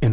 In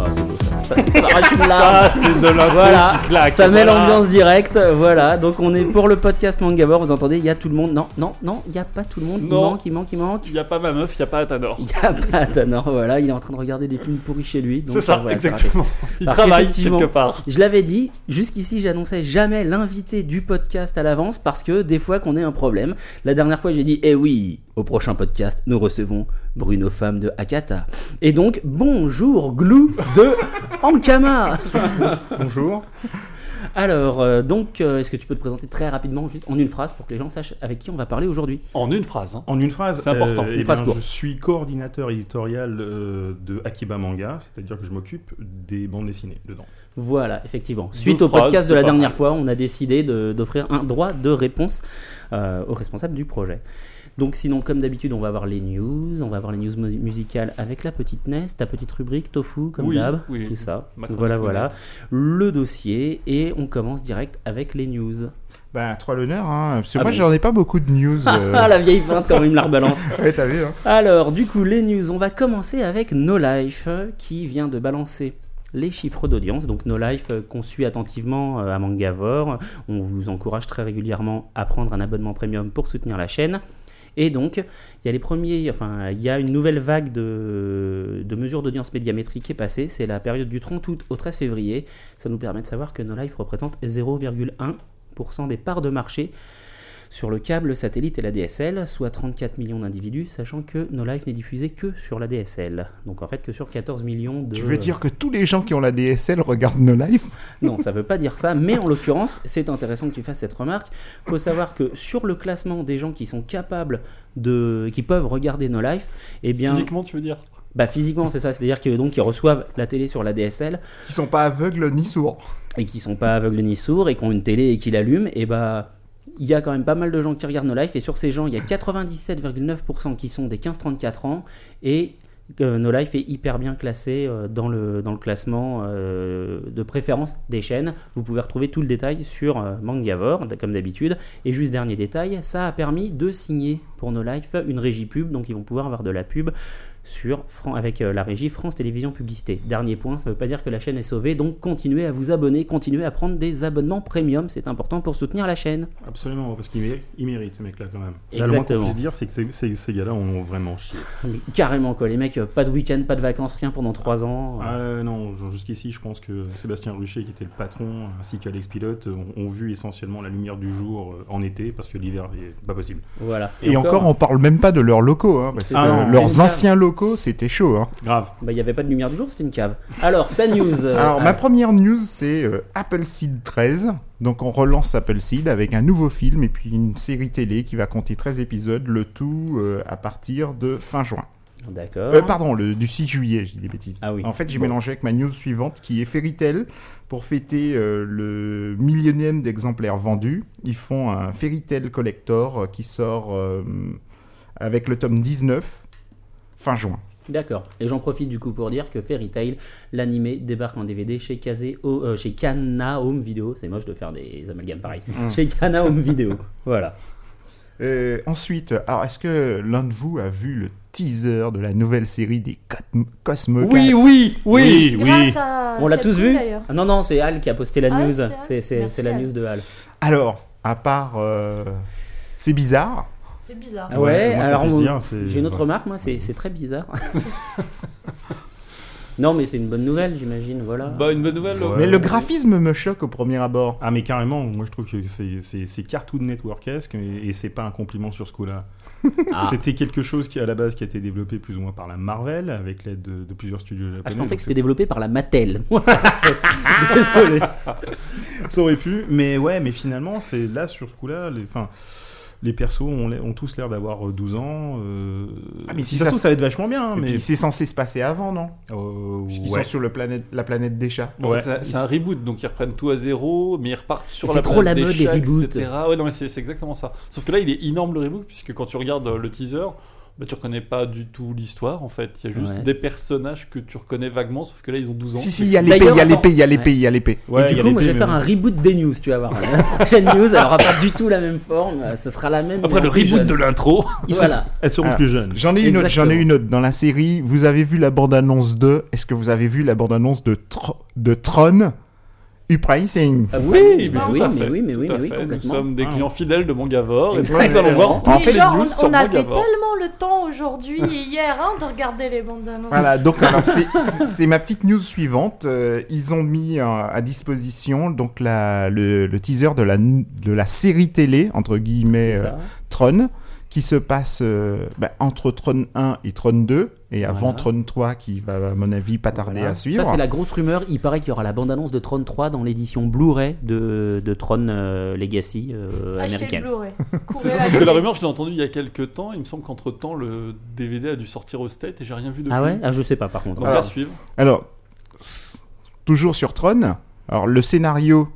Ah, c'est beau, ça. Ça- ça arrache une Ah, larme. c'est de l'intro Voilà, qui claque. ça met voilà. l'ambiance directe, voilà. Donc on est pour le podcast Mangabor, vous entendez, il y a tout le monde. Non, non, non, il n'y a pas tout le monde. Il Non. manque, il manque, il manque. Il n'y a pas ma meuf, il n'y a pas Atanor. Il n'y a pas Tanor, voilà, il est en train de regarder des films pourris chez lui. donc C'est ça, voilà, raté. exactement. Il Parce travaille qu'effectivement- quelque part. Je l'avais dit, jusqu'ici j'annonçais jamais l'invité du podcast à l'avance parce que des fois qu'on ait un problème. La dernière fois j'ai dit, eh oui, au prochain podcast nous recevons Bruno Femme de Hakata. Et donc, bonjour Glou de Ankama Bonjour. Alors, euh, donc, euh, est-ce que tu peux te présenter très rapidement, juste en une phrase, pour que les gens sachent avec qui on va parler aujourd'hui En une phrase. hein. En une phrase, C'est important, euh, une eh bien, phrase courte. je suis coordinateur éditorial euh, de Akiba Manga, c'est-à-dire que je m'occupe des bandes dessinées dedans. Voilà, effectivement. Suite au phrases, podcast de c'est la pas dernière mal. fois, on a décidé de- d'offrir un droit de réponse euh, aux responsables du projet. Donc sinon, comme d'habitude, on va avoir les news, on va avoir les news mu- musicales avec la petite Nest, ta petite rubrique Tofu, comme Oui, d'hab, oui. tout ça. Ma chronique Voilà, honnête. voilà. Le dossier, et on commence direct avec les news. Bah, à toi l'honneur, hein, parce que Ah moi bon j'en ai pas beaucoup de news. Ah, euh. la vieille feinte quand il me la rebalance ouais, t'as vu, hein. Alors, du coup, les news, on va commencer avec No Life euh, qui vient de balancer les chiffres d'audience. Donc, No Life euh, qu'on suit attentivement euh, à Mangavore. On vous encourage très régulièrement à prendre un abonnement premium pour soutenir la chaîne. Et donc, il y a les premiers, enfin, il y a une nouvelle vague de, de mesures d'audience médiamétrique qui est passée. C'est la période du 30 août au 13 février. Ça nous permet de savoir que No Life représente 0,1% des parts de marché sur le câble, le satellite et la DSL, soit 34 millions d'individus, sachant que No Life n'est diffusé que sur la DSL. Donc en fait que sur 14 millions de... Tu veux dire que tous les gens qui ont la DSL regardent nos lives Non, ça veut pas dire ça, mais en l'occurrence, c'est intéressant que tu fasses cette remarque. faut savoir que sur le classement des gens qui sont capables de... qui peuvent regarder No Life, eh bien... Physiquement, tu veux dire Bah physiquement, c'est ça, c'est-à-dire que donc ils reçoivent la télé sur la DSL, qui sont pas aveugles ni sourds et qui sont pas aveugles ni sourds et qui ont une télé et qui l'allument, et bah il y a quand même pas mal de gens qui regardent No Life et sur ces gens, il y a 97,9% qui sont des 15-34 ans et euh, No Life est hyper bien classé euh, dans le, dans le classement euh, de préférence des chaînes. Vous pouvez retrouver tout le détail sur euh, Mangavore, d- comme d'habitude. Et juste dernier détail, ça a permis de signer pour No Life une régie pub, donc ils vont pouvoir avoir de la pub sur Fran- avec euh, la régie France Télévisions Publicité. Dernier point, ça ne veut pas dire que la chaîne est sauvée, donc continuez à vous abonner, continuez à prendre des abonnements premium, c'est important pour soutenir la chaîne. Absolument, parce qu'ils méritent, ils méritent ces mecs-là quand même. Là, le moins qu'on Exactement. puisse dire, c'est que ces, ces- ces gars-là ont vraiment chié. Mais carrément quoi, les mecs, euh, pas de week-end, pas de vacances, rien pendant 3 ans. euh, Ah non, genre, jusqu'ici, je pense que Sébastien Ruchet, qui était le patron, ainsi qu'Alex Pilote, ont, ont vu essentiellement la lumière du jour euh, en été, parce que l'hiver, est pas possible. Voilà. Et, encore, on parle même pas de leurs locaux, hein, parce C'est que ça. Ah, C'est euh, une leurs cave. anciens locaux, c'était chaud. Hein. Grave. Bah, il n'y avait pas de lumière du jour, c'était une cave. Alors, ta news. euh, Alors, ah, ma première news, c'est euh, Apple Seed 13. Donc, on relance Apple Seed avec un nouveau film et puis une série télé qui va compter 13 épisodes, le tout euh, à partir de fin juin. ah, D'accord. Euh, pardon, le, du 6 juillet, je dis des bêtises. Hein Ah oui. En fait, j'ai Bon. mélangé avec ma news suivante qui est Fairy Tail. Pour fêter euh, le millionième d'exemplaires vendus, ils font un Fairy Tail Collector euh, qui sort euh, avec le tome 19 fin juin. D'accord. Et j'en profite du coup pour dire que Fairy Tail, l'animé, débarque en DVD chez, Kazé, oh, euh, chez Kana Home Video. C'est moche de faire des amalgames pareils. Mm. Chez Kana Home Video. Voilà. Euh, ensuite, alors est-ce que l'un de vous a vu le teaser de la nouvelle série des Cosmo Cosmo Cats oui, oui. Grâce à On l'a cette tous pub, vu d'ailleurs. Ah Non, non, c'est Al qui a posté la Ah, news. c'est Al C'est- C'est Merci, c'est la Al. news de Al. Ah Alors, à part... euh, c'est bizarre. C'est bizarre. Ah ouais, le moins qu'on alors puisse on- dire, c'est- J'ai une autre ouais. remarque, moi, c'est c'est très bizarre. non, mais c'est une bonne nouvelle, j'imagine. Voilà. Ah, Bah, une bonne nouvelle. Ouais. Mais le graphisme me choque au premier abord. Ah mais carrément, moi je trouve que c'est- c'est c'est Cartoon Network-esque et, et c'est pas un compliment sur ce coup-là. Ah. C'était quelque chose qui à la base qui a été développé plus ou moins par la Marvel avec l'aide de, de plusieurs studios japonais. Ah, je pensais donc que c'était développé par la Mattel. Voilà, c'est- Désolé. c'est- ça aurait pu, mais ouais, mais finalement c'est là sur ce coup-là, les- enfin les persos ont, l'air- ont tous l'air d'avoir euh, 12 ans. euh, Ah, mais si, si ça se ça- trouve, ça va être vachement bien, hein, Et mais. puis, c'est censé se passer avant, non Euh, Puisqu'ils ouais. sont sur le planète, la planète des chats. En Ouais. fait, c'est- c'est un reboot, donc ils reprennent tout à zéro, mais ils repartent sur Mais la c'est trop planète la mode, des les chats, reboots. etc. Ouais, non, mais c'est c'est exactement ça. Sauf que là, il est énorme le reboot, puisque quand tu regardes euh, le teaser, bah, tu reconnais pas du tout l'histoire, en fait. Il y a juste Ouais. des personnages que tu reconnais vaguement, sauf que là, ils ont 12 ans. Si, si, il y a D'ailleurs, l'épée, il y a attends. l'épée, il y a l'épée, Ouais. il y a l'épée. Ouais, Et il y du a coup, les moi, je vais PME. faire un reboot des news, tu vas voir. La prochaine news, elle aura pas du tout la même forme, euh, ce sera la même. Après mais le en plus reboot jeune. de l'intro, Ils sont- Voilà. Elles seront Ah. plus jeunes. J'en ai une autre, j'en ai une autre dans la série. Vous avez vu la bande-annonce de Est-ce que vous avez vu la bande-annonce de Tr- de Tron Uprising Euh, Ah Oui, mais mais tout oui, à mais fait, oui, mais tout oui, à mais oui, fait. Nous complètement. sommes des Ah. clients fidèles de Mangavor, et donc nous Exactement. allons voir Ah. En Mais fait, genre, les news on, sur on avait Mangavore. tellement le temps aujourd'hui et hier hein, de regarder les bandes annonces. Voilà, donc alors, c'est- c'est- c'est ma petite news suivante. Euh, ils ont mis euh, à disposition donc la, le, le teaser de la, n- de la série télé, entre guillemets, C'est euh, ça. Tron, qui se passe euh, bah, entre Tron 1 et Tron 2, et avant Voilà. Tron 3 qui va, à mon avis, pas tarder Voilà. à suivre. Ça, c'est la grosse rumeur. Il paraît qu'il y aura la bande-annonce de Tron 3 dans l'édition Blu-ray de, de Tron euh, Legacy euh, Achetez le américaine. Blu-ray. C'est Courez ça, la parce que la télé. rumeur, je l'ai entendue il y a quelques temps. Il me semble qu'entre temps, le DVD a dû sortir au State et j'ai rien vu depuis. Ah ouais Ah, je sais pas par contre. Donc Alors. à suivre. Alors, s- toujours sur Tron, alors le scénario,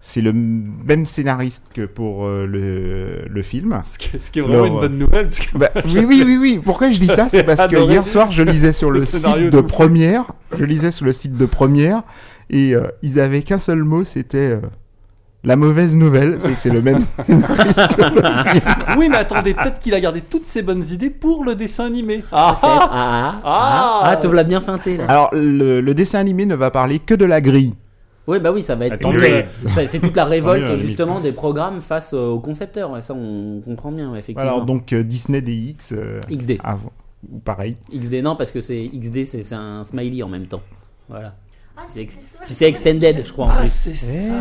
c'est le m- même scénariste que pour euh, le, le film. Ce qui est, ce qui est vraiment Alors, une euh, bonne nouvelle, parce que Bah, oui, oui, oui, oui. Pourquoi je dis ça C'est parce que Adoré. hier soir, je lisais sur Le le scénario site de de fou. première. Je lisais sur le site de première. Et euh, ils avaient qu'un seul mot, c'était euh, la mauvaise nouvelle. C'est que c'est le même scénariste que le film. oui, mais attendez, peut-être qu'il a gardé toutes ses bonnes idées pour le dessin animé. Ah, Ah, ah ah, Ah ah, ah, te l'as bien feinté là. Alors, le, le dessin animé ne va parler que de la grille. Ouais, bah oui, ça va être. Attends, toute, oui. euh, ça- c'est toute la Tant mieux, révolte à la justement des programmes face euh, aux concepteurs. Ouais, ça, on comprend bien, ouais, effectivement. Alors, donc euh, Disney DX. euh, XD. avant- ou pareil. XD, non, parce que c'est XD, c'est c'est un smiley en même temps. Voilà. Ah, C'est c'est ex- ça. Puis c'est Extended, je Ah, Ah, crois. En plus. c'est ça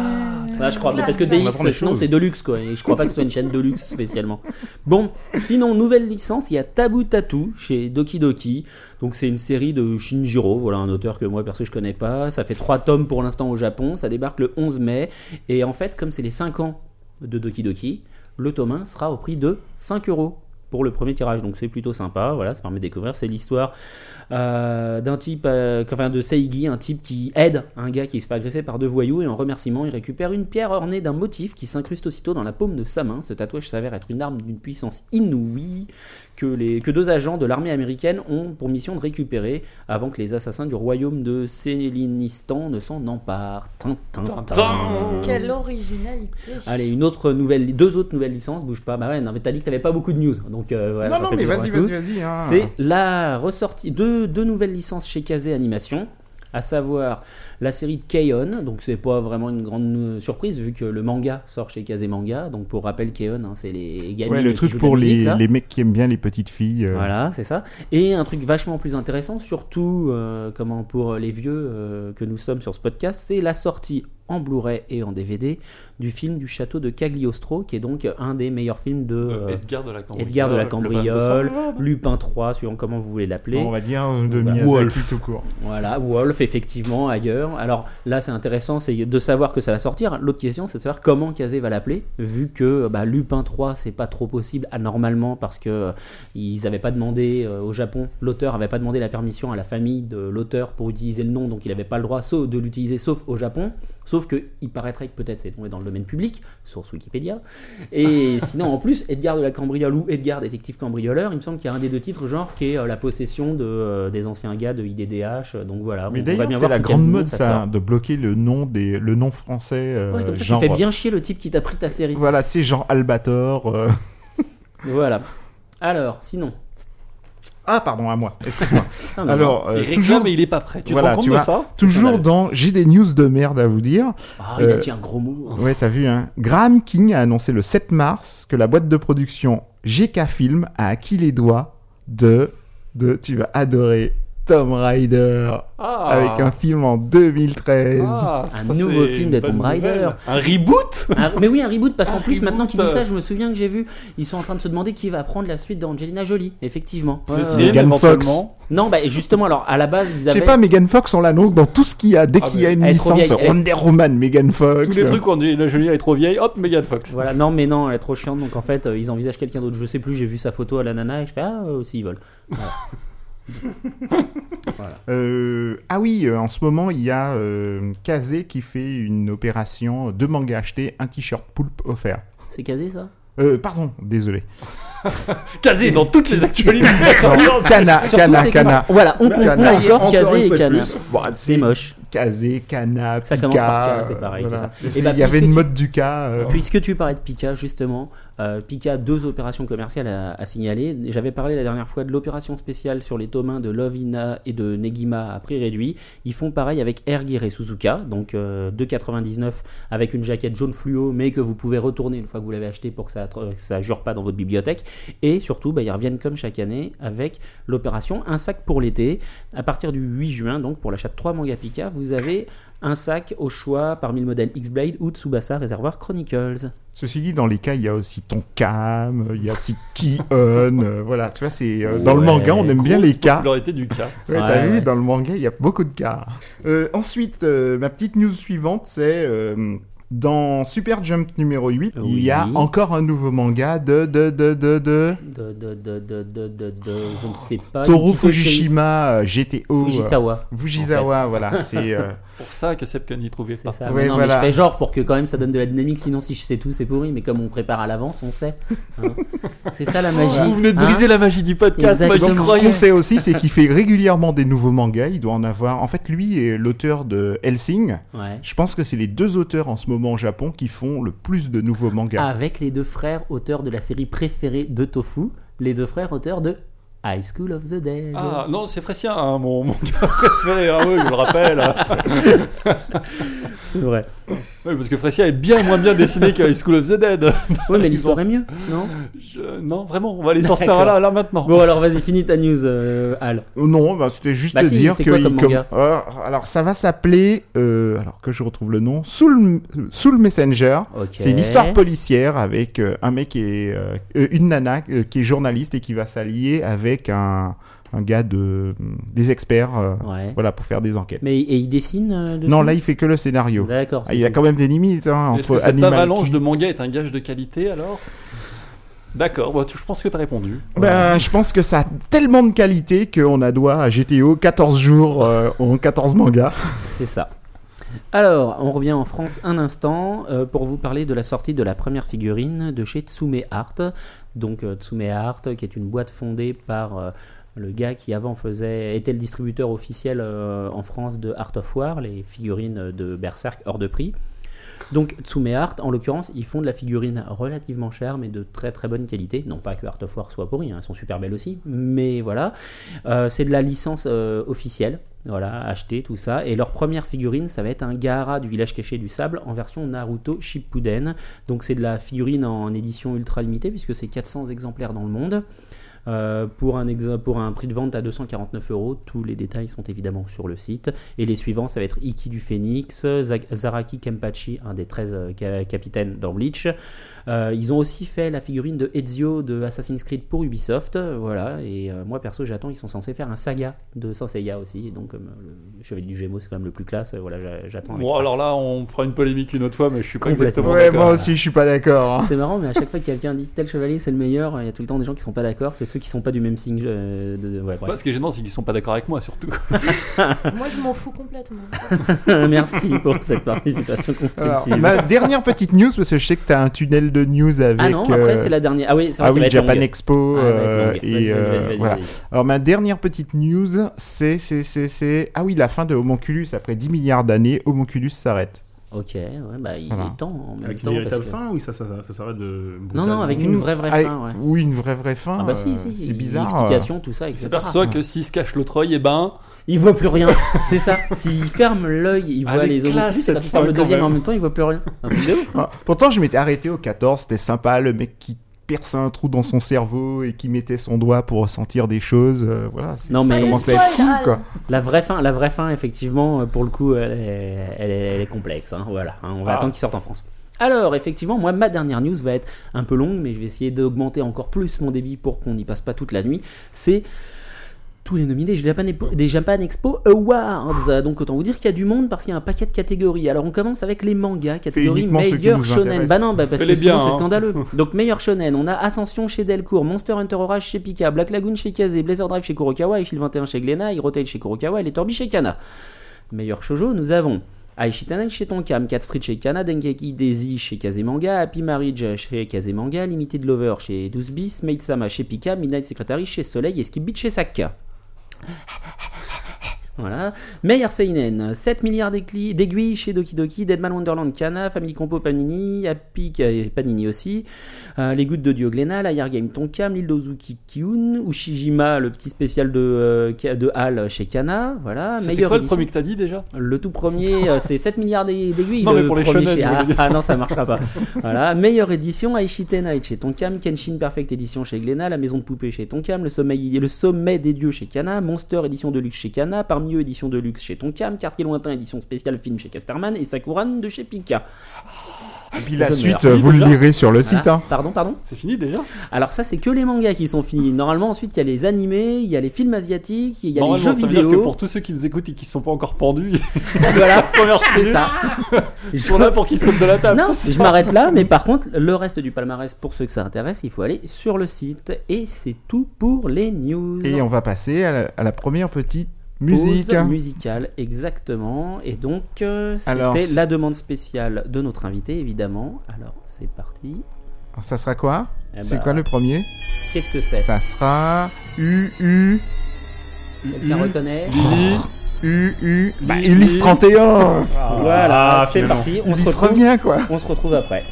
Ouais, je crois, mais parce que Classe, On apprend des DX, sinon choses. c'est Deluxe quoi, et je crois pas que ce soit une chaîne Deluxe spécialement. Bon, sinon, nouvelle licence, il y a Tabu Tattoo chez Doki Doki, donc c'est une série de Shinjiro, voilà un auteur que moi perso je connais pas, ça fait trois tomes pour l'instant au Japon, ça débarque le 11 mai, et en fait, comme c'est les 5 ans de Doki Doki, le tome 1 sera au prix de 5 euros pour le premier tirage, donc c'est plutôt sympa, voilà, ça permet de découvrir, c'est l'histoire euh, d'un type, euh, enfin de Seigi, un type qui aide un gars qui se fait agresser par deux voyous et en remerciement, il récupère une pierre ornée d'un motif qui s'incruste aussitôt dans la paume de sa main. Ce tatouage s'avère être une arme d'une puissance inouïe que, les, que deux agents de l'armée américaine ont pour mission de récupérer avant que les assassins du royaume de Sélinistan ne s'en emparent. Tintin. Quelle originalité. Allez, une autre nouvelle, deux autres nouvelles licences, bouge pas. Bah ouais, non, mais t'as dit que t'avais pas beaucoup de news, donc euh, voilà, non, je non, refais mais plaisir vas-y, à tous. vas-y, vas-y. hein. C'est la ressortie de deux nouvelles licences chez Kazé Animation, à savoir la série de Keion. Donc c'est pas vraiment une grande euh, surprise vu que le manga sort chez Kazé Manga. Donc pour rappel, Keion, hein, c'est les gamins Ouais, le qui truc jouent de la pour musique, les, là. les mecs qui aiment bien les petites filles. euh, Voilà, c'est ça. Et un truc vachement plus intéressant, surtout euh, comment pour les vieux euh, que nous sommes sur ce podcast, c'est la sortie en Blu-ray et en DVD du film du château de Cagliostro, qui est donc un des meilleurs films de Euh, euh, Edgar de la Cambriole. Edgar de la le Bain de Cambriole, sang. Lupin 3, suivant comment vous voulez l'appeler. On va dire euh, de Bah, Miyazaki Wolf. tout court. Voilà, Wolf, effectivement, ailleurs. Alors là, c'est intéressant, c'est de savoir que ça va sortir. L'autre question, c'est de savoir comment Kazé va l'appeler, vu que bah, Lupin 3, c'est pas trop possible anormalement parce que euh, ils n'avaient pas demandé euh, au Japon, l'auteur n'avait pas demandé la permission à la famille de l'auteur pour utiliser le nom, donc il n'avait pas le droit sauf- de l'utiliser sauf au Japon. Sauf que il paraîtrait que peut-être c'est tombé dans le domaine public, source Wikipédia. Et sinon, en plus, Edgar de la Cambriole ou Edgar Détective Cambrioleur, il me semble qu'il y a un des deux titres, genre, qui est euh, la possession de, euh, des anciens gars de IDDH. euh, Donc voilà, Mais on pourrait d'ailleurs, bien c'est voir la sous grande quel nom mode, ça, sort. de bloquer le nom, des, le nom français. euh, Ouais, comme ça, genre, tu fais bien chier le type qui t'a pris ta série. Voilà, tu sais, genre Albator. euh. Voilà. Alors, sinon. Ah, pardon, à moi. Excuse-moi. Ah, mais Alors, euh, il réclame toujours, mais il est pas prêt. Tu Voilà, te rends compte tu de vois. ça toujours scandaleux. dans. J'ai des news de merde à vous dire. non. Ah, il a euh, dit un gros mot. hein. Ouais, t'as vu, hein. Graham King a annoncé le 7 mars que la boîte de production GK Film a acquis les doigts de. de tu vas adorer. Tomb Raider Ah, avec un film en 2013. Ah, Un ça, nouveau c'est film de une bonne Tomb Raider. nouvelle. Un reboot Un- Ah, mais oui, un reboot, parce qu'en Un plus, maintenant qu'il dit reboot. ça, je me souviens que j'ai vu, ils sont en train de se demander qui va prendre la suite d'Angelina Jolie, effectivement. Ouais, Christine, ouais. Megan éventuellement. Non, bah justement, alors à la base, ils Je sais avaient. pas, Megan Fox, on l'annonce dans tout ce qu'il y a. Dès Ah, qu'il y a mais une elle est trop licence, vieille, elle- Wonder Woman, Megan Fox. Tous les trucs où Angelina Jolie est trop vieille, hop, Megan Fox. Voilà, non, mais non, elle est trop chiante, donc en fait, euh, ils envisagent quelqu'un d'autre. Je sais plus, j'ai vu sa photo à la nana et je fais, ah, euh, aussi, ils veulent. Euh, ah oui, euh, en ce moment, il y a euh, Kazé qui fait une opération deux mangas achetés, un t-shirt poulpe offert. C'est casé ça Euh, pardon, désolé. Casé dans toutes les actualités. Non, Kana, Surtout, Kana, c'est que- Kana. Voilà, on confond Kana. encore une casé et fois de cana. plus. Bon, C'est c'est moche. Kazé, Kana, Ça commence Pika, par Kana, c'est pareil, euh, voilà. c'est ça. Et Il bah, y avait puisque une tu- mode du cas. euh, Puisque tu parlais de Pika, justement, euh, Pika, deux opérations commerciales à, à signaler. J'avais parlé la dernière fois de l'opération spéciale sur les tomes 1 de Lovina et de Negima à prix réduit. Ils font pareil avec Ergir et Suzuka, donc euh, 2,99 avec une jaquette jaune fluo, mais que vous pouvez retourner une fois que vous l'avez acheté pour que ça ne jure pas dans votre bibliothèque. Et surtout, bah, ils reviennent comme chaque année avec l'opération Un sac pour l'été. À partir du 8 juin, donc pour l'achat de 3 mangas Pika, vous avez un sac au choix parmi le modèle X-Blade ou Tsubasa Reservoir Chronicles. Ceci dit, dans les cas, il y a aussi ton cam, euh, il y a aussi qui on, euh, voilà, tu vois, c'est euh, dans le Ouais, manga, on aime bien les cas. Popularité du cas. Ouais, t'as Ouais, vu, ouais. dans le manga, il y a beaucoup de cas. Euh, ensuite, euh, ma petite news suivante, c'est euh, dans Super Jump numéro 8, il y a Oui. encore un nouveau manga de, de, de, de, de de, de, de, de, de, de, de- je ne sais pas. Toru Yukiko Shei- Fujishima euh, GTO. euh, Fujisawa. Fujisawa, voilà, c'est... euh, C'est pour ça que Sepken n'y trouvait C'est pas. ça. Ouais, Mais non, voilà. mais je fais genre pour que quand même ça donne de la dynamique, sinon si je sais tout, c'est pourri. Mais comme on prépare à l'avance, on sait. hein. C'est ça la magie. Vous venez de hein. briser la magie du podcast, moi j'y Exactement. Ce croyais. qu'on sait aussi, c'est qu'il fait régulièrement des nouveaux mangas, il doit en avoir... En fait, lui est l'auteur de Helsing, Ouais. Je pense que c'est les deux auteurs en ce moment au Japon qui font le plus de nouveaux mangas. Avec les deux frères auteurs de la série préférée de Tofu, les deux frères auteurs de High School of the Dead. Ah non, c'est Frécien, hein, mon, mon gars préféré, ah oui, je le rappelle. c'est vrai. Oui, parce que Frécien est bien moins bien dessiné que High School of the Dead. Oui, mais l'histoire est mieux, non Je- Non, vraiment, on va aller sortir D'accord. là, là maintenant. Bon, alors vas-y, finis ta news, euh, Al. Oh Non, bah, c'était juste Bah de si, dire c'est que quoi il comme com- manga alors, alors, ça va s'appeler, euh, alors que je retrouve le nom, Soul, Soul Messenger. Ok. C'est une histoire policière avec euh, un mec et euh, euh, une nana euh, qui est journaliste et qui va s'allier avec un, un gars de mm, des experts, euh, Ouais. voilà pour faire des enquêtes. Mais et il dessine euh, dessus Non, là il fait que le scénario. D'accord. Ah, il y a c'est quand même des limites hein, Est-ce que entre cette Animal avalanche Kid- de manga est un gage de qualité alors D'accord, bah, tu- je pense que t'as répondu. Ben, je pense que ça a tellement de qualité qu'on a droit à GTO 14 jours euh, en 14 mangas. C'est ça. Alors, on revient en France un instant euh, pour vous parler de la sortie de la première figurine de chez Tsume Art. Donc euh, Tsume Art, qui est une boîte fondée par euh, le gars qui avant faisait était le distributeur officiel euh, en France de Art of War, les figurines de Berserk hors de prix. Donc Tsume Art, en l'occurrence, ils font de la figurine relativement chère, mais de très très bonne qualité. Non pas que Art of War soit pourri, hein, elles sont super belles aussi, mais voilà. Euh, c'est de la licence euh, officielle, voilà, achetée, tout ça. Et leur première figurine, ça va être un Gaara du village caché du sable en version Naruto Shippuden. Donc c'est de la figurine en édition ultra limitée, puisque c'est 400 exemplaires dans le monde. Euh, pour, un exa- pour un prix de vente à 249 euros, tous les détails sont évidemment sur le site. Et les suivants, ça va être Iki du Phénix, Za- Zaraki Kempachi, un des 13 euh, ca- capitaines dans Bleach. Euh, ils ont aussi fait la figurine de Ezio de Assassin's Creed pour Ubisoft. euh, Voilà, et euh, moi perso, j'attends, ils sont censés faire un saga de Saint Seiya aussi. Et donc, comme euh, le Chevalier du Gémeaux, c'est quand même le plus classe. euh, Voilà, j'a- j'attends. avec Bon, hâte. alors là, on fera une polémique une autre fois, mais je suis pas Complètement. exactement Ouais, d'accord. moi aussi, je suis pas d'accord. hein. C'est marrant, mais à chaque fois que quelqu'un dit tel chevalier c'est le meilleur, il y a tout le temps des gens qui sont pas d'accord. C'est ceux qui sont pas du même signe. euh, de- de- ouais, bref. Bah, ce qui est gênant, c'est qu'ils sont pas d'accord avec moi surtout. Moi, je m'en fous complètement. Merci pour cette participation Alors, constructive. ma dernière petite news, parce que je sais que t'as un tunnel de news avec. ah non, après euh, c'est la dernière. Ah oui, c'est vrai ah qu'elle va oui, être Japan longue. Expo. Ah, elle va être euh, longue. Vas-y, et, vas-y, euh, vas-y, vas-y, voilà. vas-y. Alors, ma dernière petite news, c'est, c'est, c'est, c'est- Ah oui, la fin de Homonculus. Après 10 milliards d'années, Homonculus s'arrête. Ok, ouais, bah, il Voilà. est temps en même Avec temps. une parce véritable que- fin ou ça, ça, ça, ça s'arrête de. Non, non, avec brutalement une vraie, vraie Ah, fin, ouais. Oui, une vraie, vraie fin. Ah bah si, euh, si, C'est bizarre. Une explication, tout ça, Il etc. s'aperçoit que s'il se cache le treuil, et ben. Il voit plus rien, c'est ça. S'il ferme l'œil, il Ah, voit elle est les autres. classe, plus, et quand cette il ferme fin, le quand deuxième en même. même temps, il voit plus rien. Un truc de ouf. Ah, pourtant, je m'étais arrêté au 14, c'était sympa, le mec qui perçait un trou dans son cerveau et qui mettait son doigt pour ressentir des choses. euh, voilà, c'est- Non, ça mais- commence à être cool, Spoil, quoi. La vraie fin, la vraie fin, effectivement, euh, pour le coup, elle est, elle est, elle est complexe. hein, voilà, hein, on va Ah. attendre qu'il sorte en France. Alors, effectivement, moi, ma dernière news va être un peu longue, mais je vais essayer d'augmenter encore plus mon débit pour qu'on n'y passe pas toute la nuit. C'est tous les nominés des Japan, Expo- des Japan Expo Awards. Donc, autant vous dire qu'il y a du monde parce qu'il y a un paquet de catégories. Alors, on commence avec les mangas, catégorie uniquement ceux qui meilleur nous shonen. intéressent. Bah non, bah, parce que Fais-les sinon, bien, c'est hein. scandaleux. Donc, meilleur shonen, on a Ascension chez Delcourt, Monster Hunter Orage chez Pika, Black Lagoon chez Kaze, Blazer Drive chez Kurokawa, Ishil 21 chez Glenai, Rotail chez Kurokawa et Les Torbi chez Kana. Meilleur shoujo, nous avons Aishitanen chez Tonkam, Cat Street chez Kana, Dengeki Daisy chez Kazemanga, Happy Marriage chez Kazemanga, Limited Lover chez 12 bis, Maid Sama chez Pika, Midnight Secretary chez Soleil et Skip Beat chez Sakka. Voilà. Meilleur Seinen, 7 milliards d'aigli- d'aiguilles chez Doki Doki, Deadman Wonderland Kana, Family Compo Panini, Happy Ka- Panini aussi, euh, Les Gouttes de Dieu Glénal, Ayer Game Tonkam, L'île d'Ozuki Kyun, Ushijima, le petit spécial de, euh, Ka- de Hal chez Kana. Voilà. C'était Ah, Meilleure quoi le édition. premier que t'as dit déjà Le tout premier, euh, c'est 7 milliards d'ai- d'aiguilles. Non, mais pour les premier shonen, chez- je voulais ah, dire. ah non, ça marchera pas. voilà. Meilleure édition, Aishi Tenai chez Tonkam, Kenshin Perfect Edition chez Glénat, La Maison de Poupée chez Tonkam, Le Sommeil, le sommet des Dieux chez Kana, Monster Édition de luxe chez Kana, Parmi eux Édition de luxe chez Tonkam, Quartier Lointain Édition spéciale film chez Casterman et Sakuran de chez Pika. Ah, Et puis la Jeune suite, meilleur. vous le Déjà lirez sur le Voilà. site. hein. Pardon, pardon. C'est fini déjà Alors ça, c'est que les mangas qui sont finis. Normalement, ensuite, il y a les animés, il y a les films asiatiques, il y a les jeux Normalement, ça veut dire vidéo. que pour tous ceux qui nous écoutent et qui sont pas encore pendus, Voilà. première C'est chose, ça. ils sont là Ah pour qu'ils sautent de la table. Non, c'est je ça m'arrête là, mais par contre, le reste du palmarès, pour ceux que ça intéresse, il faut aller sur le site. Et c'est tout pour les news. Et on va passer à la, à la première petite musique. Pause musicale, exactement. Et donc, euh, Alors, c'était c'est- la demande spéciale de notre invité, évidemment. Alors, c'est parti. Alors, Ça sera quoi Eh C'est bah, quoi le premier Qu'est-ce que c'est Ça sera U U Quelqu'un reconnaît Lily, U U. Bah, Lily. Ulysse 31. Voilà, Ah, c'est finalement. parti. On se, Ulysse retrouve, revient quoi. on se retrouve après.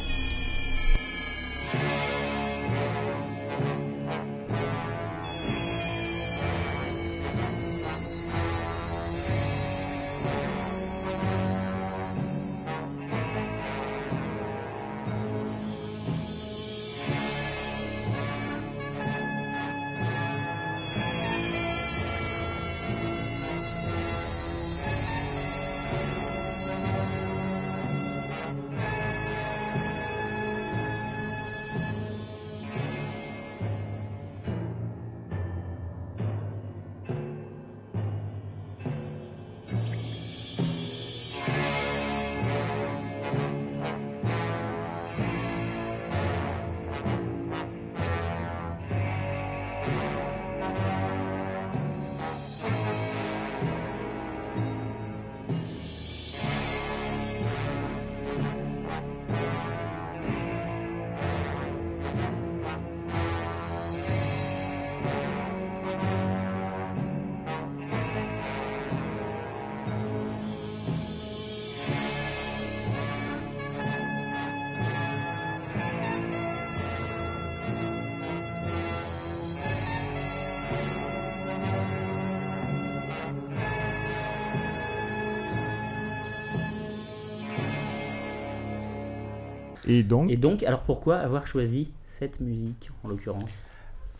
Et donc. Et donc, alors pourquoi avoir choisi cette musique, en l'occurrence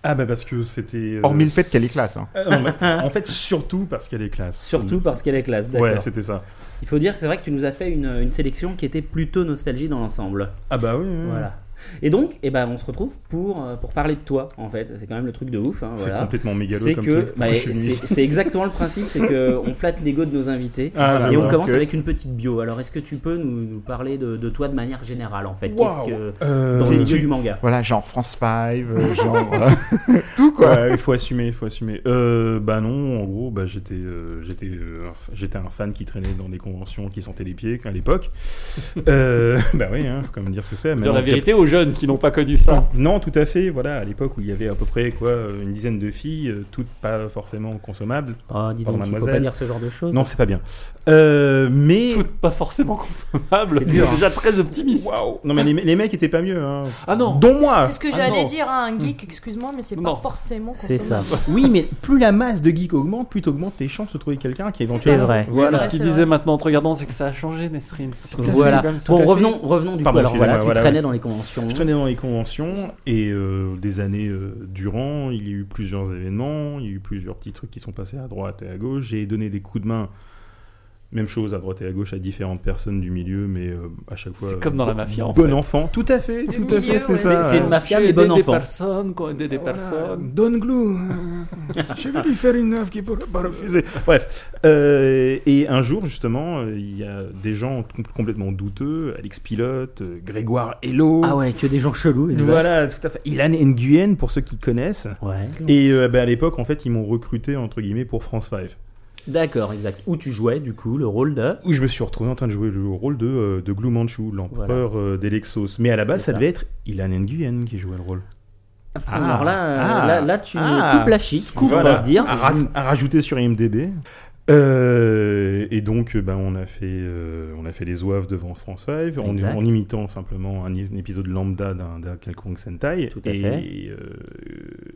Ah bah parce que c'était... euh, Hormis le fait qu'elle est classe. hein. Euh, non, mais en fait, surtout parce qu'elle est classe. Surtout parce qu'elle est classe, d'accord. Ouais, c'était ça. Il faut dire que c'est vrai que tu nous as fait une, une sélection qui était plutôt nostalgie dans l'ensemble. Ah bah oui. oui, oui. Voilà. Et donc, eh ben, on se retrouve pour, euh, pour parler de toi, en fait. C'est quand même le truc de ouf. hein, C'est voilà. complètement mégalo C'est comme que truc. bah, Moi, je suis c'est- ministre. c'est exactement le principe, c'est que on flatte l'ego de nos invités Ah, là, et on là. commence ok. avec une petite bio. Alors, est-ce que tu peux nous, nous parler de, de toi de manière générale, en fait Qu'est-ce que Euh, dans le tu- milieu du manga Voilà, genre France 5, euh, genre euh, tout quoi. Ouais, il faut assumer, il faut assumer. Euh, bah non, en gros, bah, j'étais, euh, j'étais, euh, un f- j'étais un fan qui traînait dans des conventions, qui sentait les pieds à l'époque. Euh, bah oui, hein, faut quand même dire ce que c'est. Dire Maintenant, la vérité aux jeunes qui n'ont pas connu ça. Non, tout à fait. Voilà, à l'époque où il y avait à peu près quoi, une dizaine de filles, euh, toutes pas forcément consommables. Ah, dis Pardon, donc, il faut pas mademoiselle. dire ce genre de choses. Non, c'est pas bien. Euh, mais Toutes pas forcément conformables. C'est dur, hein. déjà très optimiste. Waouh. Non, mais les, me- les mecs étaient pas mieux. Hein. Ah non. Dont moi. C'est ce que ah j'allais non. dire à un geek, excuse-moi, mais c'est Non. pas forcément C'est ça. consommable. Oui, mais plus la masse de geeks augmente, plus t'augmentes tes chances de trouver quelqu'un qui est C'est éventuellement. vrai. Voilà. Ce Ouais, qu'il c'est vrai. disait maintenant en te regardant, c'est que ça a changé, Nesrine. C'est tout à fait Voilà. comme ça. Bon, Tout à fait. revenons, revenons du Pardon, coup. Alors voilà, excusez-moi, tu voilà, traînais oui. dans les conventions. conventions. Je traînais dans les conventions et euh, des années euh, durant, il y a eu plusieurs événements, il y a eu plusieurs petits trucs qui sont passés à droite et à gauche. J'ai donné des coups de main, même chose à droite et à gauche, à différentes personnes du milieu, mais euh, à chaque fois. C'est comme dans la bon- mafia, en Bon fait. enfant, tout à fait, Du tout à milieu, fait, c'est ouais. ça. C'est une mafia, mais bon enfant. personnes, qu'on aidé des personnes. Don Glou, je vais lui faire une œuvre qui ne pourra pas refuser. Bref, euh, et un jour justement, euh, il y a des gens com- complètement douteux, Alex Pilote, euh, Grégoire Hello, Ah ouais, que des gens chelous. et des- voilà, tout à fait. Ilan Nguyen pour ceux qui connaissent. Ouais. Et euh, bah, à l'époque, en fait, ils m'ont recruté entre guillemets pour France 5, D'accord, exact. Où tu jouais, du coup, le rôle de. où je me suis retrouvé en train de jouer le rôle de, euh, de Glou Manchu, l'empereur euh, d'Elexos. Mais à la base, C'est ça, ça. devait être Ilan Nguyen qui jouait le rôle. Ah, putain, Ah. alors là, euh, Ah. là, là, tu Ah. me coupes la chic, on Voilà. Ah. va dire. À, ra- à rajouter sur IMDb. Euh, et donc, euh, ben, on a fait, euh, on a fait les ouaves devant France 5 en, Exact. en imitant simplement un, i- un épisode lambda d'un d'un quelconque Sentai. Tout à et, fait. euh,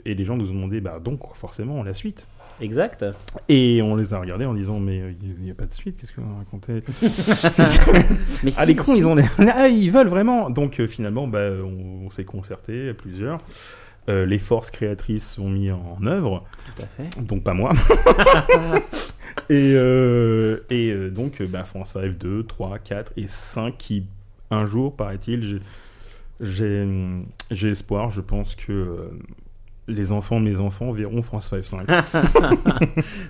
et les gens nous ont demandé, bah, donc forcément, la suite. Exact. Et on les a regardés en disant mais euh, il n'y a pas de suite, qu'est-ce que vous racontez Mais si, Ah les cons, si, ils ont des- ah, ils veulent vraiment. Donc euh, finalement bah, on, on s'est concerté à plusieurs. Euh, les forces créatrices sont mises en œuvre, Tout à fait. donc pas moi. et euh, et euh, donc euh, bah, France 5, 2, 3, 4 et 5 qui, un jour, paraît-il, j'ai- j'ai j'ai espoir. Je pense que euh, les enfants de mes enfants verront France 5, 5.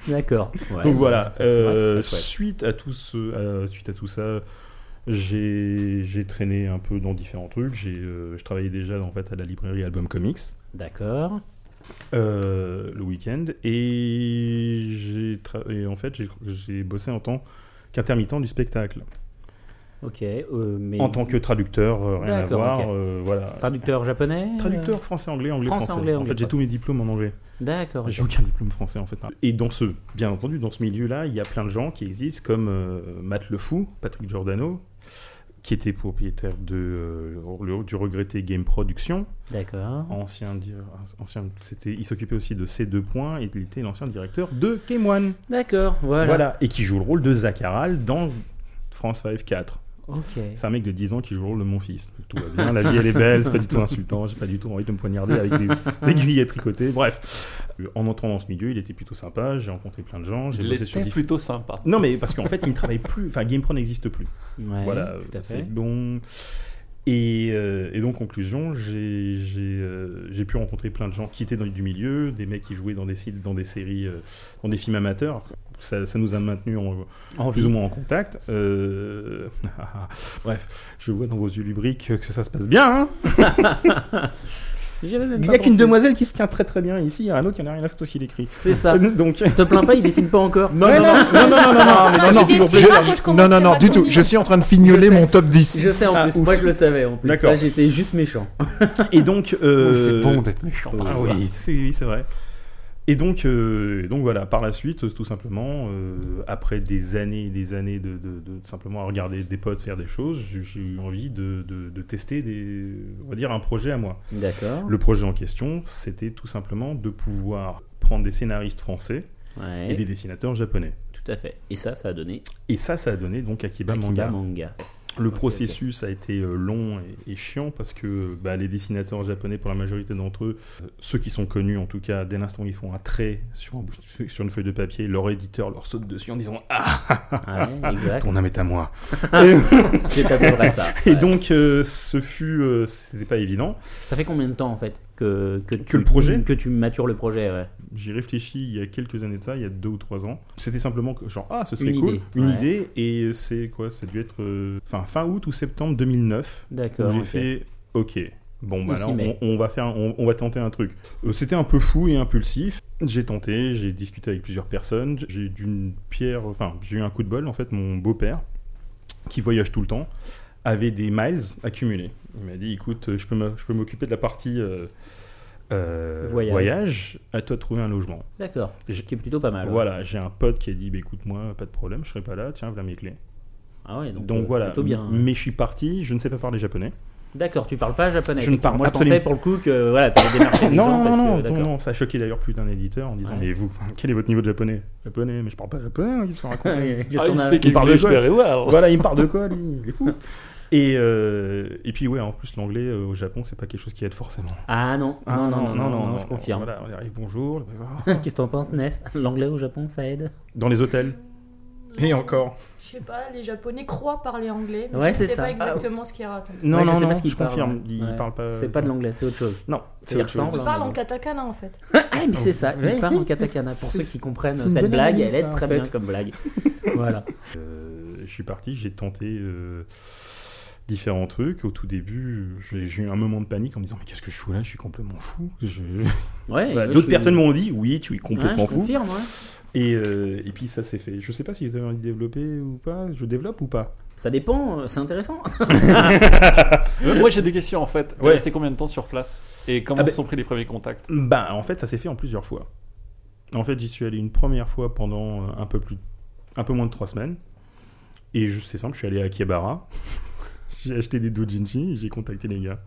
D'accord. Ouais, Donc voilà, Ah, ça, c'est vrai, euh, ça serait chouette. suite, à tout ce, euh, suite à tout ça, j'ai j'ai traîné un peu dans différents trucs. J'ai, euh, je travaillais déjà en fait, à la librairie Album Comics D'accord. euh, le week-end et, j'ai tra- et en fait j'ai- j'ai bossé en tant qu'intermittent du spectacle. Ok. euh, mais... En tant que traducteur, euh, rien à D'accord, voir. ok. euh, voilà. Traducteur japonais euh, Traducteur français-anglais, Français, anglais-français. anglais, en anglais, fait, j'ai ouais. tous mes diplômes en anglais. D'accord. J'ai aucun diplôme français en fait. Et dans ce, bien entendu, dans ce milieu-là, il y a plein de gens qui existent comme euh, Matt Le Fou, Patrick Giordano, qui était propriétaire de, euh, le- du regretté Game Production, D'accord. ancien, di- ancien c'était, il s'occupait aussi de ces deux points et il était l'ancien directeur de Game One. D'accord. Voilà. Voilà. Et qui joue le rôle de Zacharal dans France 5 4. Ok. C'est un mec de 10 ans qui joue le rôle de mon fils. Tout va bien, la vie elle est belle, c'est pas du tout insultant, j'ai pas du tout envie de me poignarder avec des des aiguilles à tricoter. Bref, Euh, en entrant dans ce milieu, il était plutôt sympa, j'ai rencontré plein de gens, j'ai Il bossé sur des... était plutôt sympa. Non mais parce qu'en fait, il ne travaille plus, enfin GamePro n'existe plus. Ouais, voilà, Tout à euh, fait. c'est bon. Et, euh, et donc, conclusion, j'ai j'ai, euh, j'ai pu rencontrer plein de gens qui étaient dans, du milieu, des mecs qui jouaient dans des sites, dans des séries, euh, dans des films amateurs. Ça, ça nous a maintenus en, En plus ou moins en contact. Euh, Bref, je vois dans vos yeux lubriques que ça se passe bien. hein. J'avais même Il n'y pas a qu'une pensé. demoiselle qui se tient très très bien ici, il y a un autre qui en a rien à foutre parce qu'il écrit. Euh, C'est ça. Donc, Te plains pas, il dessine pas encore. Non, non, non, non, non, non, non, non, mais Ah, non, non, tu non, décideras quand je- je non, non, commencerai non, ma du tout. chronique. Je suis en train de fignoler Je sais. mon top 10. Je sais en Ah, plus, ouf. moi je le savais en plus. D'accord. Là, j'étais juste méchant. et donc. Oh, euh, C'est bon d'être méchant. Ah parfois. oui, c'est oui, c'est vrai. Et donc, euh, et donc voilà, par la suite, euh, tout simplement, euh, après des années et des années de, de- de simplement regarder des potes faire des choses, j'ai- j'ai eu envie de, de- de tester des, on va dire un projet à moi. D'accord. Le projet en question, c'était tout simplement de pouvoir prendre des scénaristes français et des Ouais. dessinateurs japonais. Tout à fait. Et ça, ça a donné Et ça, ça a donné donc Akiba, Akiba Manga. Manga. Le Ok, processus a été euh, long et, et chiant parce que bah, les dessinateurs japonais, pour la majorité d'entre eux, euh, ceux qui sont connus en tout cas, dès l'instant où ils font un trait sur, un bou- sur une feuille de papier, leur éditeur leur saute dessus en disant Ah, Ouais, exact. ton âme est à moi C'est à peu près ça. Et Ouais. donc, euh, ce fut. euh, C'était pas évident. Ça fait combien de temps en fait que, que, tu, le projet que tu matures le projet ouais. J'y réfléchis il y a quelques années de ça, il y a deux ou trois ans. C'était simplement que, genre, ah, ce serait Une cool, idée. une Ouais. idée. Et c'est quoi Ça a dû être euh, enfin, fin août ou septembre 2009. D'accord. Où j'ai ok. fait OK. Bon, bah On s'y alors, met. on, on va faire, un- on, on va tenter un truc. Euh, C'était un peu fou et impulsif. J'ai tenté, j'ai discuté avec plusieurs personnes. J'ai eu d'une pierre, enfin, j'ai eu un coup de bol. En fait, mon beau-père, qui voyage tout le temps, avait des miles accumulés. Il m'a dit, écoute, je peux m'a- je peux m'occuper de la partie euh, euh, Voyage. voyage. À toi de trouver un logement. D'accord. Ce J'ai- qui est plutôt pas mal. ouais. Voilà, j'ai un pote qui a dit, bah, écoute, moi, pas de problème, je serai pas là. Tiens, voilà mes clés. Ah ouais, donc, Donc, euh, c'est voilà. Plutôt bien. Mais je suis parti. Je ne sais pas parler japonais. D'accord, tu parles pas japonais. Je ne parle Moi je absolument- pensais pour le coup que euh, voilà, tu avais démarché des Ah, Non, gens non, parce non, que non, d'accord. non, ça a choqué d'ailleurs plus d'un éditeur en disant Ouais. Mais vous, quel est votre niveau de japonais Japonais, mais je parle pas japonais, hein, qu'est-ce qu'on raconte Qu'est-ce Ah, qu'on il a- speak Il parle de English quoi very well. Voilà, il me parle de quoi, lui Il est fou Et, euh, et puis, ouais, en plus, l'anglais euh, au Japon, c'est pas quelque chose qui aide forcément. Ah non, non, non, non, non, non, je confirme. Voilà, on y arrive, bonjour. Qu'est-ce que t'en penses, Ness L'anglais au Japon, ça aide Dans les hôtels. Et encore. Je sais pas, les Japonais croient parler anglais, mais Ouais, je c'est sais ça. pas exactement ce qu'ils racontent. Non, Ouais, je non, sais non, pas ce qu'ils je confirme. parlent. Ils Ouais. parlent pas. C'est pas de l'anglais, c'est autre chose. Non, Ça y autre chose. ressemble, Ils parlent en katakana en fait. Ah, mais c'est ça, il Ouais. parle en katakana. Pour ceux qui C'est comprennent une cette bonne blague, elle analyse, hein, est ça, en très fait. bien comme blague. Voilà. Euh, je suis parti, j'ai tenté euh, différents trucs. Au tout début, j'ai j'ai eu un moment de panique en me disant Mais qu'est-ce que je fous là Je suis complètement fou. Je- Ouais, Voilà, ouais, je Bah, D'autres suis- personnes m'ont dit Oui, tu es Eh, bah, Ouais, je complètement fou. confirme, ouais. Et, euh, et puis ça s'est fait. Je sais pas si vous avez envie de développer ou pas. Je développe ou pas Ça dépend, euh, c'est intéressant. Euh, Moi j'ai des questions en fait. T'es Ouais. resté combien de temps sur place Et comment Ah ben- se sont pris les premiers contacts Bah, en fait, ça s'est fait en plusieurs fois. En fait, j'y suis allé une première fois pendant euh, un peu, plus, un peu moins de trois semaines. Et je- c'est simple, je suis allé à Akihabara. j'ai acheté des doujinshi, et j'ai contacté les gars.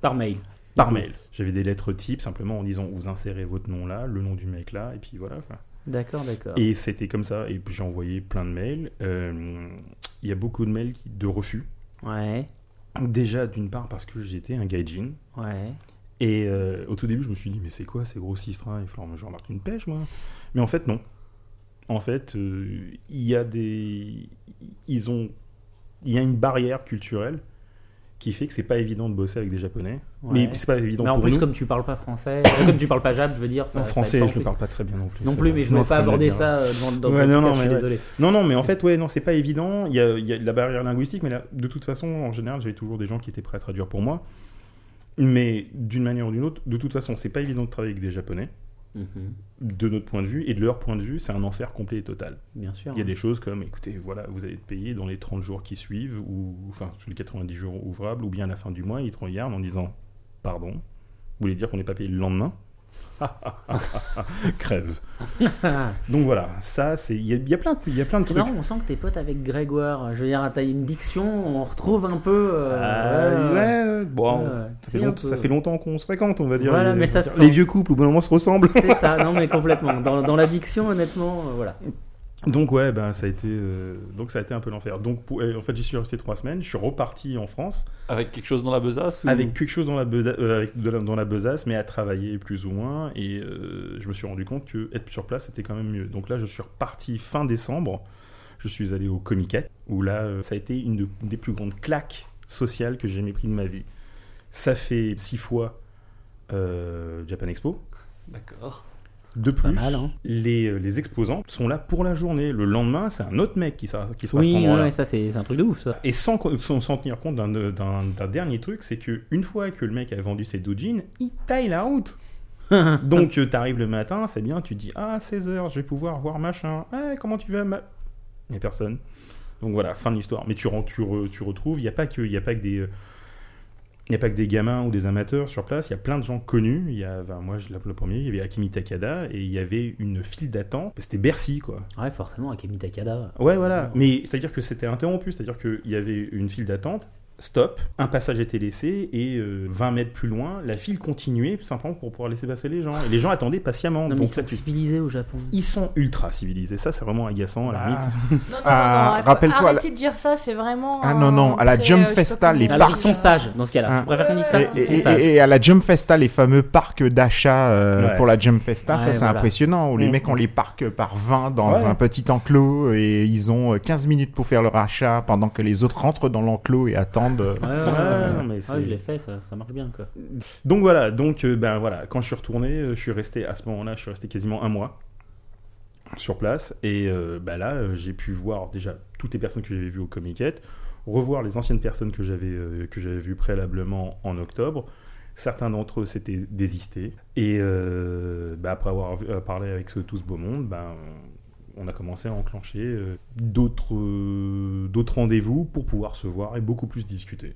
Par mail. Par mail. J'avais des lettres types, simplement en disant vous insérez votre nom là, le nom du mec là, et puis voilà. quoi. D'accord, d'accord. Et c'était comme ça. Et puis j'ai envoyé plein de mails. Euh, Il y a beaucoup de mails qui- de refus. Ouais, Déjà, d'une part, parce que j'étais un gaijin. ouais. Et euh, au tout début, je me suis dit, mais c'est quoi ces grossistes hein Il faut que je remarque une pêche, moi. Mais en fait, non. En fait, euh, il y a des. Ils ont. Il y a une barrière culturelle qui fait que c'est pas évident de bosser avec des Japonais. ouais. Mais c'est pas évident Mais en pour plus, nous. comme tu parles pas français, euh, comme tu parles pas jap, je veux dire, ça. en ça français, aide pas je le plus. parle pas très bien non plus. Non c'est plus, vrai. mais je ne Non, vais pas faut le aborder dire. ça euh, dans, dans Ouais, le non, non, podcast, je suis mais ouais. désolé. Non, non, mais en fait, ouais, non, c'est pas évident. Il y a, il y a de la barrière linguistique, mais là, de toute façon, en général, j'avais toujours des gens qui étaient prêts à traduire pour moi. Mais d'une manière ou d'une autre, de toute façon, c'est pas évident de travailler avec des Japonais, Mhm, de notre point de vue, et de leur point de vue, c'est un enfer complet et total. Bien sûr. Il y a des choses comme, écoutez, voilà, vous allez être payé dans les 30 jours qui suivent, ou enfin, tous les 90 jours ouvrables, ou bien à la fin du mois, ils te regardent en disant, pardon, vous voulez dire qu'on n'est pas payé le lendemain Crève. Donc voilà, ça, c'est. Il y, a- il y a plein de, il y a plein de Ah, C'est trucs. marrant, on sent que t'es pote avec Grégoire. Je veux dire, t'as une diction, on retrouve un peu. euh, Ah, ouais. ouais, bon, Ouais, ça, fait si, un long- peu. ça fait longtemps qu'on se fréquente, on va dire. Voilà, les, mais ça les se sent. vieux couples, au bout d'un moment, se ressemblent. C'est ça, non mais complètement. Dans, dans l'addiction, honnêtement, euh, voilà. Donc ouais, ben ça a été, euh, donc ça a été un peu l'enfer. Donc pour- euh, en fait, j'y suis resté trois semaines. Je suis reparti en France Avec quelque chose dans la besace ou- avec quelque chose dans la, beda- euh, avec de la- dans la besace, mais à travailler plus ou moins. Et euh, je me suis rendu compte que être sur place, c'était quand même mieux. Donc là, je suis reparti fin décembre. Je suis allé au Comiket, où là, euh, ça a été une, de- une des plus grandes claques sociales que j'ai jamais pris de ma vie. Ça fait six fois euh, Japan Expo. D'accord. De pas plus, mal, hein. les, euh, les exposants sont là pour la journée. Le lendemain, c'est un autre mec qui sera, qui sera à cet Oui, endroit-là. ouais, ça c'est c'est un truc de ouf, ça. Et sans, co- sans, sans tenir compte d'un- euh, d'un d'un dernier truc, c'est que une fois que le mec a vendu ses doujins, il taille la route. Donc euh, t'arrives le matin, c'est bien, tu dis ah 16h, je vais pouvoir voir machin. Ah, comment tu vas ma... Il n'y a personne. Donc voilà, fin de l'histoire. Mais tu, ren- tu, re- tu retrouves, il n'y a pas que, il y a pas que des... euh, Il n'y a pas que des gamins ou des amateurs sur place, il y a plein de gens connus. Il y a, ben, moi, je l'appelle le premier, il y avait Akimi Takada et il y avait une file d'attente. C'était Bercy, quoi. Ouais, forcément, Akemi Takada. Ouais, Mmh. voilà. Mais c'est-à-dire que c'était interrompu, c'est-à-dire qu'il y avait une file d'attente, stop, un passage était laissé, et euh, 20 mètres plus loin, la file continuait simplement pour pouvoir laisser passer les gens. Et les gens attendaient patiemment. Non, mais Donc ils sont là, tu- civilisés au Japon. ils sont ultra civilisés. Ça, c'est vraiment agaçant. À Bah, la limite. Non, non, Ah, non, non, faut- rappelle-toi, Arrêtez de dire ça, c'est vraiment. Ah, non, non, à la très, Jump euh, je sais pas Festa, comment les dire. Alors ils sont sages dans ce cas-là. Ah. Hein. Je préfère qu'on dise ça. Ouais, Et, Ils sont et- sages. et à la Jump Festa, les fameux parcs d'achat euh, Ouais. pour la Jump Festa, Ouais, ça c'est voilà. impressionnant, où les Mm. mecs on les parque par 20 dans Ouais. un petit enclos et ils ont euh, 15 minutes pour faire leur achat pendant que les autres rentrent dans l'enclos et attendent. euh, Ouais, ouais, ouais, Ouais, ah, ouais. non, mais Ouais, c'est- je l'ai fait, ça, ça marche bien quoi. Donc voilà. Donc euh, ben voilà. Quand je suis retourné, euh, je suis resté à ce moment-là, je suis resté quasiment un mois sur place. Et euh, ben là, euh, j'ai pu voir déjà toutes les personnes que j'avais vues au Comiquette, revoir les anciennes personnes que j'avais euh, que j'avais vues préalablement en octobre. Certains d'entre eux s'étaient désistés. Et euh, bah, après avoir vu- euh, parlé avec ce- tout ce beau monde, ben, on a commencé à enclencher euh, d'autres euh, d'autres rendez-vous pour pouvoir se voir et beaucoup plus discuter.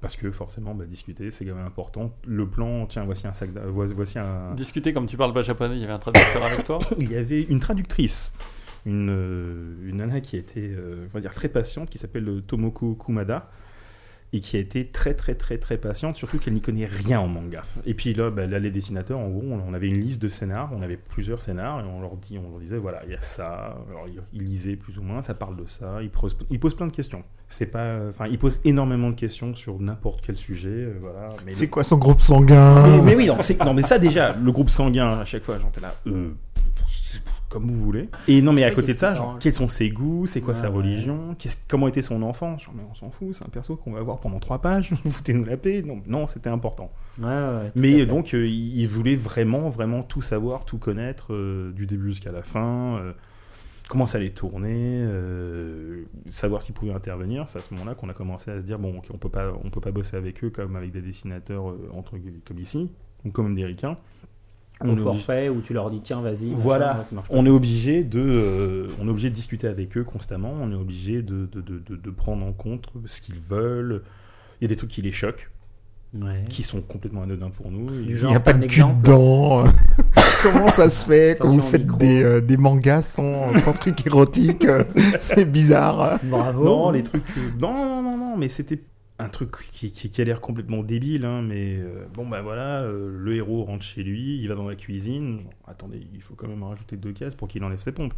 Parce que forcément, bah, discuter, c'est quand même important. Le plan, tiens, voici un sac, d'a- vo- voici un. Discuter comme tu parles pas japonais, il y avait un traducteur avec toi Il y avait une traductrice, une, euh, une nana qui était, euh, on va dire, très patiente, qui s'appelle euh, Tomoko Kumada, et qui a été très très très très patiente, surtout qu'elle n'y connaît rien en manga. Et puis là, bah, là, les dessinateurs, en gros, on on avait une liste de scénars, on avait plusieurs scénars, et on leur, dit, on leur disait, voilà, il y a ça, alors ils ils lisaient plus ou moins, ça parle de ça, ils posent, ils posent plein de questions. C'est pas, enfin, ils posent énormément de questions sur n'importe quel sujet, euh, voilà. mais C'est le- quoi son groupe sanguin mais, mais oui, non, c'est- non, mais ça déjà, le groupe sanguin, à chaque fois, j'étais là, euh, c'est comme vous voulez. Et non, mais Je à sais côté qu'est-ce de ça, qu'il genre, parle. quels sont ses goûts, c'est quoi Ouais, sa ouais. religion, qu'est-ce- comment était son enfant Genre, mais on s'en fout, c'est un perso qu'on va voir pendant trois pages, foutez-nous la paix. Non, non c'était important. Ouais, ouais, ouais, tout à Mais fait. donc, euh, il il voulait vraiment, vraiment tout savoir, tout connaître, euh, du début jusqu'à la fin, euh, comment ça allait tourner, euh, savoir s'il pouvait intervenir. C'est à ce moment-là qu'on a commencé à se dire bon, ok, on peut pas, on peut pas bosser avec eux comme avec des dessinateurs euh, entre guillemets, comme ici ou comme des ricains. au est obligé- forfait où tu leur dis tiens vas-y machin, Voilà. ouais, ça marche pas. on est obligé de, euh, on est obligé de discuter avec eux constamment. On est obligé de, de, de- de- de prendre en compte ce qu'ils veulent. Il y a des trucs qui les choquent, Ouais. qui sont complètement anodins pour nous. Du Et- Il genre, n'y a pas un de cul exemple. dedans. Comment ça se fait quand Attention vous au faites micro. des, euh, des mangas sans, sans trucs érotiques euh, C'est bizarre. Bravo. Non, les trucs. euh, Non, non, non, non, mais c'était un truc qui, qui- qui a l'air complètement débile, hein, mais euh, bon, bah voilà, euh, le héros rentre chez lui, il va dans la cuisine. genre, attendez, il faut quand même rajouter deux cases pour qu'il enlève ses pompes.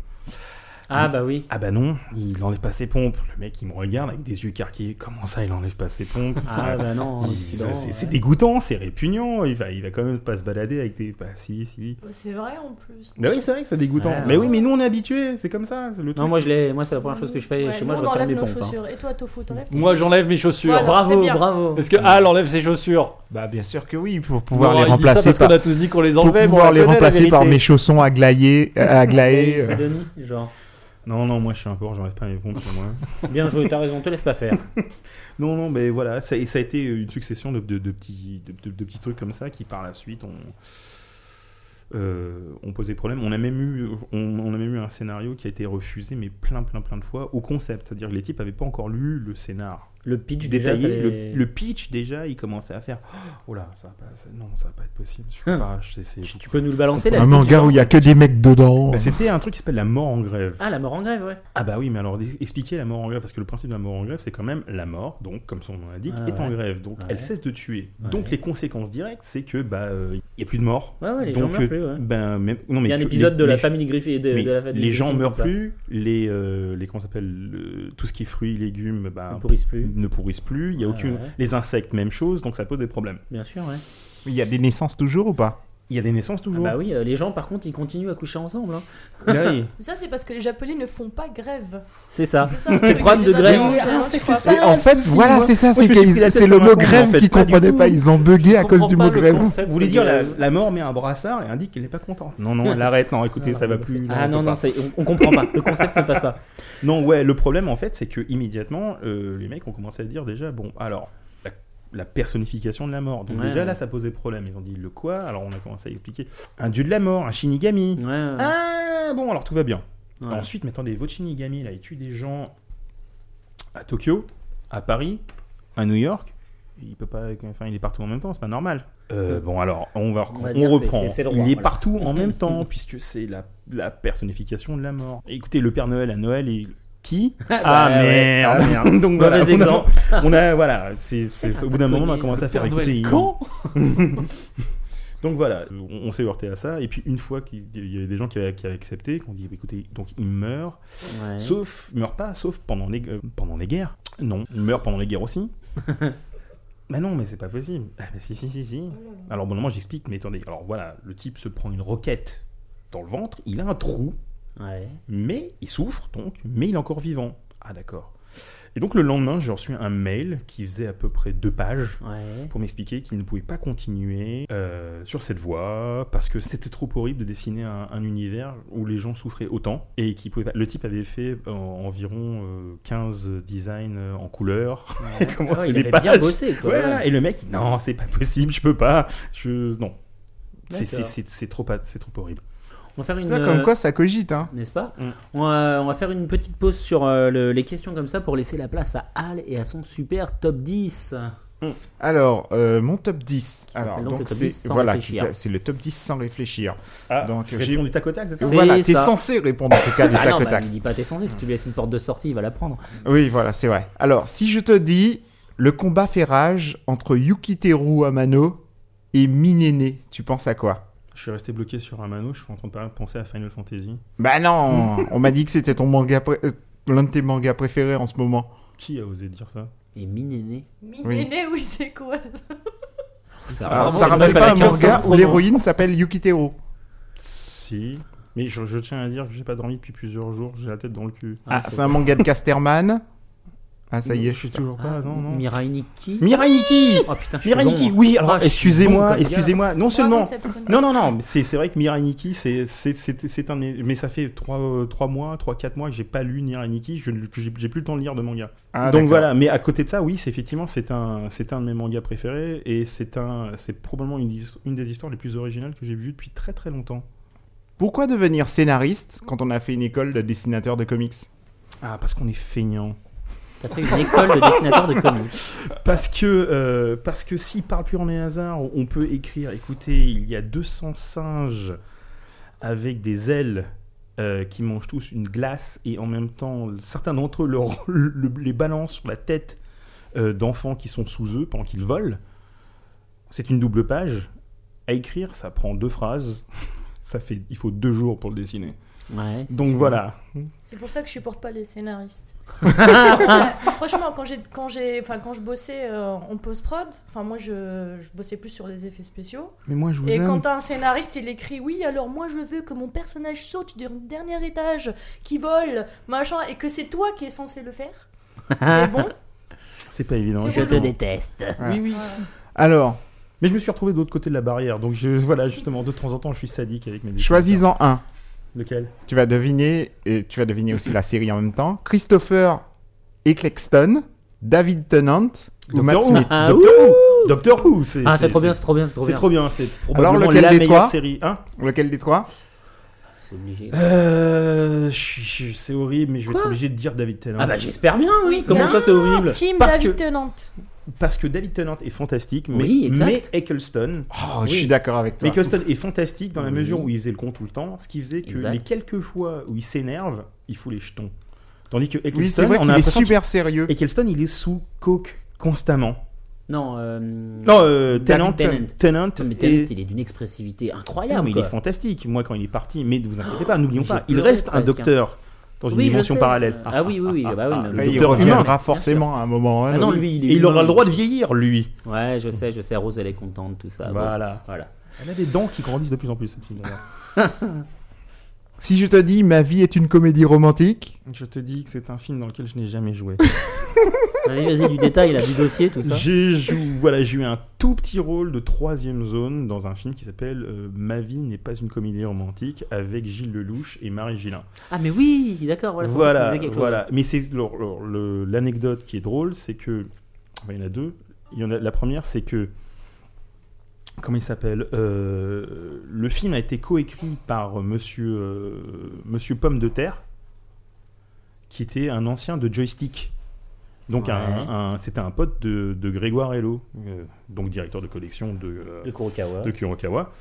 Ah bah oui. Ah bah non, il enlève pas ses pompes. Le mec, il me regarde avec des yeux carqués. Comment ça, il enlève pas ses pompes Ah bah non. en Il- Occident, ça, C'est c'est ouais. dégoûtant, c'est répugnant. Il va, il va quand même pas se balader avec des. Bah si, si. C'est vrai en plus. Bah oui, c'est vrai que c'est dégoûtant. Ouais, mais ouais. oui, mais nous on est habitués, c'est comme ça. c'est Le Non truc. moi je l'ai. Moi c'est la première chose que je fais Ouais, chez moi. nous, Je on retiens enlève mes nos pompes. hein. chaussures. Et toi, Tofu, t'enlèves tes Moi, j'enlève mes chaussures. Voilà. c'est Bravo, bien. bravo. Est-ce que Al enlève ses chaussures Bah bien sûr que oui, pour pouvoir Non, les il dit remplacer ça parce par, qu'on a tous dit qu'on les pour enlevait. mais on pouvoir la les connaît, la remplacer par mes vérité. chaussons aglaés, euh, aglaés, euh, Sidonie, genre. Non, non, moi je suis un porc, j'enlève pas mes pompes chez moi. Bien joué, t'as raison, te laisse pas faire. Non, non, mais voilà, ça, et ça a été une succession de, de- de petits, de, de- de petits trucs comme ça qui, par la suite, ont, euh, ont posé problème. On a, même eu, on, on a même eu un scénario qui a été refusé, mais plein, plein, plein de fois, au concept. C'est-à-dire que les types n'avaient pas encore lu le scénar. Le pitch déjà, détaillé. ça les- le, le pitch, déjà, ils commençaient à faire Oh là, ça va pas, ça- non, ça va pas être possible. Je peux Hein. pas, je- c'est- c'est- Tu peux nous le balancer là un le pitch, manga genre où il y a que des mecs dedans. Bah, C'était un truc qui s'appelle la mort en grève. Ah la mort en grève, ouais. Ah bah oui, mais alors d- expliquez la mort en grève, parce que le principe de la mort en grève, c'est quand même la mort, donc comme son nom l'indique, Ah est en ouais. grève, donc Ouais. elle cesse de tuer. Ouais. Donc les conséquences directes, c'est que bah il y a plus de morts. Ouais, ouais, les donc gens meurent euh, plus, ouais. ben même- non mais Il y a un que- épisode les- de la les- famille Griffith. De, mais de la famille les gens Griffith, meurent comme ça. plus, les euh, les comment ça s'appelle le- tout ce qui est fruits, légumes, bah, Ils ne pourrissent plus. ne pourrissent plus. Il y a Ouais, aucune ouais. les insectes même chose, donc ça pose des problèmes. Bien sûr, ouais. Il y a des naissances toujours ou pas Il y a des naissances Ah toujours. Bah bah oui, euh, les gens par contre ils continuent à coucher ensemble. hein. Là, il- Mais ça, c'est parce que les Japonais ne font pas grève. C'est ça. C'est ça le Le truc. problème ils les de grève. arrangent, Ah, hein, je crois Et pas. en fait, voilà, c'est ça, c'est me suis pris la que tête c'est le pour mot un con, en grève fait, qu'ils pas du comprenaient tout. pas, ils ont bugué à Je cause comprends du mot pas le grève. concept Vous voulez de dire la, grève. la mort met un brassard et indique qu'elle n'est pas contente. Non, non, elle arrête. Non, écoutez, ça va plus. Ah on non, peut non, pas. ça y est, on, on comprend pas. Le concept ne passe pas. Non, ouais, le problème en fait, c'est que immédiatement, euh, les mecs ont commencé à dire déjà, bon, alors, la, la personnification de la mort. Donc Ouais, déjà ouais. là, ça posait problème. Ils ont dit le quoi Alors on a commencé à expliquer un dieu de la mort, un shinigami. Ouais, ouais, Ah, Ah bon, alors tout va bien. ouais. Bah, Ensuite, mais attendez, votre shinigami là, il tue des gens à Tokyo, à Paris, à New York. Il peut pas, enfin, il est partout en même temps, c'est pas normal. Euh, bon, alors on va, on, On va dire c'est- reprend. c'est- c'est le il roi, est voilà. partout en même temps puisque c'est la, la personnification de la mort. Écoutez, le Père Noël à Noël, il qui Ah, ah, bah, ouais. merde, Ah, Donc Mauvais voilà, on a- exemple. on a, voilà, c'est- c'est- C'est un au bout d'un moment on a bâtonnier. commencé à faire Père Noël, écouter. quand Donc voilà, on, on s'est heurté à ça. Et puis une fois qu'il y avait des gens qui avaient, qui avaient accepté, qu'on dit, bah, écoutez, donc il meurt, Ouais. sauf il meurt pas, sauf pendant les euh, pendant les guerres. Non, il meurt pendant les guerres aussi. Mais non, mais c'est pas possible. Ah, mais si, si, si, si. Alors, bon, moment, j'explique, mais attendez. Alors, voilà, le type se prend une roquette dans le ventre, il a un trou, Ouais. mais il souffre donc, mais il est encore vivant. Ah d'accord. Et donc le lendemain, j'ai reçu un mail qui faisait à peu près deux pages Ouais. pour m'expliquer qu'il ne pouvait pas continuer euh, sur cette voie parce que c'était trop horrible de dessiner un, un univers où les gens souffraient autant et qu'il pouvait pas. Le type avait fait en- environ euh, 15 designs euh, en couleur. Ouais. Comment Ah ouais, c'est il des avait bien pages bossé quoi. Ouais, voilà. Et le mec, il, non, c'est pas possible, je peux pas. Je non. C'est- C'est D'accord. c'est- c'est trop pas- c'est trop horrible. On va faire une. Ça, Comme euh, quoi, ça cogite, hein. N'est-ce pas Mm. on, va, on va faire une petite pause sur euh, le- les questions comme ça pour laisser la place à Al et à son super top 10. Alors, euh, mon top 10. Qui s'appelle Alors, donc le donc top c'est 10 sans voilà, réfléchir. qui- c'est le top 10 sans réfléchir. Ah, Donc, je j'ai- réponds du tac au tac, c'est ça C'est Voilà, t'es ça. censé répondre en tout cas du Ah tac non, au bah, tac. lui dis pas t'es censé, si tu lui laisses une porte de sortie, il va la prendre. Oui, voilà, c'est vrai. Alors, si je te dis Le combat fait rage entre Yukiteru Amano et Minene. Tu penses à quoi Je suis resté bloqué sur Amano, je suis en train de pas penser à Final Fantasy. Bah non On m'a dit que c'était ton manga pré- euh, l'un de tes mangas préférés en ce moment. Qui a osé dire ça Et Minéné. Minéné, oui, c'est quoi ça Ça, Ah, vraiment, T'as ça rappelé s'appelle pas un à quel sens manga où prononce l'héroïne s'appelle Yukiteru Si. Mais je, je tiens à dire que j'ai pas dormi depuis plusieurs jours, j'ai la tête dans le cul. Ah, C'est un manga de Casterman. Ah ça y est, je suis toujours Ah, pas. Non, non. Mirai Nikki. Mirai Nikki Oh putain, je suis Mirai bon, Nikki, hein. oui, alors Ah, je suis bon excusez-moi, comme gars. excusez-moi, non seulement. c'est pas connu. Non, non, non, mais c'est c'est vrai que Mirai Nikki, c'est c'est- c'est- c'est un de mes- Mais ça fait 3, mois, 3-4 mois que j'ai pas lu Mirai Nikki, je ne- j'ai j'ai plus le temps de lire de manga. Ah, Donc d'accord. voilà, mais à côté de ça, oui, c'est effectivement, c'est un, c'est un de mes mangas préférés et c'est un, c'est probablement une, his- une des histoires les plus originales que j'ai vues depuis très très longtemps. Pourquoi devenir scénariste quand on a fait une école de dessinateur de comics Ah, parce qu'on est feignant. hein. T'as fait une école de dessinateurs de comics. Parce que, euh, parce que si par le pur mais hasard, on peut écrire, écoutez, il y a 200 singes avec des ailes euh, qui mangent tous une glace et en même temps, certains d'entre eux leur- le- les balancent sur la tête euh, d'enfants qui sont sous eux pendant qu'ils volent. C'est une double page. À écrire, ça prend deux phrases. Ça fait, il faut deux jours pour le dessiner. Ouais. Donc voilà. C'est pour ça que je supporte pas les scénaristes. Franchement, quand j'ai, quand j'ai, enfin quand je bossais euh, en post-prod, enfin moi je, je bossais plus sur les effets spéciaux. Mais moi, je Et quand t'as un scénariste, il écrit oui, alors moi je veux que mon personnage saute du dernier étage, qui vole, machin, et que c'est toi qui es censé le faire. Mais bon, C'est pas évident. C'est Ah, Je te exactement. déteste. Oui, oui. Alors, Mais je me suis retrouvé de l'autre côté de la barrière, donc je, voilà, justement, de temps en temps, je suis sadique avec mes. choisis-en un. Lequel Tu vas deviner, et tu vas deviner aussi la série en même temps. Christopher Eccleston, David Tennant ou Matt Doctor Who. Smith. Ah, Doctor Who Doctor Who c'est, Ah, c'est trop bien, c'est trop bien, c'est C'est trop c'est bien. trop bien, c'était Alors, probablement lequel la des meilleure trois série. Hein Lequel des trois C'est obligé. euh, je- je- c'est horrible, mais je vais Quoi être obligé de dire David Tennant. Ah bah j'espère bien, oui. Comment Non. ça c'est horrible Team Parce David que- Tennant. Parce que David Tennant est fantastique, mais, Oui, mais exact. Eccleston, Oh, je Oui. suis d'accord avec mais toi. Eccleston est fantastique dans la Oui. mesure où il faisait le con tout le temps, ce qui faisait que Exact. les quelques fois où il s'énerve, il fout les jetons. Tandis que Eccleston, Oui, c'est vrai on qu'il a est l'impression super sérieux. qu'il- Eccleston, il est sous coke constamment. Non, euh... Non, euh, Tennant, David Tennant, Non, mais est- Tenet, il est d'une expressivité incroyable. Non, mais il quoi. est fantastique. Moi, quand il est parti, mais ne vous inquiétez pas, n'oublions j'ai pas, il pleuré reste un presque, hein. docteur dans une Oui, je dimension sais. parallèle. Ah oui, oui, oui, bah oui, mais le Là, il docteur reviendra humain. forcément à un moment. ou à un Ah non, autre. lui, il est Et il aura humain. le droit de vieillir, lui. Ouais, je sais, je sais. Rose, elle est contente, tout ça. Ah bon, Voilà. Voilà. Elle a des dents qui grandissent de plus en plus, cette fille. d'ailleurs. Si je te dis ma vie est une comédie romantique, Je te dis que c'est un film dans lequel je n'ai jamais joué. Vas-y, vas-y, du détail, là, du dossier, tout ça. J'ai joué, voilà, j'ai eu un tout petit rôle de troisième zone dans un film qui s'appelle euh, Ma vie n'est pas une comédie romantique avec Gilles Lelouch et Marie Gillin. Ah, mais oui, d'accord, voilà. c'est pour ça que ça me voilà, disait quelque hein. voilà. Mais c'est alors, alors, le- l'anecdote qui est drôle, c'est que enfin, il y en a deux. Il y en a la première, c'est que comment il s'appelle Euh, Le film a été coécrit par Monsieur euh, Monsieur Pomme de Terre, qui était un ancien de Joystick. Donc un, Ouais. un- c'était un pote de, de Grégoire Hello, euh, donc directeur de collection de euh, chose. De Kurokawa. de Kurokawa.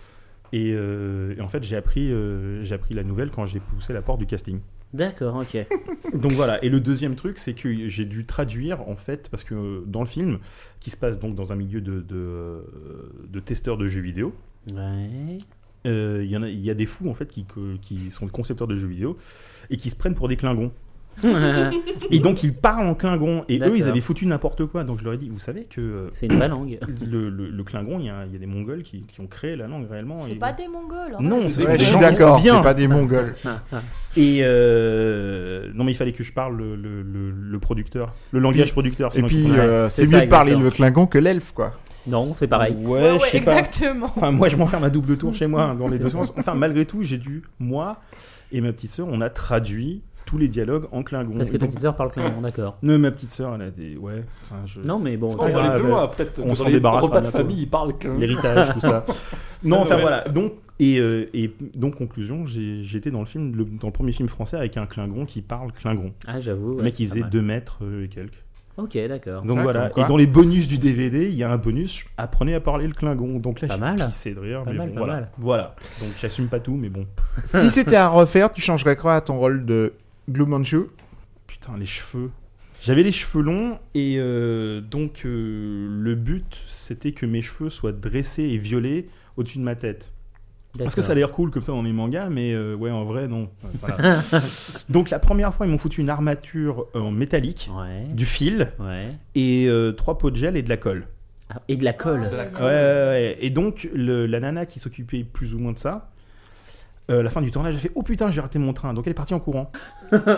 Et, euh, et en fait, j'ai appris, euh, j'ai appris la nouvelle quand j'ai poussé la porte du casting. D'accord, ok. Donc voilà, et le deuxième truc, c'est que j'ai dû traduire, en fait, parce que euh, dans le film, qui se passe donc dans un milieu de, de, euh, de testeurs de jeux vidéo, Ouais. euh, il y, en a- il y a des fous, en fait, qui, que- qui sont concepteurs de jeux vidéo et qui se prennent pour des Klingons. Et donc, ils parlent en Klingon, et eux, ils D'accord. avaient foutu n'importe quoi. Donc, je leur ai dit, vous savez que euh, c'est une vraie langue. le, le- le Klingon, il y, a il y a des Mongols qui, qui ont créé la langue réellement. C'est et- pas des Mongols. hein. Non, c'est ce sont Ouais, des je suis gens qui sont d'accord, c'est bien. pas des Mongols. Et euh, non, mais il fallait que je parle le, le- le- le producteur, le langage Puis- producteur. c'est Et moi qui puis, comprenais. euh, c'est c'est ça, mieux de parler exactement. le Klingon que l'elfe, quoi. Non, c'est pareil. Ouais, ouais, je sais pas. exactement. Enfin, moi, je m'enferme à double tour chez moi hein, dans les C'est deux vrai. sens. Enfin, malgré tout, j'ai dû, moi et ma petite sœur, on a traduit tous les dialogues en Klingon. Parce que Et ta Mm. donc- petite sœur parle clairement, d'accord. Non, ma petite sœur, elle a des. Ouais, enfin, je- Non, mais bon. On pas va aller grave. plus loin, peut-être. On que dans s'en les débarrassera repas de bientôt. famille, ils parlent que. L'héritage, tout ça. Non, enfin Ouais. voilà. Donc, et, euh, et donc, conclusion, j'ai- j'étais dans le film, le- dans le premier film français avec un Klingon qui parle Klingon. Ah, j'avoue. Le ouais, mec, il c'est faisait pas mal. 2 mètres euh, et quelques. Ok, d'accord. Donc Ah, voilà, comme quoi. et dans les bonus du DVD, il y a un bonus apprenez à parler le Klingon. Donc là, Pas j'ai mal. pissé de rire, Pas mais mal, bon, pas voilà. mal. Voilà. Donc j'assume pas tout, mais bon. si c'était à refaire, tu changerais quoi à ton rôle de Glue Manchu Putain, les cheveux. J'avais les cheveux longs et euh, donc euh, le but c'était que mes cheveux soient dressés et violets au-dessus de ma tête. Parce que ça a l'air cool comme ça dans les mangas, mais euh, ouais, en vrai, non. Euh, voilà. Donc la première fois, ils m'ont foutu une armature euh, en métallique, Ouais. du fil, Ouais. et euh, trois pots de gel et de la colle. Ah, et de la colle. De la Ouais, ouais, ouais. Et donc, le- la nana qui s'occupait plus ou moins de ça, euh, la fin du tournage, elle fait Oh putain, j'ai raté mon train. Donc, elle est partie en courant.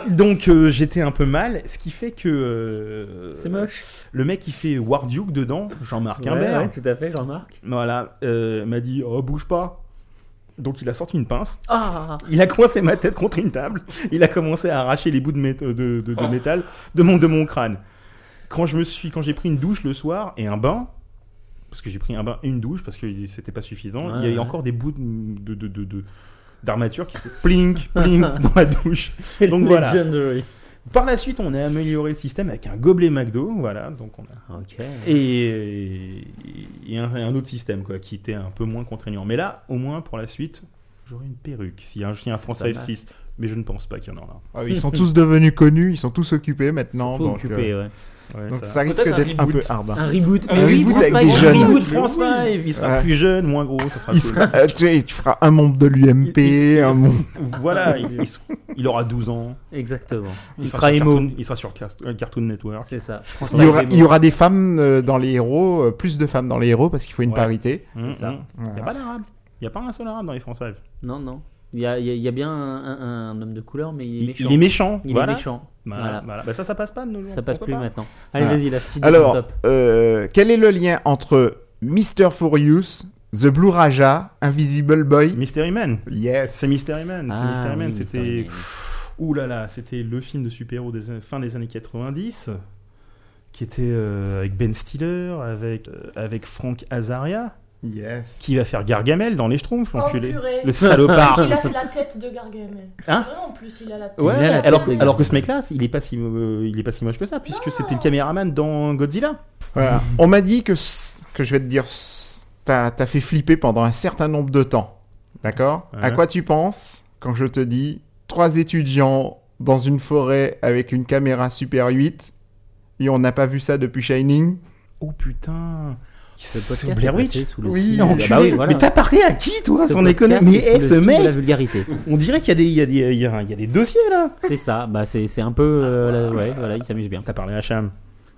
donc, euh, j'étais un peu mal, ce qui fait que. euh, C'est moche. Le mec qui fait War Duke dedans, Jean-Marc Imbert, tout à fait, Jean-Marc. voilà, euh, m'a dit Oh, bouge pas. Donc, il a sorti une pince. Ah Il a coincé ma tête contre une table. Il a commencé à arracher les bouts de, mét- de- de- de métal de mon, de mon crâne. Quand je me suis, quand j'ai pris une douche le soir et un bain, parce que j'ai pris un bain et une douche parce que c'était pas suffisant, Ouais, il y avait ouais. encore des bouts de, de- de- de- d'armature qui se plink plink dans la douche. Donc voilà. Legendary. Par la suite, on a amélioré le système avec un gobelet McDo, voilà. Donc on a Ok. et, et un, un autre système quoi, qui était un peu moins contraignant. Mais là, au moins pour la suite, j'aurai une perruque. S'il y a un chien français pas mal. 6, mais je ne pense pas qu'il y en aura. Ah oui, ils sont tous devenus connus, ils sont tous occupés maintenant. Surtout donc, occupé, ouais. un. euh, Ouais, donc ça- ça risque Peut-être un d'être un peu reboot. hard. Un reboot. Un reboot François, avec il est des Un jeunes. reboot. reboot François, il sera Ouais. plus jeune, moins gros, ça sera Il cool. sera, euh, tu, sais, tu feras un membre de l'UMP, un membre. Voilà, il, il sera- il aura 12 ans. Exactement. Il, sur sera émo. Cartoon- Il sera sur Car- euh, Cartoon Network. C'est ça. Il y, aura, il y aura des femmes euh, dans les héros, euh, plus de femmes dans les héros parce qu'il faut une Ouais. parité. Hum, ça. hum. Il n'y a Voilà. pas d'arabe. Il n'y a pas un seul arabe dans les Français. Non, non. Il y a, il y a- il y a bien un, un- un homme de couleur, mais il est Il, méchant. il est méchant. Il est voilà. méchant. Voilà, Voilà. voilà. Bah, ça, ça passe pas de nos jours. Ça passe On peut plus pas. maintenant. Allez, Voilà. vas-y, la suite Alors, du top. Euh, quel est le lien entre Mr. Furious, The Blue Raja, Invisible Boy Mystery Man. Yes. C'est Mystery Man. c'est Ah, Mystery Man, oui, Mystery c'était. Man. Pff, Ouh là là, c'était le film de super-héros des an- fin des années 90 qui était euh, avec Ben Stiller, avec, euh, avec Frank Azaria, Yes. qui va faire Gargamel dans Les Schtroumpfs, Oh l'enculé. purée. le salopard. Il a la tête de Gargamel. Hein C'est vrai, en plus, il a la tête. Ouais, Il a la tête alors, de- alors que ce mec-là, il est pas si euh, il est pas si moche que ça, puisque c'était le caméraman dans Godzilla. Voilà. On m'a dit que, s- que je vais te dire, s- t'as t'as fait flipper pendant un certain nombre de temps. D'accord Ouais. À quoi tu penses quand je te dis trois étudiants dans une forêt avec une caméra Super 8 et on n'a pas vu ça depuis Shining Oh putain. Ce C'est podcast est Blair passé Witch. sous le Oui, signe- enculé. Ah bah oui, voilà. Mais t'as parlé à qui toi Ce sans podcast déconner est Mais sous le eh, ce signe de La mec, vulgarité. on dirait qu'il y a des il y a des il y a- il y a des dossiers là. C'est ça. Bah, c'est c'est un peu. euh, Ah, la- ouais, voilà, il s'amuse bien. T'as parlé à Cham.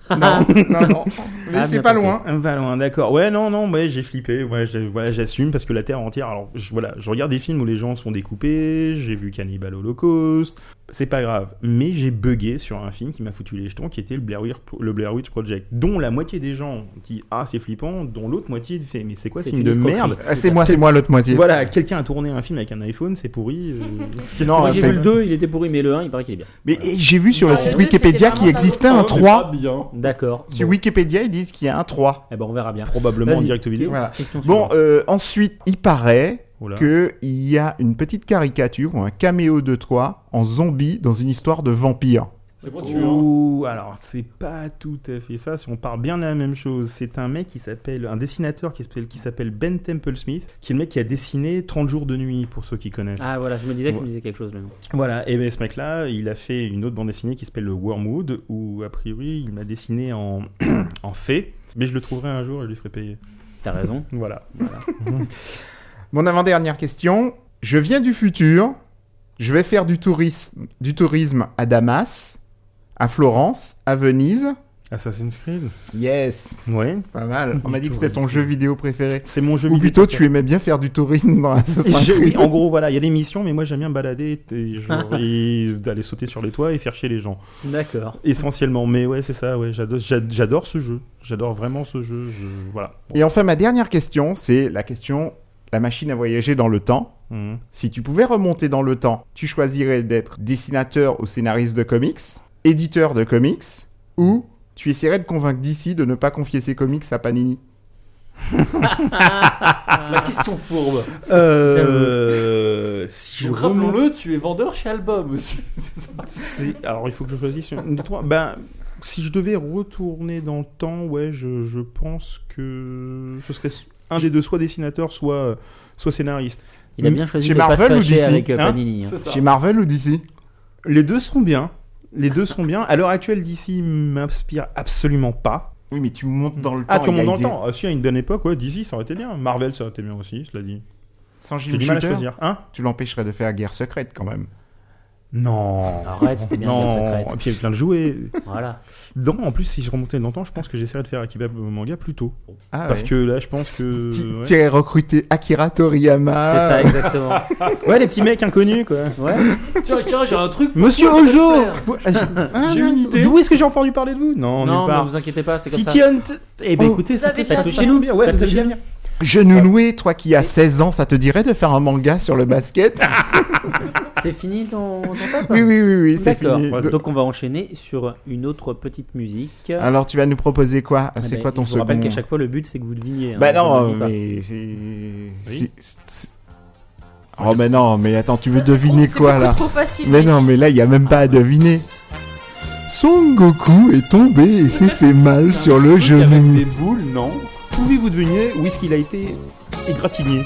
Non, non, non. Mais Ah, c'est bien pas tenté. loin. Un Pas loin, d'accord. Ouais, non, non, ouais, j'ai flippé. Ouais, j'ai- voilà, j'assume parce que la Terre entière. Alors, je, voilà, je regarde des films où les gens sont découpés. J'ai vu Cannibal Holocaust. C'est pas grave. Mais j'ai bugué sur un film qui m'a foutu les jetons, qui était le Blair, Witch, le Blair Witch Project, dont la moitié des gens dit ah c'est flippant, dont l'autre moitié fait mais c'est quoi ce C'est film une de escroquerie. merde Ah, c'est moi, c'est moi l'autre moitié. Voilà, quelqu'un a tourné un film avec un iPhone, c'est pourri. euh, qu'est-ce Non, qu'on Moi, ouais, j'ai c'est- vu le 2, il était pourri, mais le 1, il paraît qu'il est bien. Mais eh, j'ai vu sur le Ah, site le deux, Wikipédia c'était qu'il vraiment existait pas un Ah, bon. 3. bien. D'accord. Sur Bon. Wikipédia, ils disent qu'il y a un 3. Eh ben, on verra bien. Probablement en Vas-y, direct vidéo. Théo, Voilà. question Bon, suivante. euh, ensuite, il paraît Oh là. qu'il y a une petite caricature ou un caméo de toi en zombie dans une histoire de vampire. C'est pour tu hein. Ouh, alors c'est pas tout à fait ça. Si on parle bien de la même chose, c'est un mec qui s'appelle, un dessinateur qui s'appelle, qui s'appelle Ben Temple Smith, qui est le mec qui a dessiné 30 jours de nuit pour ceux qui euh, connaissent. Ah voilà, je me disais que ça me disait quelque chose le nom. Voilà, et ben ce mec-là, il a fait une autre bande dessinée qui s'appelle le Wormwood, où a priori il m'a dessiné en, en fée, mais je le trouverai un jour et je lui ferai payer. T'as raison. Voilà. Mon avant-dernière question. Je viens du futur. Je vais faire du tourisme, du tourisme à Damas, à Florence, à Venise. Assassin's Creed Yes, Ouais. pas mal. On Du m'a dit que c'était ton tourisme. jeu vidéo préféré. C'est mon jeu Ou vidéo plutôt, préféré. tu aimais bien faire du tourisme dans Assassin's Je- oui, Creed. en gros, voilà, il y a des missions, mais moi j'aime bien me balader et, genre, et aller sauter sur les toits et faire chier les gens. D'accord. Essentiellement, mais ouais, c'est ça, ouais, j'ado- j'a- j'adore ce jeu. J'adore vraiment ce jeu. je- Voilà. Et enfin, ma dernière question, c'est la question la machine à voyager dans le temps. Mhm. Si tu pouvais remonter dans le temps, tu choisirais d'être dessinateur ou scénariste de comics, éditeur de comics, ou tu essaierais de convaincre DC de ne pas confier ses comics à Panini. Ah. La question fourbe. Euh, si je Donc, remonte, Rappelons-le, tu es vendeur chez Album aussi. C'est ça. c'est- alors il faut que je choisisse une des trois. Ben, si je devais retourner dans le temps, ouais, je, je pense que ce serait un des deux, soit dessinateur, soit soit scénariste. Il a bien choisi Chez de pas se Marvel ou fâcher DC, avec euh, hein Panini. hein. C'est ça. Chez Marvel ou DC Les deux sont bien. les deux sont bien. À l'heure actuelle, DC m'inspire absolument pas. Oui, mais tu montes dans le temps. Ah, tu il y a remontes dans eu le des- temps. Ah, si, à une bonne époque, ouais, DC, ça aurait été bien. Marvel, ça aurait été bien aussi, cela dit. Sans J'ai Jim du mal à Shooter, choisir. Hein tu l'empêcherais de faire guerre secrète quand même. Non. Ah, Arrête, c'était bien Game non. Secrète. Et puis il y a plein de jouets. Voilà. Non, en plus, si je remontais dans le temps, je pense que j'essaierais de faire Akiba manga plus tôt. Ah, Parce ouais. que là, je pense que. euh, Tu ouais. tu irais recruter Akira Toriyama. C'est ça, exactement. Ouais, Ah. les petits mecs inconnus, quoi. Ouais. Tiens, tiens, j'ai un truc. Monsieur Pourquoi ça peut Ojo te Vous- plaire Ah, J'ai non, une idée. D'où est-ce que j'ai entendu parler de vous Non, Non, nulle mais part. vous inquiétez pas, c'est comme City ça. Hunt Eh ben Oh. écoutez, Vous ça avez peut bien pas toucher fait. nous. Ouais, T'as vous avez touché. bien. Genou noué, toi qui as 16 ans, ça te dirait de faire un manga sur le basket Ah. C'est fini ton, ton top Oui, oui, oui, oui, c'est D'accord. fini. Donc on va enchaîner sur une autre petite musique. Alors tu vas nous proposer quoi Eh Ah, C'est ben, quoi ton Je vous rappelle second qu'à chaque fois le but c'est que vous deviniez. hein, Bah je vous non, le dis pas. mais c'est... Oui. c'est- c'est- Oh mais non, mais attends, tu veux deviner quoi là C'est beaucoup trop facile. Mais non, mais là, il n'y a même pas à deviner. Son Goku est tombé et s'est fait mal sur le Truc Avec genou. des boules, non Pouvez-vous deviner où est-ce qu'il a été égratigné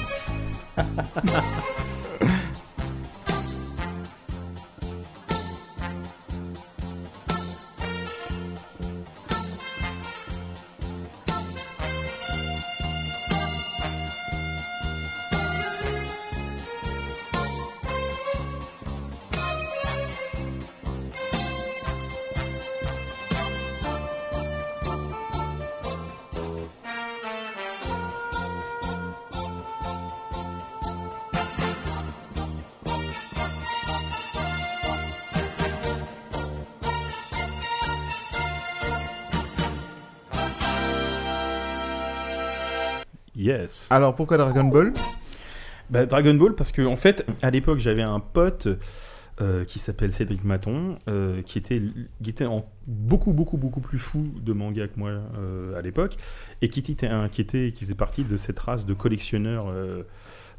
Yes. Alors pourquoi Dragon Ball Bah, Dragon Ball, parce que en fait, à l'époque, j'avais un pote euh, qui s'appelle Cédric Maton, euh, qui était, qui était en beaucoup, beaucoup, beaucoup plus fou de manga que moi euh, à l'époque, et qui était, un- qui était, qui faisait partie de cette race de collectionneurs euh,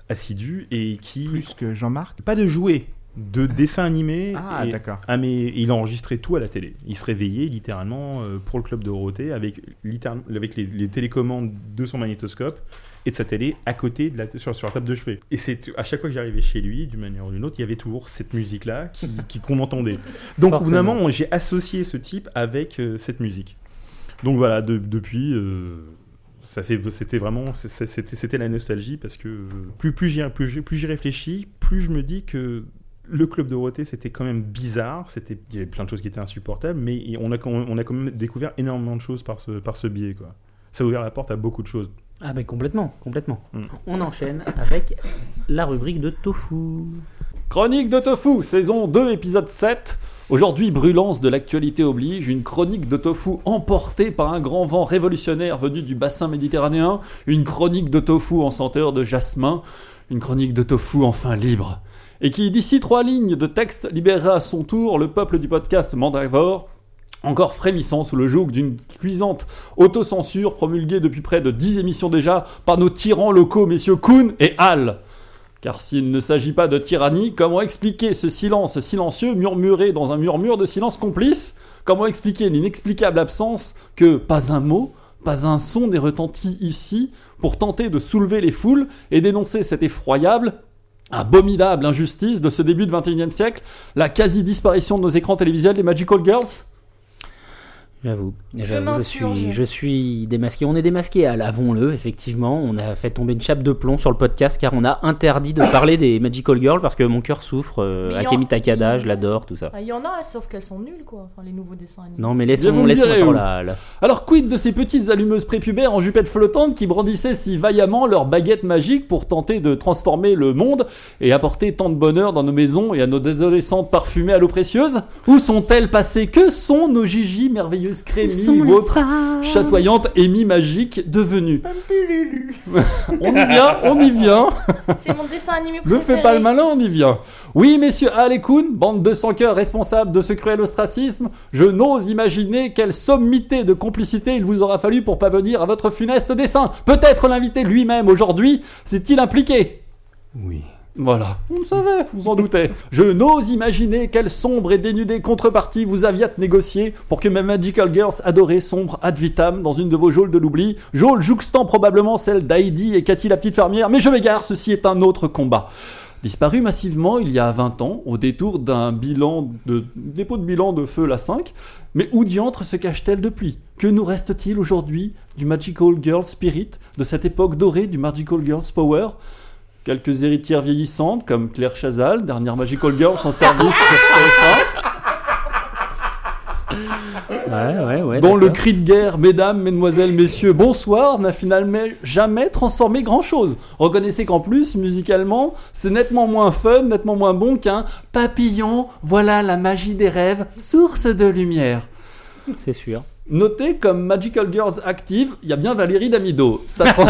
assidus et qui Plus que Jean-Marc pas de jouets, de dessins animés. Ah et- d'accord. Ah mais il enregistrait tout à la télé. Il se réveillait littéralement euh, pour le club Dorothée avec, littéralement- avec les, les télécommandes de son magnétoscope et de sa télé à côté de la, sur, sur la table de chevet. Et c'est à chaque fois que j'arrivais chez lui, d'une manière ou d'une autre, il y avait toujours cette musique là qui qui- qu'on entendait. Donc au bout d'un Forcément. moment, j'ai associé ce type avec euh, cette musique. Donc voilà, de- depuis. euh, ça fait, c'était vraiment, c'est- c'est- c'était, c'était la nostalgie parce que euh, plus plus j'y, plus, j'y- plus j'y réfléchis, plus je me dis que le club Dorothée c'était quand même bizarre, c'était, il y avait plein de choses qui étaient insupportables, mais on a quand, on a quand même découvert énormément de choses par ce, par ce biais quoi. Ça a ouvert la porte à beaucoup de choses. Ah ben complètement, complètement. Hmm. Mm. On enchaîne avec la rubrique de tofu. Chronique de Tofu, saison 2, épisode 7. Aujourd'hui, brûlance de l'actualité oblige, une chronique de tofu emportée par un grand vent révolutionnaire venu du bassin méditerranéen, une chronique de tofu en senteur de jasmin, une chronique de tofu enfin libre, et qui, d'ici trois lignes de texte, libérera à son tour le peuple du podcast Mandavore, encore frémissant sous le joug d'une cuisante autocensure promulguée depuis près de 10 émissions déjà par nos tyrans locaux, messieurs Kuhn et Hall. Car s'il ne s'agit pas de tyrannie, comment expliquer ce silence silencieux murmuré dans un murmure de silence complice Comment expliquer l'inexplicable absence que pas un mot, pas un son n'est retenti ici pour tenter de soulever les foules et dénoncer cette effroyable, abominable injustice de ce début de 21e siècle, la quasi-disparition de nos écrans télévisuels des Magical Girls J'avoue. Je J'avoue, suis, m'insurge. je suis démasqué. On est démasqué, Al, avons-le, effectivement. On a fait tomber une chape de plomb sur le podcast car on a interdit de parler des Magical Girls parce que mon cœur souffre. euh, Mais Akemi en- Takada, je l'adore, tout ça. Enfin, Ah, Il y en a, sauf qu'elles sont nulles, quoi. Enfin, les nouveaux dessins animés. Non, mais Bien, vous laissons, me laissons la direz parole où. à Al. Alors quid de ces petites allumeuses prépubères en jupettes flottantes qui brandissaient si vaillamment leurs baguettes magiques pour tenter de transformer le monde et apporter tant de bonheur dans nos maisons et à nos adolescentes parfumées à l'eau précieuse Où sont-elles passées Que sont nos Gigi merveilleuses Crémy ou autres chatoyantes émis magiques devenues On y vient, on y vient C'est mon dessin animé ne préféré. fais pas le malin, on y vient. Oui, messieurs Hal et Kuhn, bande de sans cœur responsable de ce cruel ostracisme, je n'ose imaginer quelle sommité de complicité il vous aura fallu pour parvenir à votre funeste dessein. Peut-être l'invité lui-même aujourd'hui s'est-il impliqué Oui. voilà, vous le savez, vous en doutez. Je n'ose imaginer quelle sombre et dénudée contrepartie vous aviate négociée pour que mes Magical Girls adorées sombre ad vitam dans une de vos geôles de l'oubli, geôle jouxtant probablement celle d'Heidi et Cathy la petite fermière, mais je m'égare, ceci est un autre combat. disparu massivement il y a 20 ans au détour d'un bilan de dépôt de bilan de feu la 5. Mais où diantre se cache-t-elle depuis Que nous reste-t-il aujourd'hui du Magical Girl Spirit, de cette époque dorée du Magical Girls Power Quelques héritières vieillissantes comme Claire Chazal, dernière Magical Girl sans service sur TF1. Ouais, ouais, ouais. dont le d'accord. cri de guerre, mesdames, mesdemoiselles, messieurs, bonsoir, n'a finalement jamais transformé grand chose. Reconnaissez qu'en plus, musicalement, c'est nettement moins fun, nettement moins bon qu'un papillon, voilà la magie des rêves, source de lumière. C'est sûr. Notez comme Magical Girls active, il y a bien Valérie Damido. Ça, trans-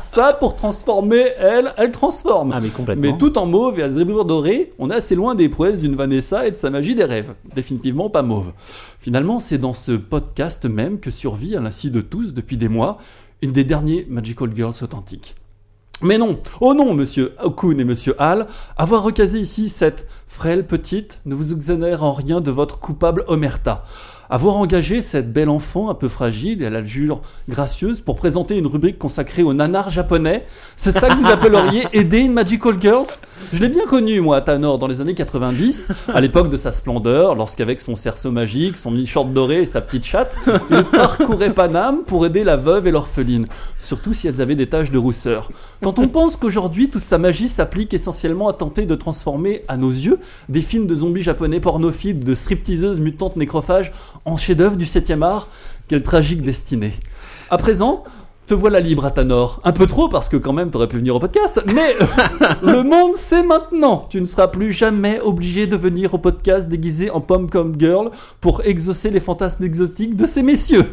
ça, pour transformer, elle, elle transforme. Ah, mais complètement. Mais tout en mauve et à zébrure dorée, on est assez loin des prouesses d'une Vanessa et de sa magie des rêves. Définitivement pas mauve. Finalement, c'est dans ce podcast même que survit, à l'insi de tous, depuis des mois, une des derniers Magical Girls authentiques. Mais non, oh non, monsieur Okun et monsieur Hall, avoir recasé ici cette frêle petite ne vous exonère en rien de votre coupable omerta. Avoir engagé cette belle enfant un peu fragile et à la jure gracieuse pour présenter une rubrique consacrée aux nanars japonais, c'est ça que vous appelleriez aider une Magical Girls Je l'ai bien connu, moi, Tanor, dans les années 90, à l'époque de sa splendeur, lorsqu'avec son cerceau magique, son mini-short doré et sa petite chatte, il parcourait Paname pour aider la veuve et l'orpheline, surtout si elles avaient des taches de rousseur. Quand on pense qu'aujourd'hui, toute sa magie s'applique essentiellement à tenter de transformer, à nos yeux, des films de zombies japonais pornophiles, de stripteaseuses mutantes nécrophages en chef-d'œuvre du 7 art, quelle tragique destinée. À présent, te voilà libre, Atanor. Un peu trop, parce que quand même, t'aurais pu venir au podcast, mais le monde, c'est maintenant. Tu ne seras plus jamais obligé de venir au podcast déguisé en pom-com girl pour exaucer les fantasmes exotiques de ces messieurs.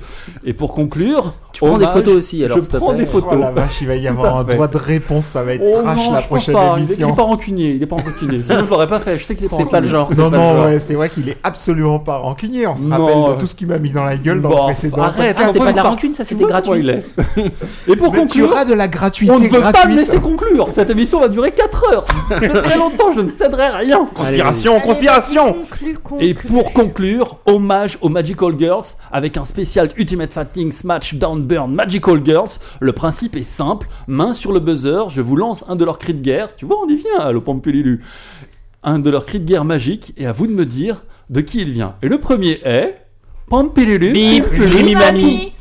Et pour conclure, Tu prends des hommage- photos aussi, alors, Je s'il te prends plaît. des photos. Oh la vache, il va y à avoir un fait. droit de réponse, ça va être Oh trash non, la je pense prochaine pas. Il est- Il émission. est pas rancunier, il est pas rancunier. Sinon, je l'aurais pas fait. Je sais qu'il est pas C'est pas le rancunier. genre. c'est Non, pas le non, genre. ouais, c'est vrai qu'il est absolument pas rancunier. On se Non, rappelle ouais. de tout ce qu'il m'a mis dans la gueule dans Bon, le précédent. arrête, Ah, on c'est peut pas de la pas- rancune, ça Tu c'était vois comment gratuit. il est. Et pour Mais tu conclure, auras de la gratuité on ne peut pas me gratuite. laisser conclure. Cette émission va durer 4 heures. Ça fait très longtemps, je ne céderai rien. Conspiration, Allez, conspiration Conclu, conclu. Et pour conclure, hommage aux Magical Girls avec un spécial Ultimate Fighting Smash Down Burn Magical Girls. Le principe est simple main sur le buzzer, je vous lance un de leurs cris de guerre. Tu vois, on y vient, le Pompililu. Un de leurs cris de guerre magique, et à vous de me dire de qui il vient. Et le premier est. Pompililu. Bip, Mamie. Mimami.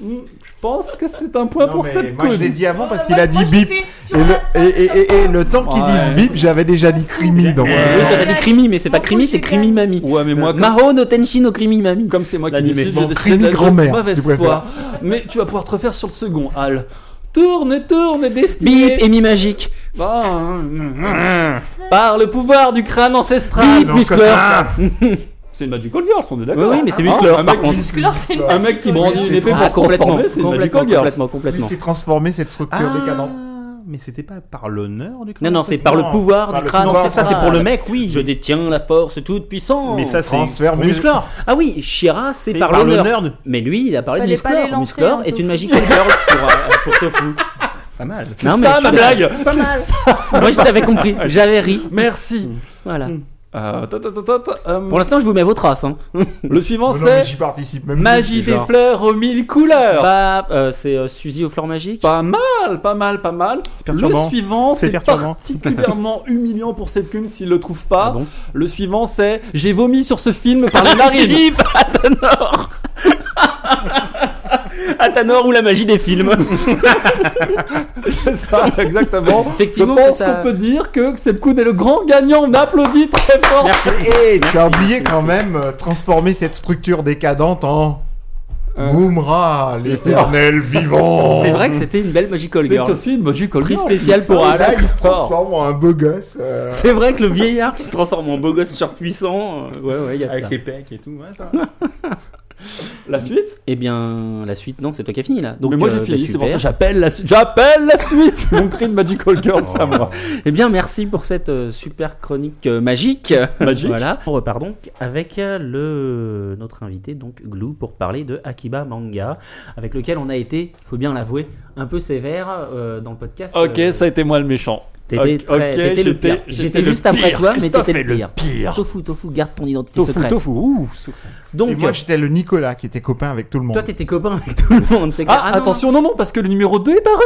Je pense que c'est un point Non, pour mais cette moi, je conne. l'ai dit avant parce Euh, qu'il moi, a dit moi, bip. j'ai fait sur Et la le, table, et, et, et, et comme le temps qu'ils Ouais. disent bip, j'avais déjà dit crimi. Donc, Oui, euh, j'avais dit crimi, mais c'est pas crimi, c'est crimi mami. Ouais, mais moi, comme- Maho no Tenshin no crimi mami. Comme c'est moi qui L'animé. décide, Bon, j'ai décidé crime d'être grand-mère, mauvaise si tu préfères. foi. Mais tu vas pouvoir te refaire sur le second, Al. Tourne, et tourne, et destinée. Bip, Emi magique. Ah, hum, hum. Par le pouvoir du crâne ancestral. Bip, non, muscleur. C'est une Magical Girl, on est Oui, d'accord oui, mais c'est Hein, muscleur un par mec, contre. Parce que leur, c'est une un petite mec qui colère. brandit une c'est épée pour Ah, se complètement, transformer, c'est une complètement, Magical Girl. complètement, Lui complètement. s'est transformé cette structure Ah. décadente. mais c'était pas par l'honneur du crâne Ah. Non, non, c'est par le Non, pouvoir par du le crâne. pouvoir, c'est ça, ça. c'est pour le mec, oui. Je détiens la force toute puissante. Mais ça, c'est Transfert pour mus- Musclor. Ah oui, Shira, c'est C'est par par l'honneur. l'honneur de- Mais lui, il a parlé de Fallait pas les Musclor. lancer, Musclor hein, est Tofu. une magical girl pour, euh, pour Tofu. Pas mal. C'est Non, mais ça je ma suis blague Pas C'est- mal. Moi, je t'avais compris. J'avais ri. Merci. Voilà. Euh, tot, tot, tot, tot, hum, Pour l'instant, je vous mets vos traces. Hein. Le suivant Oh non, mais c'est j'y participe même Magie plus, des déjà. fleurs aux mille couleurs. Bah, euh, c'est euh, Suzy aux fleurs magiques. Pas mal, pas mal, pas mal. perturbant. Le suivant, C'est c'est perturbant. particulièrement humiliant pour cette cune s'il le trouve pas. Ah bon Le suivant, c'est J'ai vomi sur ce film par les narines. Philippe Athanor Athanor ou la magie des films. c'est ça, exactement. Effectivement, je pense c'est ça. qu'on peut dire que Sepkoun est le grand gagnant. On applaudit très fort. Et Eh, tu as oublié quand même euh, transformer cette structure décadente en Moumra, l'éternel vivant. Ah, C'est vrai que c'était une belle magical C'est girl. aussi une Magical Prix Girl. spécial tout pour ça. Al. Là, il se d'accord. transforme en un beau gosse. euh, C'est vrai que le vieillard qui se transforme en beau gosse surpuissant. euh, ouais, ouais, il y Ah, a de ça. Avec les pecs et tout, ouais, ça. La suite Eh bien, la suite, non, c'est toi qui as fini là. Donc, Mais moi j'ai euh, fini, bah, c'est pour ça super. que j'appelle la suite. J'appelle la suite Mon cri de Magical Girl, c'est à moi. Eh bien, merci pour cette euh, super chronique euh, magique. Magique. voilà. On repart donc avec euh, le notre invité donc Glou pour parler de Akiba Manga, avec lequel on a été, il faut bien l'avouer, un peu sévère euh, dans le podcast. Ok, euh, ça a été moi le méchant. T'étais Ok, très- t'étais le j'étais- pire. j'étais J'étais le juste après pire. toi, mais Christophe t'étais le est le pire. pire. Tofu, tofu, garde ton identité Tofu, secrète. tofu, ouh. sou- Et Donc, euh, moi, j'étais le Nicolas qui était copain avec tout le toi, monde. t'étais copain avec tout le monde. c'est clair. Ah, non, attention, non, non, parce que le numéro 2 est paru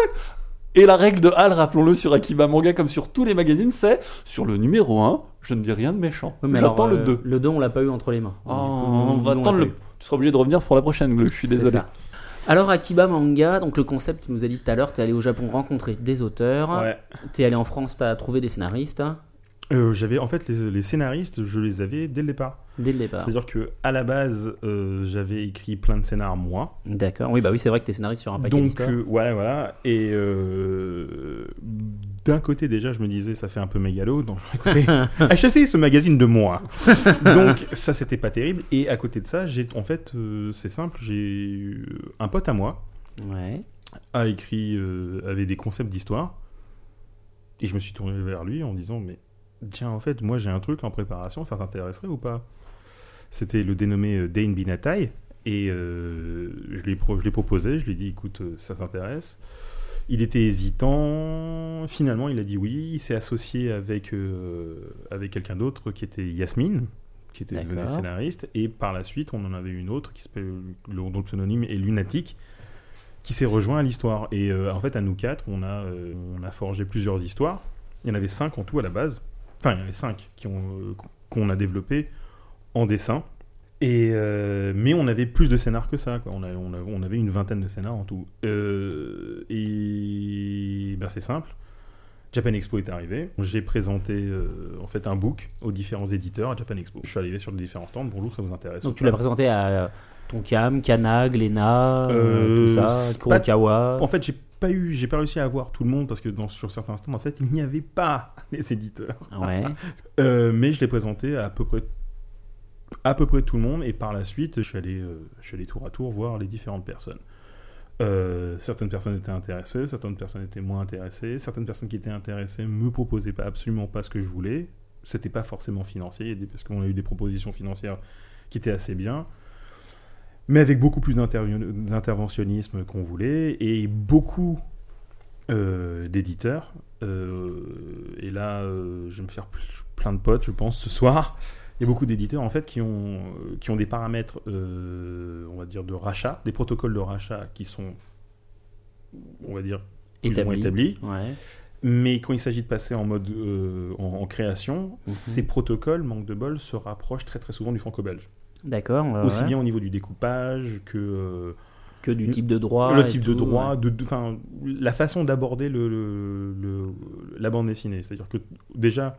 Et la règle de Hal, rappelons-le, sur Akiba Manga comme sur tous les magazines, c'est sur le numéro 1, je ne dis rien de méchant. Ouais, mais J'attends alors, le euh, 2. Le 2, on l'a pas eu entre les mains. Oh, Du coup, on nous, va nous, on attendre l'a le. pas eu. Tu seras obligé de revenir pour la prochaine, Glue, je suis C'est désolé. ça. Alors, Akiba Manga, donc le concept, tu nous as dit tout à l'heure, t'es allé au Japon rencontrer des auteurs, Ouais. t'es allé en France, t'as trouvé des scénaristes hein, Euh, j'avais en fait les, les scénaristes, je les avais dès le départ. dès le départ. C'est-à-dire que à la base, euh, j'avais écrit plein de scénars moi. D'accord, oui, bah oui, c'est vrai que t'es scénariste sur un paquet Donc d'histoires. euh, voilà, voilà. Et euh, d'un côté déjà, je me disais, ça fait un peu mégalo. Donc écoutez, achetez ce magazine de moi. donc ça, c'était pas terrible. Et à côté de ça, j'ai en fait, euh, c'est simple, j'ai eu un pote à moi euh, Ouais. a écrit euh, avait des concepts d'histoire. Et je me suis tourné vers lui en disant mais tiens en fait moi j'ai un truc en préparation, ça t'intéresserait ou pas C'était le dénommé euh, Dane Binatai et euh, je l'ai pro- je l'ai proposé, je lui ai dit écoute euh, ça t'intéresse. Il était hésitant, finalement il a dit oui, il s'est associé avec euh, avec quelqu'un d'autre qui était Yasmine qui était devenue D'accord. scénariste et par la suite on en avait une autre qui s'appelle dont le pseudonyme est Lunatique qui s'est rejoint à l'histoire. Et euh, en fait, à nous quatre, on a, euh, on a forgé plusieurs histoires. Il y en avait cinq en tout à la base. Enfin, il y en avait cinq qui ont, euh, qu'on a développées en dessin. Et euh, mais on avait plus de scénars que ça. Quoi. On, a- on a- on avait une vingtaine de scénars en tout. Euh, et ben, c'est simple. Japan Expo est arrivé. J'ai présenté euh, en fait un book aux différents éditeurs à Japan Expo. Je suis arrivé sur les différents stands. Bonjour, ça vous intéresse ou Donc tu pas l'as présenté à euh, Tonkam, Kana, Glénat, Euh, tout ça, c'est pas- Kurokawa. En fait, j'ai pas eu, j'ai pas réussi à avoir tout le monde parce que dans, sur certains stands, en fait, il n'y avait pas les éditeurs. Ouais. Euh, mais je l'ai présenté à peu près à peu près tout le monde et par la suite, je suis allé, euh, je suis allé tour à tour voir les différentes personnes. Euh, certaines personnes étaient intéressées, certaines personnes étaient moins intéressées, certaines personnes qui étaient intéressées me proposaient pas absolument pas ce que je voulais. C'était pas forcément financier il y a des- parce qu'on a eu des propositions financières qui étaient assez bien, mais avec beaucoup plus d'intervio- d'interventionnisme qu'on voulait et beaucoup euh, d'éditeurs. Euh, et là, euh, je vais me faire pl- plein de potes, je pense, ce soir. Il y a beaucoup d'éditeurs en fait qui ont, euh, qui ont des paramètres, euh, on va dire, de rachat, des protocoles de rachat qui sont, on va dire, plus ou moins établis. Ouais. Mais quand il s'agit de passer en mode euh, en, en création, Mhm. ces protocoles, manque de bol, se rapprochent très très souvent du franco-belge. D'accord. ouais, Aussi Ah ouais. bien au niveau du découpage que euh, que du type de droit. le Ah, et type de tout, droit, ouais. de, de- 'fin, la façon d'aborder le, le- le- la bande dessinée. C'est-à-dire que déjà,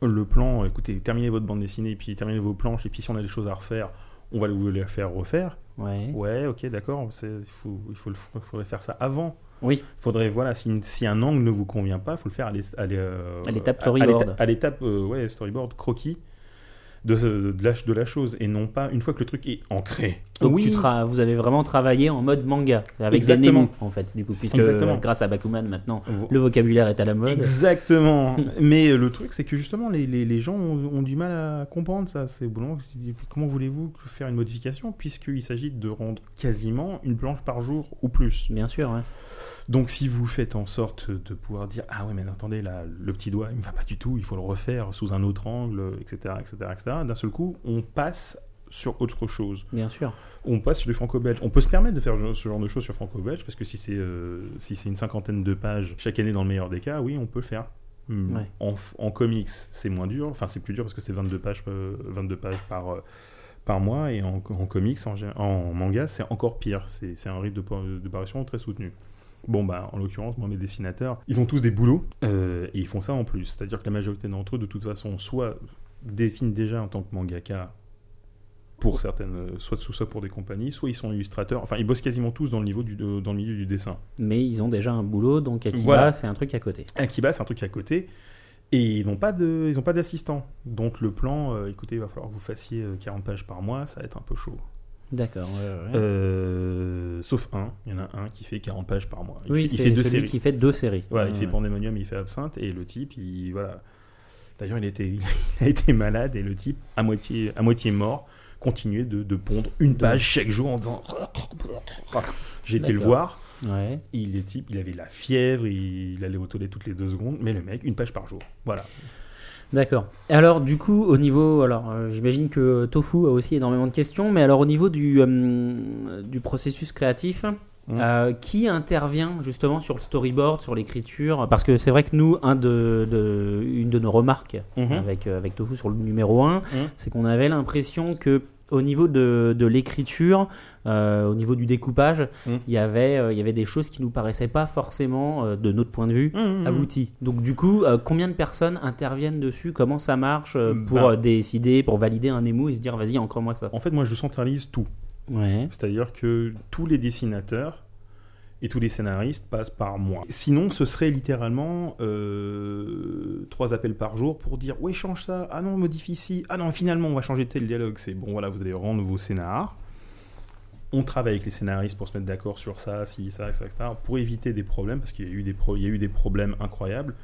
le plan, écoutez, terminez votre bande dessinée, puis terminez vos planches, et puis si on a des choses à refaire, on va vous les faire refaire. Ouais. Ouais, ok, d'accord, c'est- il faut, il faut le- faudrait faire ça avant. Oui. Faudrait, voilà, si, si un angle ne vous convient pas, il faut le faire à l'es- à l'es- euh, À l'étape à- à storyboard. l'éta- À l'étape, euh, ouais, storyboard, croquis de, ce- de, la, de la chose, et non pas une fois que le truc est ancré. Donc Oui. tu tra- vous avez vraiment travaillé en mode manga avec Exactement. des némos en fait du coup puisque Exactement. euh, grâce à Bakuman maintenant le vocabulaire est à la mode. Exactement. Mais euh, le truc, c'est que justement, les, les- les gens ont, ont du mal à comprendre ça. C'est au bout d'un moment, tu te dis, comment voulez-vous faire une modification puisqu'il s'agit de rendre quasiment une planche par jour ou plus. Bien sûr. ouais. Donc si vous faites en sorte de pouvoir dire ah ouais mais attendez là le petit doigt il me va pas du tout il faut le refaire sous un autre angle etc etc etc d'un seul coup on passe sur autre chose Bien sûr. on passe sur du franco-belge. On peut se permettre de faire ce genre de choses sur franco-belge, parce que si c'est euh, si c'est une cinquantaine de pages chaque année dans le meilleur des cas, oui, on peut le faire. Hmm. Ouais. En, f- en comics, c'est moins dur, enfin c'est plus dur parce que c'est 22 pages, euh, 22 pages par, euh, par mois, et en, en comics, en, gé- en manga, c'est encore pire, c'est c'est un rythme de, par- de parution très soutenu. Bon, bah, en l'occurrence, moi, mes dessinateurs, ils ont tous des boulots, euh, et ils font ça en plus. C'est-à-dire que la majorité d'entre eux, de toute façon, soit dessinent déjà en tant que mangaka pour certaines, euh, soit sous ça pour des compagnies, soit ils sont illustrateurs. Enfin, ils bossent quasiment tous dans le niveau du, de- dans le milieu du dessin. Mais ils ont déjà un boulot donc Akiba Voilà. c'est un truc à côté. Akiba, c'est un truc à côté, et ils n'ont pas de, ils n'ont pas d'assistant. Donc le plan, euh, écoutez, il va falloir que vous fassiez euh, 40 pages par mois, ça va être un peu chaud. D'accord. ouais, ouais. Euh, sauf un, il y en a un qui fait 40 pages par mois. Il oui, fait, il c'est fait deux celui séries. qui fait deux séries. Voilà, il Ouais, fait ouais. Pandemonium, il fait Absinthe, et le type, il. Voilà. D'ailleurs, il, était, il a été malade, et le type, à moitié, à moitié mort, continuait de, de pondre une page chaque jour en disant. J'ai été le Ah, D'accord. voir, Ouais. il, est type, il avait la fièvre, il, allait au toilette toutes les deux secondes, mais le mec, une page par jour. Voilà. D'accord. Alors du coup, au niveau, alors euh, j'imagine que Tofu a aussi énormément de questions, mais alors au niveau du, euh, du processus créatif, Mm. Euh, qui intervient justement sur le storyboard, sur l'écriture Parce que c'est vrai que nous, un de, de- une de nos remarques Mhm. avec, euh, avec Tofu sur le numéro 1, Mhm. c'est qu'on avait l'impression que au niveau de, de l'écriture, euh, au niveau du découpage, Mhm. il y avait euh, il y avait des choses qui nous paraissaient pas forcément, euh, de notre point de vue, Mhm. abouties. Donc du coup, euh, combien de personnes interviennent dessus Comment ça marche euh, pour Bah. euh, décider, pour valider un émo et se dire vas-y encore moi ça En fait, moi, je centralise tout. Ouais. C'est-à-dire que tous les dessinateurs et tous les scénaristes passent par moi. Sinon, ce serait littéralement euh, trois appels par jour pour dire ouais change ça, ah non modifie ci, ah non finalement on va changer tel dialogue. C'est bon voilà vous allez rendre vos scénars. On travaille avec les scénaristes pour se mettre d'accord sur ça, si ça, ça, etc. Pour éviter des problèmes parce qu'il y a eu des pro- il y a eu des problèmes incroyables.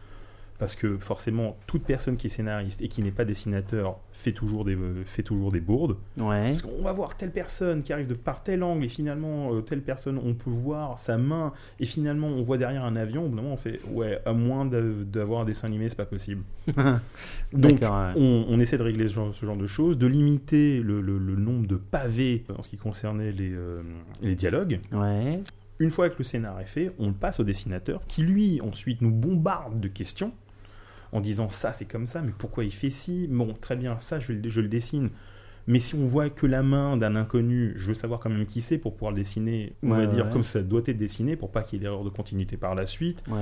Parce que forcément, toute personne qui est scénariste et qui n'est pas dessinateur fait toujours des, fait toujours des bourdes. Ouais. Parce qu'on va voir telle personne qui arrive de par tel angle et finalement euh, telle personne on peut voir sa main et finalement on voit derrière un avion. Au bout d'un moment, on fait ouais à moins d'a- d'avoir un dessin animé c'est pas possible. Donc D'accord, ouais. on, on essaie de régler ce genre, ce genre de choses, de limiter le, le- le nombre de pavés euh, en ce qui concernait les, euh, les dialogues. Ouais. Une fois que le scénar est fait, on le passe au dessinateur qui lui ensuite nous bombarde de questions en disant ça c'est comme ça, mais pourquoi il fait ci Bon très bien, ça je, le- je le dessine. Mais si on voit que la main d'un inconnu, je veux savoir quand même qui c'est pour pouvoir le dessiner, on Ouais, va dire ouais. comme ça doit être dessiné pour pas qu'il y ait d'erreur de continuité par la suite. Ouais.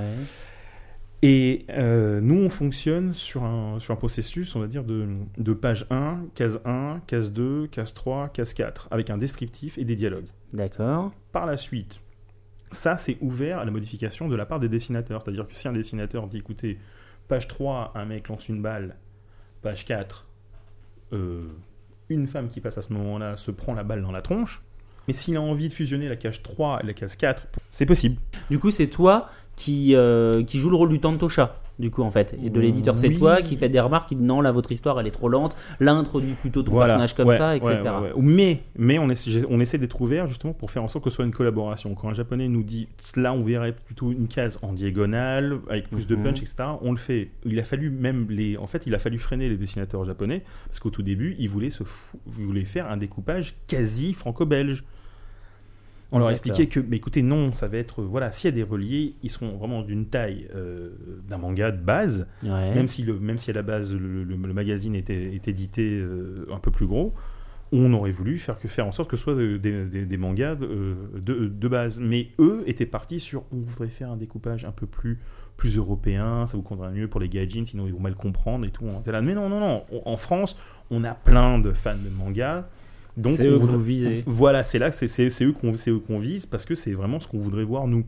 Et euh, nous, on fonctionne sur un, sur un processus, on va dire, de, de page 1, case 1, case 2, case 3, case 4, avec un descriptif et des dialogues D'accord. par la suite, ça c'est ouvert à la modification de la part des dessinateurs. C'est-à-dire que si un dessinateur dit écoutez, page 3, un mec lance une balle, page 4, euh, une femme qui passe à ce moment-là se prend la balle dans la tronche, mais s'il a envie de fusionner la case 3 et la case 4, c'est possible. Du coup, c'est toi qui, euh, qui joue le rôle du Tantosha, du coup, en fait, et de l'éditeur. C'est Oui. toi qui fait des remarques, qui dit non, là, votre histoire, elle est trop lente, là, introduit plutôt trois Voilà. personnages comme Ouais, ça, etc. ouais, ouais, ouais. Mais, mais on, essaie, on essaie d'être ouvert justement pour faire en sorte que ce soit une collaboration. Quand un japonais nous dit là, on verrait plutôt une case en diagonale, avec plus de Mhm. punch, etc., on le fait. Il a fallu même les. En fait, il a fallu freiner les dessinateurs japonais parce qu'au tout début, ils voulaient, se fou- ils voulaient faire un découpage quasi franco-belge. On leur D'accord. expliquait que, mais écoutez, non, ça va être. euh, Voilà, s'il y a des reliés, ils seront vraiment d'une taille euh, d'un manga de base. Ouais. Même si, le, même si à la base le, le- le magazine était, est édité euh, un peu plus gros, on aurait voulu faire, que, faire en sorte que ce soit de- des, des- des mangas euh, de, de base. Mais eux étaient partis sur on voudrait faire un découpage un peu plus, plus européen, ça vous conviendrait mieux pour les gaijins, sinon ils vont mal comprendre et tout. On était là, mais non, non, non, on- en France, on a plein de fans de mangas. Donc C'est on eux que voudrait- vous visez. Voilà, c'est là, c'est- c'est c'est eux qu'on c'est eux qu'on vise parce que c'est vraiment ce qu'on voudrait voir nous.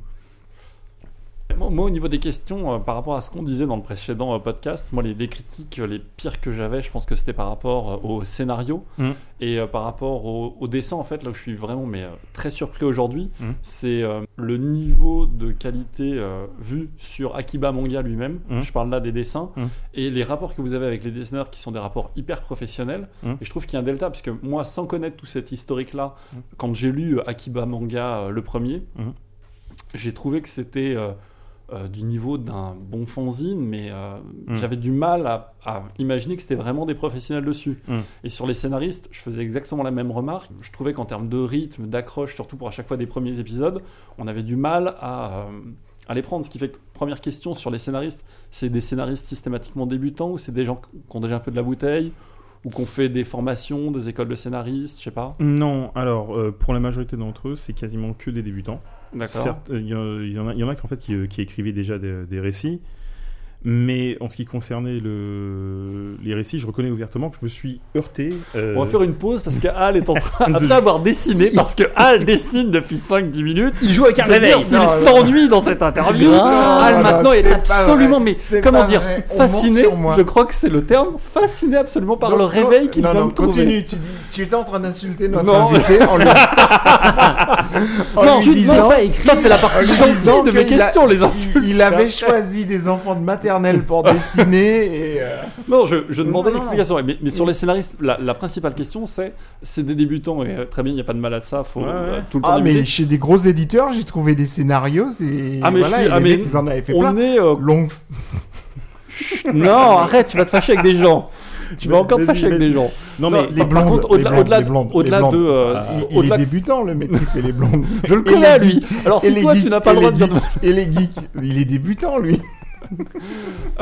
Moi, moi, au niveau des questions, euh, par rapport à ce qu'on disait dans le précédent euh, podcast, moi, les, les critiques euh, les pires que j'avais, je pense que c'était par rapport euh, au scénario Mm. et euh, par rapport au, au dessin. En fait, là où je suis vraiment mais, euh, très surpris aujourd'hui, Mm. c'est euh, le niveau de qualité euh, vu sur Akiba Manga lui-même. Mm. Je parle là des dessins Mm. et les rapports que vous avez avec les dessinateurs qui sont des rapports hyper professionnels. Mm. Et je trouve qu'il y a un delta, parce que moi, sans connaître tout cet historique-là, Mm. quand j'ai lu euh, Akiba Manga euh, le premier, Mhm. j'ai trouvé que c'était euh, euh, du niveau d'un bon fanzine, mais euh, Mhm. j'avais du mal à, à imaginer que c'était vraiment des professionnels dessus. Mhm. Et sur les scénaristes, je faisais exactement la même remarque. Je trouvais qu'en termes de rythme, d'accroche, surtout pour à chaque fois des premiers épisodes, on avait du mal à, euh, à les prendre. Ce qui fait que, première question sur les scénaristes, c'est des scénaristes systématiquement débutants ou c'est des gens qui ont déjà un peu de la bouteille ou qu'on fait des formations, des écoles de scénaristes, je sais pas. Non, alors euh, pour la majorité d'entre eux, c'est quasiment que des débutants. D'accord. Certes, euh, il y, en- il y en a- il y en a qui, en fait, qui, euh, qui écrivaient déjà des, des récits, mais en ce qui concernait le, les récits, je reconnais ouvertement que je me suis heurté. euh, On va faire une pause parce que Al est en train, De- après avoir dessiné, parce que Al dessine depuis 5-10 minutes, il joue avec un dire réveil. s'il Non, s'ennuie dans cette interview. Non, Al non, maintenant est c'est pas absolument, mais C'est comment pas dire, vrai. On ment fasciné, sur moi. je crois que c'est le terme, fasciné absolument par Non, le non, réveil qu'il non, vient non, de trouver. Continue, tu, dis, tu étais en train d'insulter notre Non. invité en lui, en Non, lui tu- non, disant, ça écrit. Ça, c'est la partie lui gentille disant de mes qu'il a- questions, les insultes. il, il avait choisi des enfants de maternelle pour dessiner et. euh, Non, je, je demandais Non, non, l'explication. Mais, mais sur les scénaristes, la, la principale question, c'est c'est des débutants. Et euh, très bien, il n'y a pas de mal à ça. faut Ouais, euh, ouais. tout le temps Ah, débuter. mais chez des gros éditeurs, j'ai trouvé des scénarios et. Ah, mais je voilà, suis- et les ah, mais mecs, ils en avaient fait On plein. est. euh, Longue non, arrête, tu vas te fâcher avec des gens. Tu vas encore te Vas-y, fâcher avec vas-y. des gens. Non, Non, mais les Par- par blondes, contre, les au-delà blondes, au-delà les blondes, au-delà les Ah. de. blondes. euh, Il- il, au-delà est de- débutant, le mec qui fait les blondes. Je le Et connais, les lui. geeks. Alors, Et si les toi, tu geeks, n'as pas et le droit de Ah, les dire. geeks, Et les geeks, il est débutant, lui.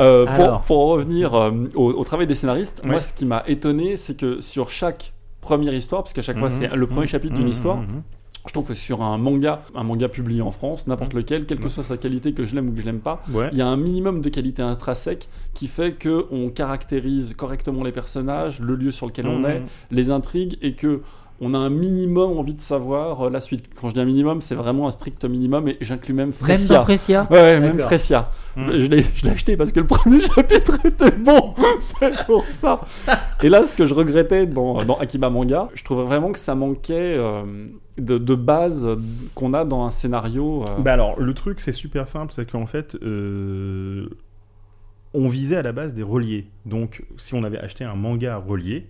Euh, pour, Alors. pour en revenir euh, au, au travail des scénaristes, moi Ouais. ce qui m'a étonné, c'est que sur chaque première histoire, parce qu'à chaque fois Mhm, c'est le premier mhm, chapitre mhm, d'une histoire, mhm. je trouve que sur un manga, un manga publié en France, n'importe lequel, quelle que Mhm. soit sa qualité, que je l'aime ou que je l'aime pas, hum. Ouais. il y a un minimum de qualité intrinsèque qui fait que on caractérise correctement les personnages, le lieu sur lequel Hum, Mhm. on est, les intrigues et que on a un minimum envie de savoir euh, la suite. Quand je dis un minimum, c'est vraiment un strict minimum et j'inclus même Frescia. Fresia Ouais, Ouais, même D'accord. Frescia. Mm. Je l'ai je l'ai acheté parce que le premier chapitre était bon. C'est pour ça. Et là, ce que je regrettais dans, dans Akiba Manga, je trouvais vraiment que ça manquait euh, de, de base euh, qu'on a dans un scénario. euh, Bah alors, le truc, c'est super simple, c'est qu'en fait, euh, on visait à la base des reliés. Donc, si on avait acheté un manga relié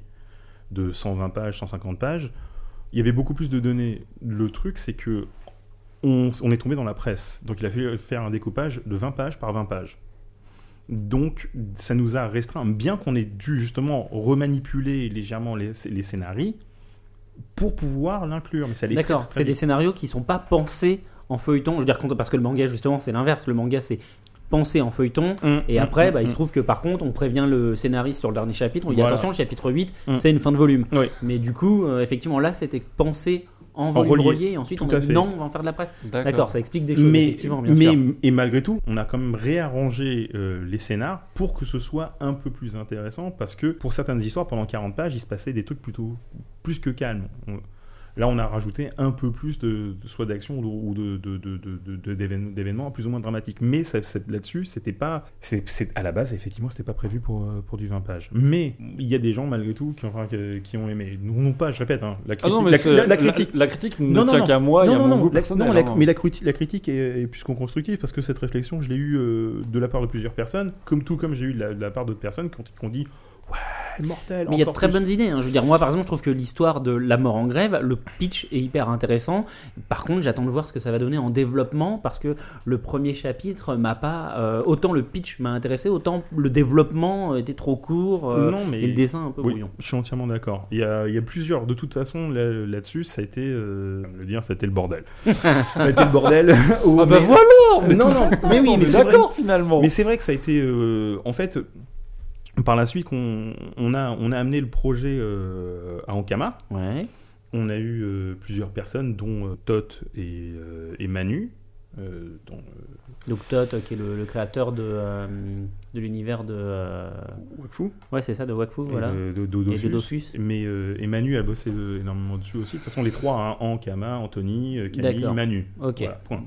de 120 pages, 150 pages, il y avait beaucoup plus de données. Le truc, c'est que on, on est tombé dans la presse. Donc, il a fallu faire un découpage de 20 pages par 20 pages. Donc, ça nous a restreint, bien qu'on ait dû justement remanipuler légèrement les, les scénarii pour pouvoir l'inclure. Mais ça allait très, D'accord, très, très c'est des vite. scénarios qui sont pas pensés en feuilleton. Je veux dire, quand- parce que le manga, justement, c'est l'inverse. Le manga, c'est pensé en feuilleton. Mm, Et mm, après, mm, bah, il se mm. trouve que par contre, on prévient le scénariste sur le dernier chapitre. On dit Voilà. attention, le chapitre 8, Mm. c'est une fin de volume. Oui. Mais du coup, euh, effectivement, là, c'était pensé en volume relié. relié. et ensuite, Tout on a à dit fait. non, on va en faire de la presse. Bah, D'accord, D'accord. ça explique des choses, mais, effectivement, bien mais- sûr. Et malgré tout, on a quand même réarrangé euh, les scénars pour que ce soit un peu plus intéressant, parce que pour certaines histoires, pendant 40 pages, il se passait des trucs plutôt plus que calmes. On- Là, on a rajouté un peu plus de, de- soit d'action ou de- ou de- de- de- de- de- d'évén- d'événements plus ou moins dramatiques. Mais ça- ça- là-dessus, c'était pas. c'est- c'est- à la base, effectivement, c'était pas prévu pour, euh, pour du 20 pages. Mais il y a des gens, malgré tout, qui, enfin, qui- qui ont aimé. Non, non pas, je répète, hein, la Ah critique. non, mais la- c'est- la- la critique la, critique Non, ne non, tient non. qu'à moi et à non, mon non, goût non, la, personnel, non, la- hein. mais la, criti- la critique est, est plus qu'on constructive parce que cette réflexion, je l'ai eue euh, de la part de plusieurs personnes, comme tout comme j'ai eu de la, de la part d'autres personnes qui ont, qui ont dit Ouais, mortel, Mais il y a de encore très plus. bonnes idées. hein. Je veux dire, moi, par exemple, je trouve que l'histoire de la mort en grève, le pitch est hyper intéressant. Par contre, j'attends de voir ce que ça va donner en développement parce que le premier chapitre m'a pas. euh, autant le pitch m'a intéressé, autant le développement euh, était trop court euh, Non, mais. et le dessin un peu Oui, brouillon. je suis entièrement d'accord. Il y, a, il y a plusieurs, de toute façon, là- là-dessus, ça a été, euh, je veux dire, ça a été le bordel. ça a été le bordel. Ah bah Mais- euh, voilà mais Non, tout non, simplement, mais oui, on mais est c'est vrai. d'accord finalement. Mais c'est vrai que ça a été. euh, en fait, par la suite, on, on a, on a amené le projet euh, à Ankama. Ouais. On a eu euh, plusieurs personnes, dont euh, Tot et, euh, et Manu. euh, dont, euh, Donc Todd, euh, qui est le, le créateur de, euh, de l'univers de... euh, Wakfu Ouais, c'est ça, de Wakfu, et voilà. de, de- de Et de Dofus. Dofus. Mais euh, et Manu a bossé euh, énormément dessus aussi. De toute façon, les trois, hein, Hank, Kama, Anthony, euh, Camille, D'accord. Manu. Ok. Voilà, point.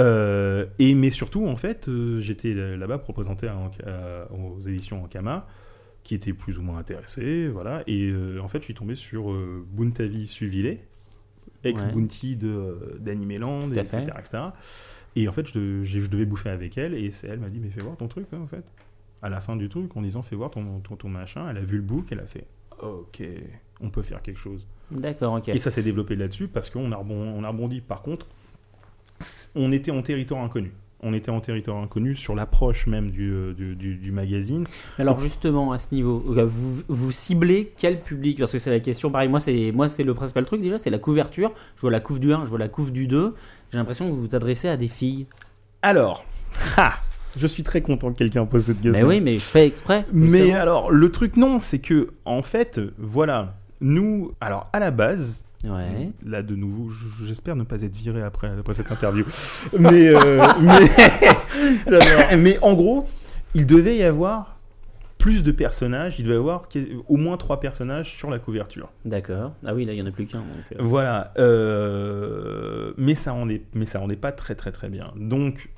Euh, et mais surtout, en fait, euh, j'étais là- là-bas pour présenter à Ank- à- aux éditions Ankama, qui étaient plus ou moins intéressés, voilà. Et euh, en fait, je suis tombé sur euh, Buntavi Suvile, ex Ouais. Bounty de euh, d'Animeland, Tout à fait. etc., etc. Et en fait, je, de- j'ai- je devais bouffer avec elle, et c'est- elle m'a dit mais fais voir ton truc, hein, en fait. À la fin du truc, en disant fais voir ton, ton, ton machin, elle a vu le book, elle a fait ok, on peut faire quelque chose. D'accord, ok. Et ça s'est développé là-dessus parce qu'on a, rebon- on a rebondi. Par contre, on était en territoire inconnu. On était en territoire inconnu sur l'approche même du, euh, du, du- du magazine. Alors justement, à ce niveau, euh, vous, vous ciblez quel public Parce que c'est la question, pareil, moi c'est moi c'est le principal truc déjà, c'est la couverture. Je vois la couve du 1, je vois la couve du 2. J'ai l'impression que vous vous adressez à des filles. Alors, ha, je suis très content que quelqu'un pose cette Mais question. Ben oui, mais je fais exprès. Mais justement. alors, le truc, non, c'est que, en fait, voilà, nous, alors à la base, Ouais. Là, de nouveau, j- j'espère ne pas être viré après, après cette interview. mais, euh, mais, mais en gros, il devait y avoir plus de personnages. Il devait y avoir que- au moins trois personnages sur la couverture. D'accord. Ah oui, là il y en a plus qu'un. donc, euh, Voilà. euh, mais ça rendait, mais ça rendait pas très très très bien. Donc.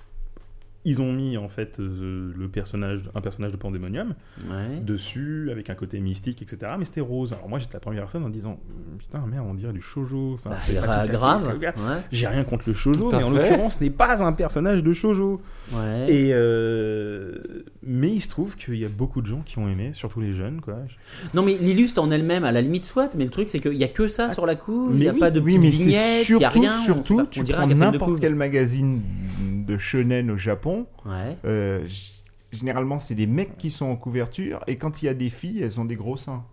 Ils ont mis en fait euh, le personnage, un personnage de Pandemonium ouais. dessus avec un côté mystique, etc. Mais c'était rose. Alors moi j'étais la première personne en disant putain merde on dirait du shoujo. Enfin, Bah, Ah, c'est pas tout à fait- grave. c'est- Ouais. j'ai rien contre le shoujo, Tout à mais en fait. l'occurrence, ce n'est pas un personnage de shoujo. ouais. Et euh, mais il se trouve qu'il y a beaucoup de gens qui ont aimé, surtout les jeunes, quoi. Non mais l'illustre en elle-même à la limite soit, mais le truc c'est qu'il y a que ça sur la couve, il Mais n'y a oui, pas de oui, petites mais vignettes, c'est il n'y a surtout- rien. on surtout, sait pas, on tu dirait un prends quatrième de n'importe couve. quel magazine de shonen au Japon, Ouais. euh, j- généralement, c'est des mecs qui sont en couverture, et quand il y a des filles, elles ont des gros seins.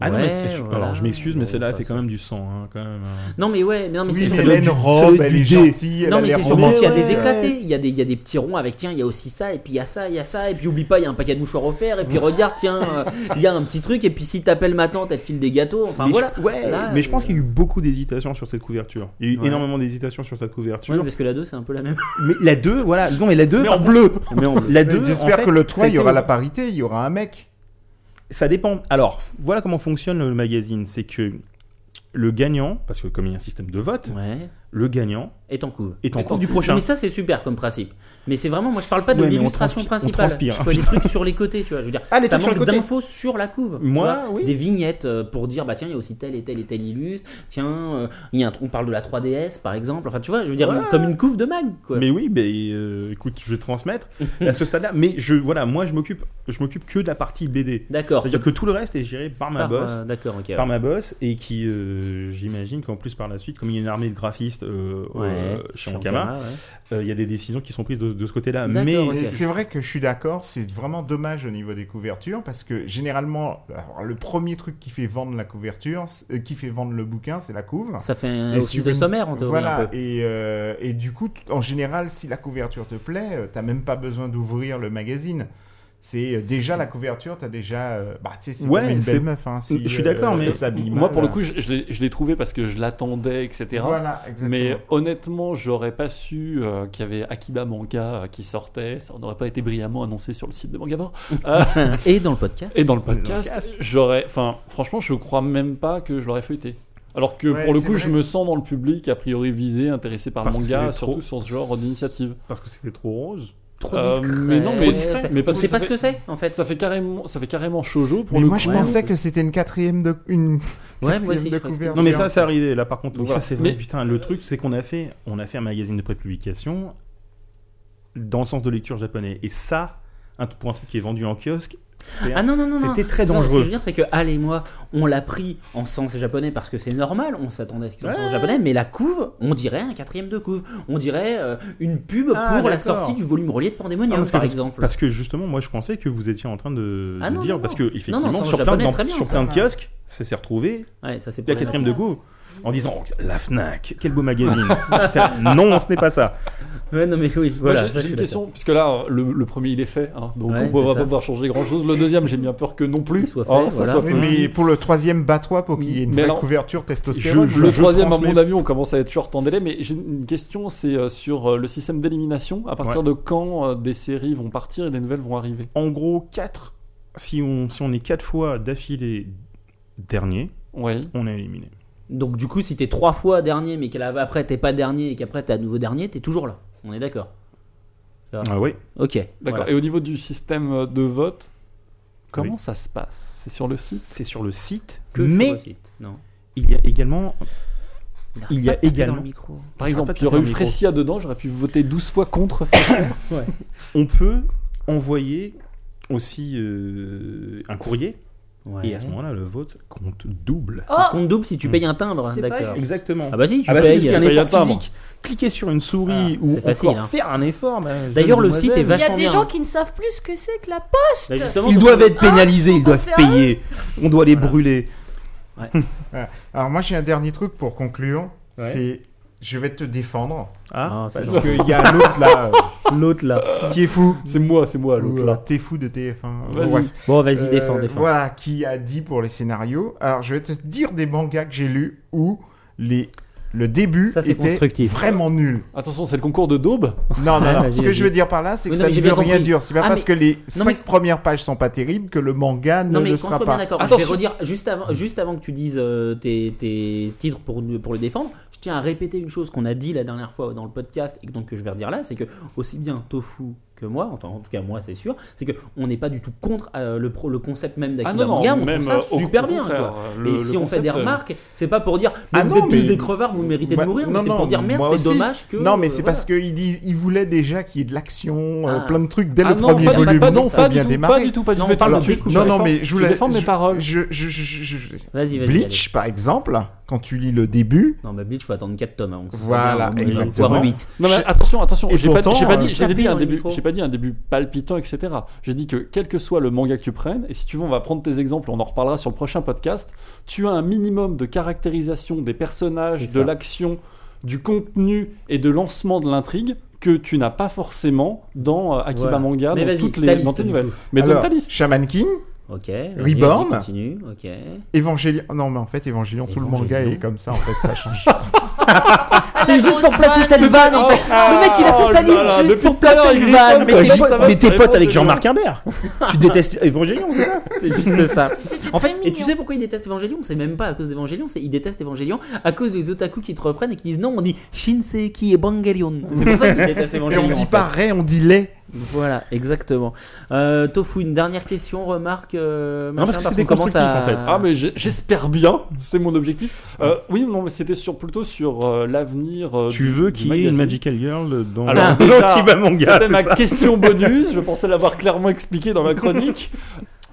Ah non, mais Ouais, je- voilà. alors je m'excuse, mais Ouais, celle-là elle ça, fait quand ça. même du sang, hein, quand même. hein. Non, mais ouais, mais non, mais oui, c'est. ça mais doit être Hélène du- ça doit robe, être elle du est dé. gentille, elle Non, a mais l'air c'est sûrement qu'il y a des romantique. éclatés. Il y a des, il y a des petits ronds avec tiens, il y a aussi ça, et puis il y a ça, il y a ça, et puis oublie pas, il y a un paquet de mouchoirs offerts, et puis regarde, tiens, euh, il y a un petit truc, et puis si t'appelles ma tante, elle file des gâteaux, enfin Mais voilà. je, ouais, Là, mais je pense euh, qu'il y a eu beaucoup d'hésitations sur cette couverture. Il y a eu Ouais. énormément d'hésitations sur cette Ouais, couverture. parce que la 2, c'est un peu la même. Mais la 2, voilà. Non, mais la 2, Mais par en contre, bleu. Mais on- la 2, Euh, J'espère en fait, que le 3, il y c'était- aura la parité, il y aura un mec. Ça dépend. Alors, voilà comment fonctionne le magazine. C'est que le gagnant, parce que comme il y a un système de vote, Ouais. le gagnant Et t'en couves. est en cours du prochain. Mais ça, c'est super comme principe. Mais c'est vraiment, moi, je parle pas de Ouais, mais on l'illustration transpi- on principale. transpire, je hein, fais des trucs sur les côtés, tu vois. Je veux dire, Ah, les ça trucs sur manque le côté. d'infos sur la couve. tu Moi, vois. oui. Des vignettes euh, pour dire, bah tiens, il y a aussi tel et tel et tel illustre. Tiens, euh, il y a un, on parle de la 3DS, par exemple. Enfin, tu vois, je veux dire, Ouais. comme une couve de mag, quoi. Mais oui, ben, euh, écoute, je vais transmettre à ce stade-là. Mais je, voilà, moi, je m'occupe, je m'occupe que de la partie BD. D'accord. C'est-à-dire que tout le reste est géré par ma Par, boss. euh, D'accord, ok. par ma boss et qui euh, j'imagine qu'en plus par la suite comme il y a une armée de graphistes euh, Ouais, euh, chez Ankama Shankama, ouais. euh, il y a des décisions qui sont prises de, de ce côté là D'accord, mais ok. Et C'est vrai que je suis d'accord, c'est vraiment dommage au niveau des couvertures parce que généralement, alors, le premier truc qui fait vendre la couverture, c'est- euh, qui fait vendre le bouquin, c'est la couve. Ça fait un Et office sur Hein, de une- sommaire, en théorie. un Voilà, peu. et, euh, et du coup, t- en général, si la couverture te plaît, euh, t'as même pas besoin d'ouvrir le magazine. C'est euh, déjà la couverture, t'as déjà. euh, bah, tu sais, c'est Ouais, comme une c'est- belle meuf. hein, si, Je suis d'accord, mais elle s'habille Moi, mal, pour le euh, coup, je, je l'ai- je l'ai trouvé parce que je l'attendais, etc. Voilà, exactement. Mais honnêtement, j'aurais pas su euh, qu'il y avait Akiba Manga euh, qui sortait. Ça n'aurait pas été brillamment annoncé sur le site de Mangavore. Et dans le podcast. Et dans le Dans le podcast, j'aurais. Enfin, franchement, je crois même pas que je l'aurais feuilleté. Alors que Ouais, pour le c'est coup, je vrai. me sens dans le public a priori visé, intéressé par le Parce que manga, c'était trop- surtout sur ce genre d'initiative. parce que c'était trop rose Trop Euh, discret. mais non, mais- trop discret. mais parce On que sait ça pas ce fait- que c'est, en fait. Ça fait carrément, ça fait carrément shoujo pour Mais le moi, coup. je ouais, pensais on que c'était une quatrième de. Une... Ouais, moi quatrième aussi, de je crois que c'était- couverture. non mais ça c'est arrivé là par contre Donc ça voilà. c'est vrai Mais- putain le truc c'est qu'on a fait on a fait un magazine de prépublication dans le sens de lecture japonais et ça un- pour un truc qui est vendu en kiosque c'est Ah non, non, non. C'était non. très Non, Ce que dangereux. je veux dire, c'est que Al et moi, on l'a pris en sens japonais parce que c'est normal, on s'attendait à ce qu'il soit en sens japonais, mais la couve, on dirait un quatrième de couve. On dirait euh, une pub Ah, pour la d'accord. sortie du volume relié de Ah, Pandemonium, parce que- par exemple. parce que justement moi je pensais que vous étiez en train de, Ah de non, dire non, parce non. que effectivement Non, non, c'est en sur, plein japonais, d'en- très bien, sur ça plein de va. kiosques ça s'est retrouvé Ouais, ça c'est la problématique. quatrième de couve en disant oh, la Fnac, quel beau magazine. Putain, non, ce n'est pas ça. Ouais, non, mais oui, Moi, voilà. j'ai- ça, je j'ai suis une d'accord. question, puisque là, le, le premier il est fait, hein, donc Ouais, on ne va c'est ça. pas pouvoir changer grand chose. Le deuxième, j'ai bien peur que non plus. Il soit fait, hein, ça voilà. soit Oui, fait aussi. mais pour le troisième, bats-toi pour qu'il y ait une Mais vraie alors, couverture je- testostérone. je- le troisième, à transmets- mon avis, on commence à être short en délai, mais j'ai une question, c'est euh, sur euh, le système d'élimination. À partir Ouais. de quand euh, des séries vont partir et des nouvelles vont arriver En gros, 4. Si on, si on est 4 fois d'affilée dernier, Oui. on est éliminé. Donc, du coup, si t'es trois fois dernier, mais qu'après t'es pas dernier et qu'après t'es à nouveau dernier, t'es toujours là. On est d'accord. Ah oui. Ok. D'accord. voilà. Et au niveau du système euh, de vote, comment ça se passe C'est sur le site C'est sur le site. Que sur mais le site, non. il y a également. arrête Il y pas a de taper dans également. le micro. Par Je exemple, répète il y aurait le eu micro. Fressia dedans, j'aurais pu voter 12 fois contre Fressia. On peut envoyer aussi euh, un courrier. Ouais. Et à ce moment-là, le vote compte double. Un Oh compte double si tu payes un timbre, C'est pas d'accord. juste. Exactement. Ah bah si, tu Ah bah, c'est payes. ce qu'il y a un Tu payes un effort timbre. physique. Cliquer sur une souris Ah, ou c'est facile, encore hein. faire un effort. bah, jeune D'ailleurs, le site est demoiselle. Il y a vachement des bien. hein. gens qui ne savent plus ce que c'est que la poste. Bah, justement, Ils donc, doivent on- être pénalisés, ils doivent pensez à payer. On doit les Voilà. brûler. Alors moi j'ai un dernier truc pour conclure. Ouais. C'est je vais te défendre Ah, c'est parce gentil. qu'il y a l'autre bah, là, L'autre là. euh, t'es fou, c'est moi, c'est moi, ou l'autre euh, là. t'es fou de TF1. Vas-y. Bref. Bon, vas-y, Euh, défends, défends. Voilà qui a dit pour les scénarios. Alors je vais te dire des mangas que j'ai lus où les le début Ça, c'est était constructif. vraiment nul. Attention, c'est le concours de Daube. Non, Ouais, non, non. vas-y, Ce que vas-y. je veux dire par là, c'est que Oui, non, ça mais ne j'ai veut bien rien compris. dire. C'est pas Ah, parce mais- que les Non, cinq mais- premières pages sont pas terribles que le manga ne Non mais le qu'on sera soit bien pas. d'accord, je vais Attention. redire juste avant, juste avant que tu dises euh, tes, tes titres pour, nous- pour les défendre, je tiens à répéter une chose qu'on a dit la dernière fois dans le podcast et que donc que je vais redire là, c'est que aussi bien Tofu que moi, en, en tout cas moi c'est sûr, c'est que on n'est pas du tout contre euh, le, pro- le concept même d'Akira Manga, on trouve ça euh, au- super au bien. contraire, quoi. le- et le si on fait concept, des euh, remarques, c'est pas pour dire mais Ah vous non, êtes tous mais- des crevards, vous méritez Bah, de mourir, mais non, c'est non, pour dire merde, moi c'est aussi. dommage que. Non, mais euh, c'est voilà. parce qu'ils disent, ils voulaient déjà qu'il y ait de l'action, euh, Ah. plein de trucs dès Ah le non, premier pas, volume. pas, non, Faut pas du bien tout, démarrer. pas du tout, pas du Non, tout. on parle Alors, de tu- découpe. tu Non, non, défends- mais je tu voulais défends mes je- paroles. Je, je, je- je- je- Vas-y, vas-y. Bleach, par exemple, quand tu lis le début. Non, mais Bleach, faut attendre 4 tomes avant. que ce soit Voilà, bien, voire exactement. 8. Non mais J'ai- attention, attention, Et j'ai pas, pourtant, j'ai pas euh, dit, j'ai Tapis dit dans un le début, micro. j'ai pas dit un début palpitant, etc. J'ai dit que quel que soit le manga que tu prennes, et si tu veux, on va prendre tes exemples, on en reparlera sur le prochain podcast. Tu as un minimum de caractérisation des personnages, C'est de ça. l'action, du contenu et de lancement de l'intrigue que tu n'as pas forcément dans euh, Akiba Voilà. Manga, Mais dans vas-y, toutes les, ta dans liste, tes du nouvelles. Mais donne Alors, ta liste. Shaman King, Ok. vas-y, Reborn. vas-y, Continue, ok. Évangélion. Non, mais en fait, Évangélion, tout le manga Évangélion. est comme ça, en fait, ça change. Ah, C'est Ah, la juste grosse pour placer phrase. cette vanne en fait. Le mec il a fait Oh sa là là, liste juste depuis pour tout à l'heure, placer une il griffonne, vanne. quoi. Ah, Mais t'es Je tes dis, pas- potes- ça va, mais c'est tes potes bon, avec c'est bon. Jean-Marc Imbert. tu détestes Evangelion, c'est ça C'est juste ça. C'était En très fait, et mignon. tu sais pourquoi il déteste Evangelion C'est même pas à cause d'Evangelion, c'est il déteste Evangelion à cause des otaku qui te reprennent et qui disent non, on dit Shinseki Evangelion. C'est pour ça qu'il déteste Et on Evangelion. dit en pas fait. Ray, on dit lait. Voilà, exactement. Euh, Tofu, une dernière question, remarque. euh, Non, parce machin, que c'est qu'on commence à... déconstructif, en Ah mais j'ai- j'espère bien, c'est mon objectif. Euh, oui, non mais c'était sur plutôt sur euh, l'avenir. Ah, euh, Tu du- veux du qu'il y ait une magazine. Magical Girl dans Alors, dans déjà, l'Antiba Manga, C'était c'est Ah, ma ça question bonus, je pensais l'avoir clairement expliqué dans ma chronique.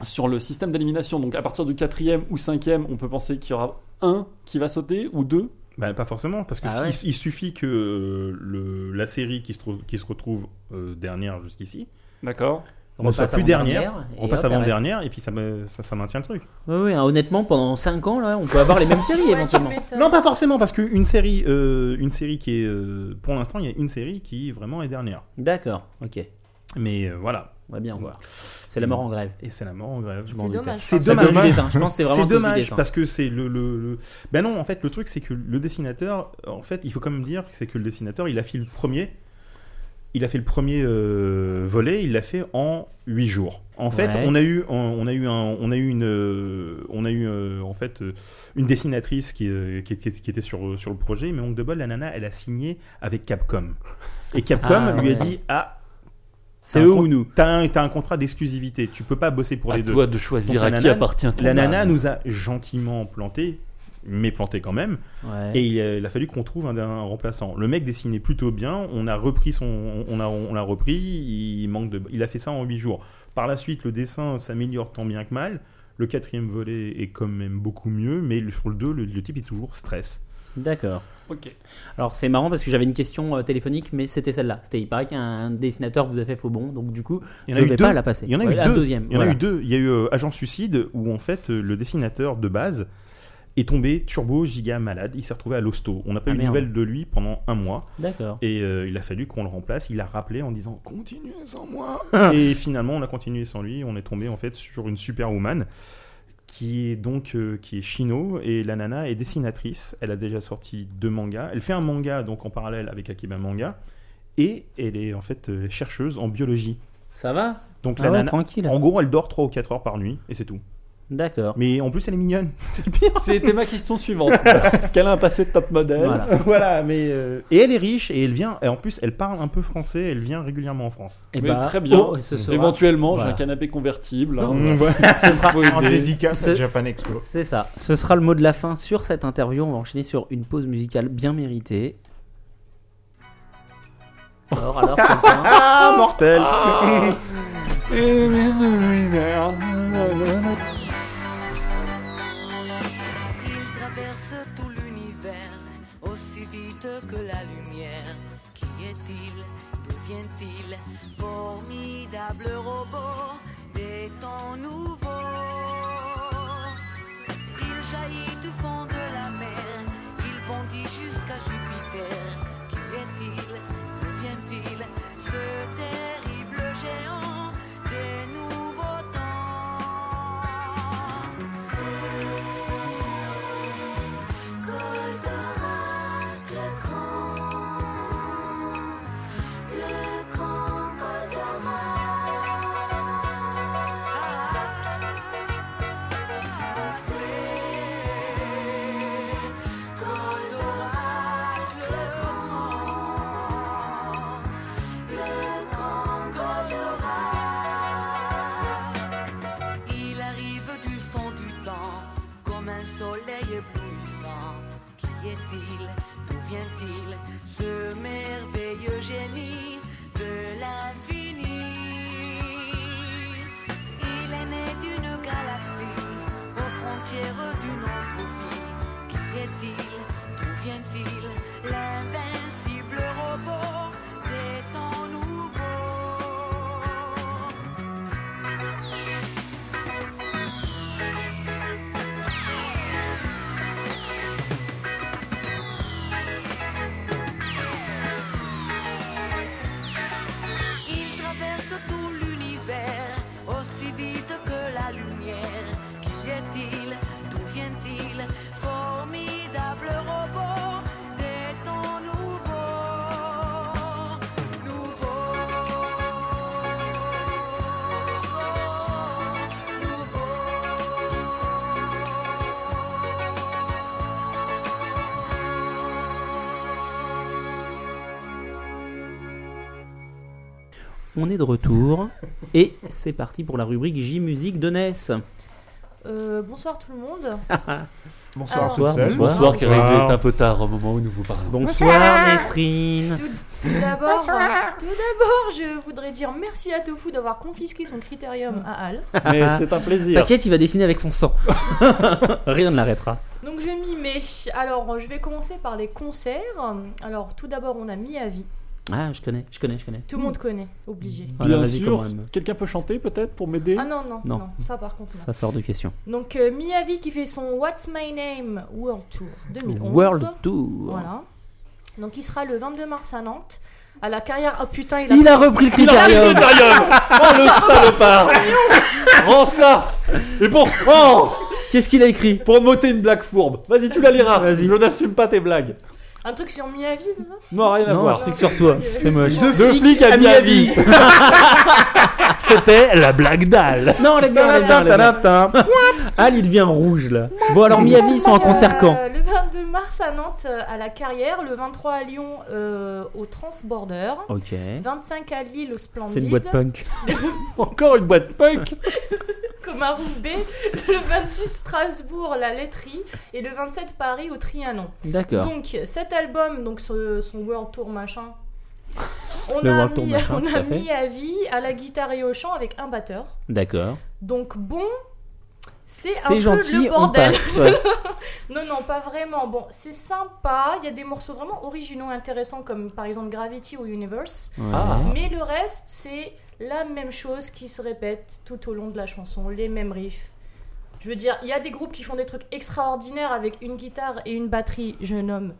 Sur le système d'élimination, donc à partir du quatrième ou cinquième, on peut penser qu'il y aura un qui va sauter ou deux. Bah, pas forcément, parce que Ah si- ouais. il, suffit que euh, le, la série qui se, trouve- qui se retrouve euh, dernière jusqu'ici, D'accord. on ne soit passe plus dernière, et on passe hop, elle avant dernière, et puis ça, me- ça, ça maintient le truc. reste. Ouais, ouais, hein, honnêtement, pendant 5 ans, là, on peut avoir les mêmes séries Ouais, tu éventuellement. m'étonnes. Non, pas forcément, parce qu'une série, euh, une série qui est, euh, pour l'instant, il y a une série qui vraiment est dernière. D'accord, ok. Mais euh, voilà, On va bien voir. C'est la mort en grève. et c'est la mort en grève. je C'est m'en doutais. dommage. C'est C'est C'est à cause dommage. du dessin, Je pense que c'est vraiment à C'est cause du dommage dessin. parce que c'est le, le- le- Ben non, en fait, le truc c'est que le dessinateur, en fait, il faut quand même dire que c'est que le dessinateur, il a fait le premier, il a fait le premier euh, volet, il l'a fait en 8 jours. En fait, Ouais. on a eu, on, on a eu un, on a eu une, euh, on a eu euh, en fait euh, une dessinatrice qui, euh, qui, était- qui était sur sur le projet, mais on de bol, la nana, elle a signé avec Capcom. Et Capcom Ah, lui a ouais. dit ah. C'est t'as un eux con- ou nous Ah, T'as un, t'as un contrat d'exclusivité, tu peux pas bosser pour à les deux. toi de choisir Donc, à la qui nana- appartient ton La nana âme. nous a gentiment planté, mais planté quand même, Ouais. et il a, il a fallu qu'on trouve un, un remplaçant. Le mec dessinait plutôt bien, on a repris son, on a, on l'a repris, il manque de, il a fait ça en 8 jours. Par la suite, le dessin s'améliore tant bien que mal. Le quatrième volet est quand même beaucoup mieux, mais le- sur le 2, le, le type est toujours stress. D'accord. Ok. Alors c'est marrant parce que j'avais une question euh, téléphonique, mais c'était celle-là. C'était il paraît qu'un dessinateur vous a fait faux bon, donc du coup Il y en a je ne eu vais deux. pas la passer. Il y en a Ouais, eu la deux. deuxième. Il y en a voilà. eu deux. Il y a eu euh, Agent Suicide où en fait euh, le dessinateur de base est tombé turbo giga malade. Il s'est retrouvé à l'hosto. On n'a pas Ah, eu de merde. nouvelles de lui pendant un mois. D'accord. Et euh, il a fallu qu'on le remplace. Il a rappelé en disant continuez sans moi. et finalement, on a continué sans lui. On est tombé en fait sur une superwoman qui est donc euh, qui est Shino et la nana est dessinatrice. Elle a déjà sorti deux mangas. Elle fait un manga donc en parallèle avec Akiba Manga et elle est en fait euh, chercheuse en biologie. Ça va Donc Ah la ouais, nana, tranquille. en gros, elle dort 3 ou 4 heures par nuit et c'est tout. D'accord. Mais en plus, elle est mignonne. C'était ma question suivante. Est-ce qu'elle a un passé de top modèle Voilà. voilà, mais euh, et elle est riche et elle vient et en plus, elle parle un peu français, elle vient régulièrement en France. Eh ben, oh, Et Mais très bien. ce sera- Éventuellement, Voilà. j'ai un canapé convertible. Mm, hein. ouais. ce sera- Faut En aider. dédicace à C'est- Japan Expo. C'est ça. Ce sera le mot de la fin sur cette interview. On va enchaîner sur une pause musicale bien méritée. Alors, alors, quelqu'un Ah, mortel. Il traverse tout l'univers aussi vite que la lumière. Qui est-il D'où vient-il Formidable robot des temps nouveaux. Il jaillit du fond de la mer, il bondit jusqu'à Jupiter. Qui est-il D'où vient-il Ce terrible géant des nouveaux temps. Goldorak, le grand, le grand Ah. Goldorak. C'est Goldorak, le grand, le grand Goldorak. Il arrive du fond du temps, comme un soleil éblouissant. Qui est-il D'où vient-il Ce merveilleux génie de l'infini. Il est né d'une galaxie, aux frontières d'une entropie. Qui est-il On est de retour et c'est parti pour la rubrique J-Musique de Ness. Euh, bonsoir tout le monde. Bonsoir Alors, à toutes seules. bonsoir. Bonsoir, car il Bonsoir. est un peu tard au moment où nous vous parlons. Bonsoir Nesrine. Tout, tout d'abord, euh, tout d'abord, je voudrais dire merci à Tofu d'avoir confisqué son critérium à Al. Mais c'est un plaisir. T'inquiète, il va dessiner avec son sang. Rien ne l'arrêtera. Donc je m'y mets. Alors, je vais commencer par les concerts. Alors, tout d'abord, on a Miyavi. Ah, je connais, je connais, je connais. Tout le monde connaît, obligé. Voilà, Bien vas-y, sûr. Cameron. Quelqu'un peut chanter peut-être pour m'aider Ah non, non, Mmh. Non. non, ça par contre. non. Ça sort de question. Donc euh, Miyavi qui fait son What's My Name World Tour 2011. World Tour. Voilà. Donc il sera le 22 mars à Nantes à la carrière. Oh putain, il a. Il a repris le critérium. Oh le salopard Rends ça Et pour, oh Qu'est-ce qu'il a écrit pour moter une blague fourbe, vas-y, tu la liras. Vas-y. Je n'assume pas tes blagues. Un truc sur Miyavi, c'est ça Non, rien à Non, un voir. truc sur toi. C'est moche. Deux, flics à Miami. C'était la blague d'Al. Non, les gars, les gars, les gars. Tadam. Al, Ah, il devient rouge là. Bon, alors Miyavi, ils sont en concert quand Euh, Le 22 mars à Nantes euh, à la carrière, le 23 à Lyon euh, au Transborder, Ok. 25 à Lille au Splendide. C'est une boîte punk. Encore une boîte punk. comme à Roubaix, le 26 Strasbourg, la laiterie, et le 27 Paris au Trianon. D'accord. Donc cet album, donc ce- son World Tour machin, on Le a World Tour mis, machin, on tout a à fait. mis à vie à la guitare et au chant avec un batteur. D'accord. Donc bon, c'est un C'est peu gentil, le on bordel. passe. non, non, pas vraiment. Bon, c'est sympa, il y a des morceaux vraiment originaux, intéressants, comme par exemple Gravity ou Universe. Ah. Mais le reste, c'est la même chose qui se répète tout au long de la chanson, les mêmes riffs. Je veux dire, il y a des groupes qui font des trucs extraordinaires avec une guitare et une batterie, je nomme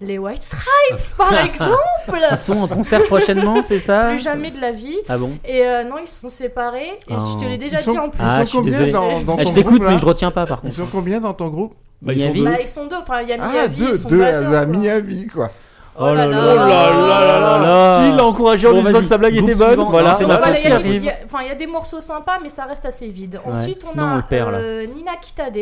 les White Stripes par Ils exemple. sont en concert prochainement, c'est ça plus jamais de la vie. Ah bon Et euh, non, ils se sont séparés. Et je te l'ai déjà Ils sont- dit en plus. Ah, ils je sont suis combien désolé. dans, dans Ah, Je ton t'écoute, groupe mais là je retiens pas par Ils contre. sont combien dans ton groupe Bah, ils sont Miyavi deux. Bah, ils sont deux. Enfin, il y a Miyavi Ah, et deux, son deux batteur, à, à quoi. Miami quoi. Oh là là Oh là là là là Qui l'a encouragé en Bon, lui disant vas-y, que sa blague groupe était bonne suivant. Voilà, Non, c'est ma voilà, faute. Voilà, il y qui a- arrive. il y a- enfin, il y a des morceaux sympas, mais ça reste assez vide. Ouais, Ensuite, on sinon, on a le perd, là. euh, Nina Kitade,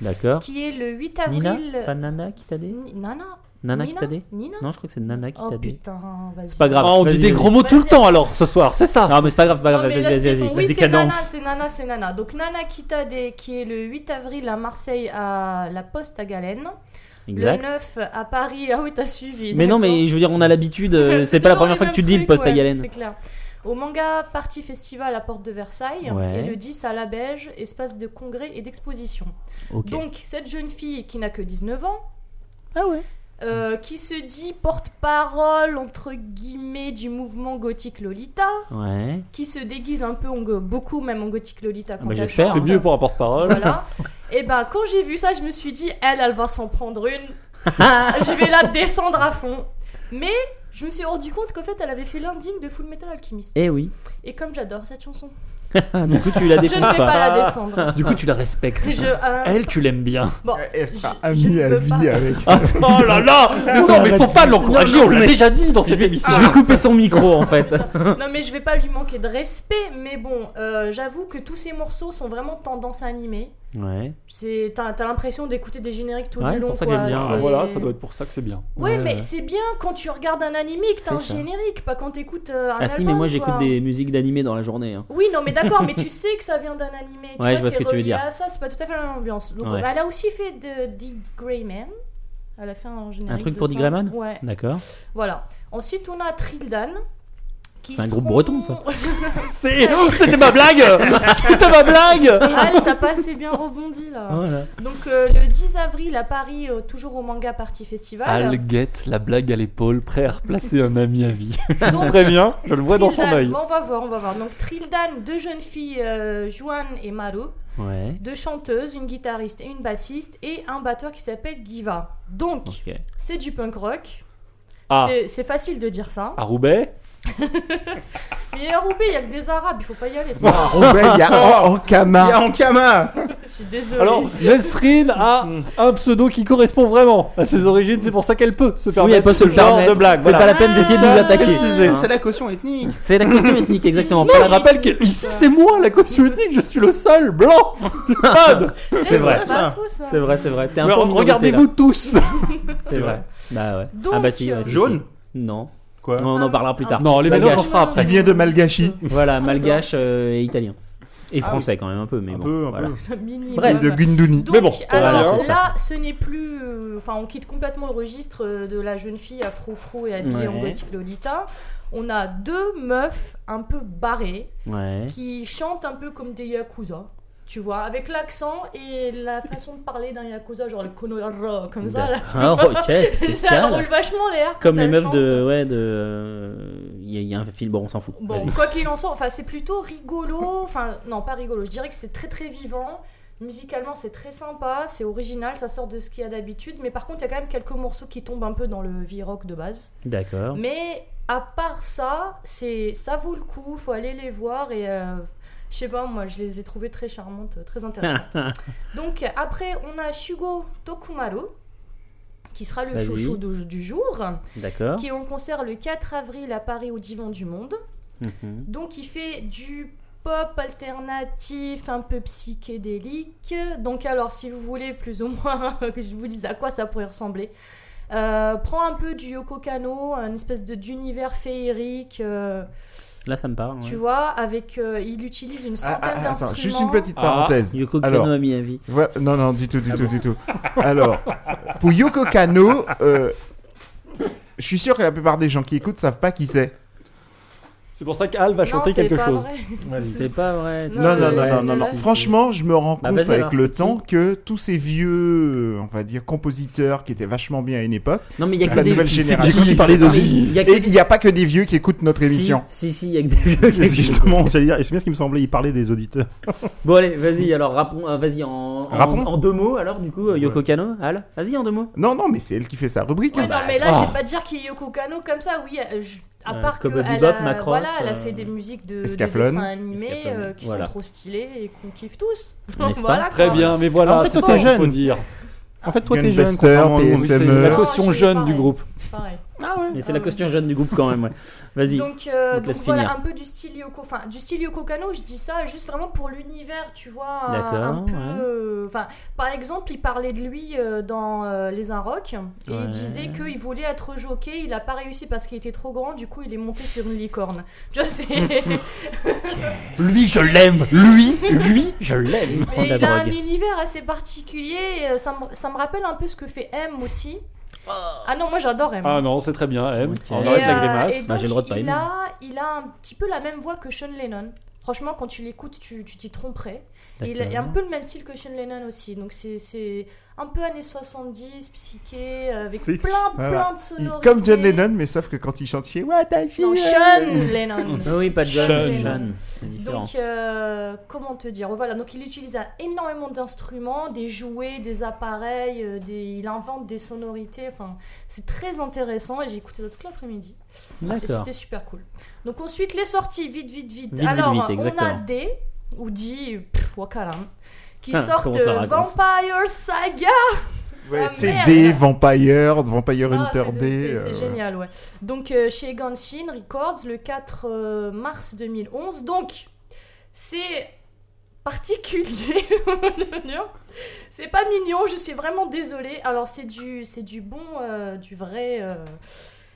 D'accord. qui est le 8 Nina avril. C'est pas Nana qui t'a dit Ni- Nana Nana qui Nina t'a dit Nina Non, je crois que c'est Nana qui Oh t'a dit. putain, vas-y. C'est pas grave. Ah, on dit Vas-y, des vas-y. gros mots tout le temps alors ce soir, c'est ça Non, mais c'est pas grave, c'est pas Non, grave. mais Vas-y, laisse vas-y, tomber. vas-y. Oui, Vas-y, c'est Nana, cadence. c'est Nana, c'est Nana. Donc Nana Kitade, qui est le 8 avril à Marseille à la Poste à Galène. Exact. Le 9 à Paris. Ah oui, t'as suivi. Mais non, d'accord. mais je veux dire, on a l'habitude. euh, C'est pas la toujours première les fois que mêmes tu dis le trucs, poste à ouais, galène. C'est clair. Au manga Party Festival à Porte de Versailles Ouais. et le 10 à La Belge, espace de congrès et d'exposition. Ok. Donc cette jeune fille qui n'a que 19 ans, Ah ouais. euh, qui se dit porte-parole entre guillemets du mouvement gothique Lolita, Ouais. qui se déguise un peu en go- beaucoup même en gothique Lolita quand bah, elle j'espère, chante. C'est mieux pour un porte-parole. Voilà. Et bah quand j'ai vu ça, je me suis dit elle elle va s'en prendre une. je vais la descendre à fond. Mais je me suis rendu compte qu'en fait elle avait fait l'ending de Full Metal Alchemist. Eh oui. Et comme j'adore cette chanson, Ah, du coup, tu la je ne vais défends pas, pas. la descendre. Du coup, tu la respectes. Je, euh, Elle, tu l'aimes bien. bon, Elle sera je- je ne amie à veux vie pas. avec. Oh là là Mais Non, mais faut pas l'encourager, on l'a déjà dit dans cette émission. Je vais couper son micro en fait. Non mais je vais pas lui manquer de respect, mais bon, euh, j'avoue que tous ces morceaux sont vraiment tendance animée. Ouais. C'est t'as t'as l'impression d'écouter des génériques tout Ouais, c'est du long. pour ça quoi. qu'elle aime bien. C'est- Ah, Voilà, ça doit être pour ça que c'est bien. Ouais, Ouais, mais ouais. c'est bien quand tu regardes un animé que t'as C'est un ça. générique, pas quand t'écoutes euh, un Ah si, album, mais moi quoi. j'écoute des musiques d'animé dans la journée. hein. Oui, non, mais d'accord, mais tu sais que ça vient d'un animé. Tu Ouais, vois, je vois ce c'est que tu veux relié dire. à ça, c'est pas tout à fait la même ambiance. Donc, Ouais. Elle a aussi fait de The Grey Man. Elle a fait un générique. truc de pour The ça. Grey Man Ouais. D'accord. Voilà. Ensuite, on a Trildan. qui C'est un seront- groupe breton, ça. C'est- oh, C'était ma blague C'était ma blague Ah, t'as pas assez bien rebondi là. Voilà. Donc, euh, le 10 avril à Paris, euh, toujours au Manga Party Ah, Festival. Alguette, la blague à l'épaule, prêt à replacer un ami à vie. Donc, Très bien, je le vois dans son Trildan- œil. Bon, on va voir, on va voir. Donc, Trildan, deux jeunes filles, euh, Juan et Maru. Ouais. deux chanteuses, une guitariste et une bassiste, et un batteur qui s'appelle Giva. Donc, Ok. c'est du punk rock. Ah. C'est- C'est facile de dire ça. hein. Ah. À Roubaix Mais à Roubaix, il y a que des Arabes, il faut pas y aller. c'est- Ah, Roubaix, il y a en Il Ah. y a Ankama. Ankama. Je suis désolée. Alors, Nesrine a un pseudo qui correspond vraiment à ses origines, c'est pour ça qu'elle peut se Oui, elle permettre peut se ce le genre permettre. de blague. C'est voilà. Ah, pas la peine d'essayer de nous attaquer. préciser. hein. C'est la caution ethnique. C'est la question ethnique, exactement. Non, je rappelle que ici Ah. c'est moi la caution unique, je suis le seul blanc. Mad. Eh, c'est vrai, pas ça. faux, ça. C'est vrai, c'est vrai. T'es un Mais peu en minorité, là. Regardez-vous tous. C'est vrai. Bah ouais. Donc, ah bah si. ouais, euh, si, si. Jaune Non. quoi. On en parlera plus tard. Ah. Bah, Non, les mélanges, Malgache. on fera Il après. vient de Malgachi. Voilà, malgache euh, et italien. Et Ah français quand même un peu, mais un bon. peu, un voilà. peu. Minimum. Bref. de Gundouni. Donc, Mais bon, alors voilà, c'est ça. là, ce n'est plus. euh, Enfin, on quitte complètement le registre euh, de la jeune fille à frou et habillée en Ouais. gothique Lolita. On a deux meufs un peu barrées Ouais. qui chantent un peu comme des yakuza. Tu vois, avec l'accent et la façon de parler d'un yakuza, genre le konororo, comme ça. Là. Ah, ok, ça roule spécial. vachement l'air. quand Comme les elle meufs de. chante. Ouais, de. Il y, a- il y a un film, bon, on s'en fout. Bon, Vas-y. quoi qu'il en soit, enfin, c'est plutôt rigolo. Enfin, non, pas rigolo. Je dirais que c'est très très vivant. Musicalement, c'est très sympa, c'est original, ça sort de ce qu'il y a d'habitude. Mais par contre, il y a quand même quelques morceaux qui tombent un peu dans le V-rock de base. D'accord. Mais à part ça, c'est ça vaut le coup. Faut aller les voir et. euh, je sais pas, moi je les ai trouvées très charmantes, euh, très intéressantes. Donc après, on a Shugo Tokumaru, qui sera le Vas-y. chouchou de- du jour, D'accord. qui est en concert le 4 avril à Paris au Divan du Monde. Mhm. Donc il fait du pop alternatif, un peu psychédélique. Donc alors si vous voulez plus ou moins que je vous dise à quoi ça pourrait ressembler, euh, prends un peu du Yoko Kano, un espèce de d'univers féerique, euh, Là, ça me parle. ouais. tu vois, avec euh, il utilise une Ah, centaine ah, attends, d'instruments. juste une petite Ah. parenthèse. Yoko Alors. Kano à Miami. Voilà- non, non, du Ah tout, du tout, du tout. Alors, pour Yoko Kano, euh, je suis sûr que la plupart des gens qui écoutent savent pas qui c'est. C'est pour ça qu'Al va Non, chanter c'est quelque pas chose. vrai. C'est pas vrai. Non, c'est- Non, non, non, c'est- non, non, non. Franchement, je me rends Bah, compte vas-y, alors, avec le c'est temps que tous ces vieux, on va dire, compositeurs qui étaient vachement bien à une époque, Non, mais il y a que la des. nouvelle c'est- J'ai génération. cru qu'il parlait de Il y a que Et il n'y a pas que des vieux qui écoutent notre émission. Si, si, si, il y a que des vieux qui Justement, j'allais dire, et c'est bien ce qui me semblait, il parlait des auditeurs. Bon, allez, vas-y, alors, rappons, euh, vas-y, en, en, Rappons. en deux mots, alors, du coup, euh, Yoko Kano, Al, vas-y, en deux mots. Non, non, mais c'est elle qui fait sa rubrique. Ouais, hein. non, mais là, je oh. vais pas dire qu'il y a Yoko Kano comme ça, oui. euh, je- À Euh, part que comme Bebop, elle a, Macross, voilà, elle a euh, fait des musiques de, de Escaflowne. dessins animés Escaflowne, euh, qui voilà. sont trop stylées et qu'on kiffe tous. N'est-ce pas Voilà, Très quoi. bien, mais voilà, Ah, En fait, c'est toi, ça t'es qu'il faut jeune. dire. En fait, toi, t'es jeune. Gunbuster, contrairement à nous, Oui, c'est PSME. la Non, caution je suis jeune pareil. du groupe. Pareil. Mais c'est Ah la ouais. question jeune du groupe, quand même, ouais. Vas-y. Donc, euh, On te laisse donc voilà finir. un peu du style Yoko, enfin du style Yoko Kano. Je dis ça juste vraiment pour l'univers, tu vois, un- D'accord, un peu. ouais. euh, Enfin, par exemple, il parlait de lui euh, dans euh, Les Inrocks et Ouais. il disait qu'il voulait être jockey, il a pas réussi parce qu'il était trop grand. Du coup, il est monté sur une licorne. Je sais. Lui, je l'aime. Lui, lui, je l'aime. Prendre Mais la il a un drogue. univers assez particulier. et, euh, Ça me, ça me rappelle un peu ce que fait M aussi. Oh. Ah non, moi j'adore M. Ah non, c'est très bien, M. Ok. On Et, arrête la euh, grimace. et Bah, j'ai donc, le droit de pas il aimer. A, il a un petit peu la même voix que Sean Lennon. Franchement, quand tu l'écoutes, tu tu t'y tromperais. Et il a un D'accord. peu le même style que Sean Lennon aussi. Donc c'est- c'est un peu années 70, psyché, euh, avec C'est- plein, voilà. plein de Il- sonorités. Comme John Lennon, mais sauf que quand il chante, il fait What I Non, feel. Sean Lennon. Ah oui, pas de jeune, Sean. jeune. C'est différent. Donc, euh, comment te dire Voilà, donc il utilise énormément d'instruments, des jouets, des appareils, euh, des... il invente des sonorités. Enfin, c'est très intéressant et j'ai écouté ça toute l'après-midi. Et D'accord. Ah, c'était super cool. Donc, ensuite, les sorties, vite, vite, vite. Vite, vite, Alors, vite, on a exactement. D, ou D, pff, wakaram, hein, qui Ah, sortent comment ça euh, raconte Vampire Saga Ouais, Sa tu sais, mère. D, Vampire, Vampire Ah, Hunter c'est- D. C'est c'est euh, génial, ouais. Donc, euh, chez Ganshin Records, le 4 euh, mars 2011. Donc, c'est particulier. de dire. c'est pas mignon, je suis vraiment désolée. Alors, c'est du, c'est du bon, euh, du vrai... euh,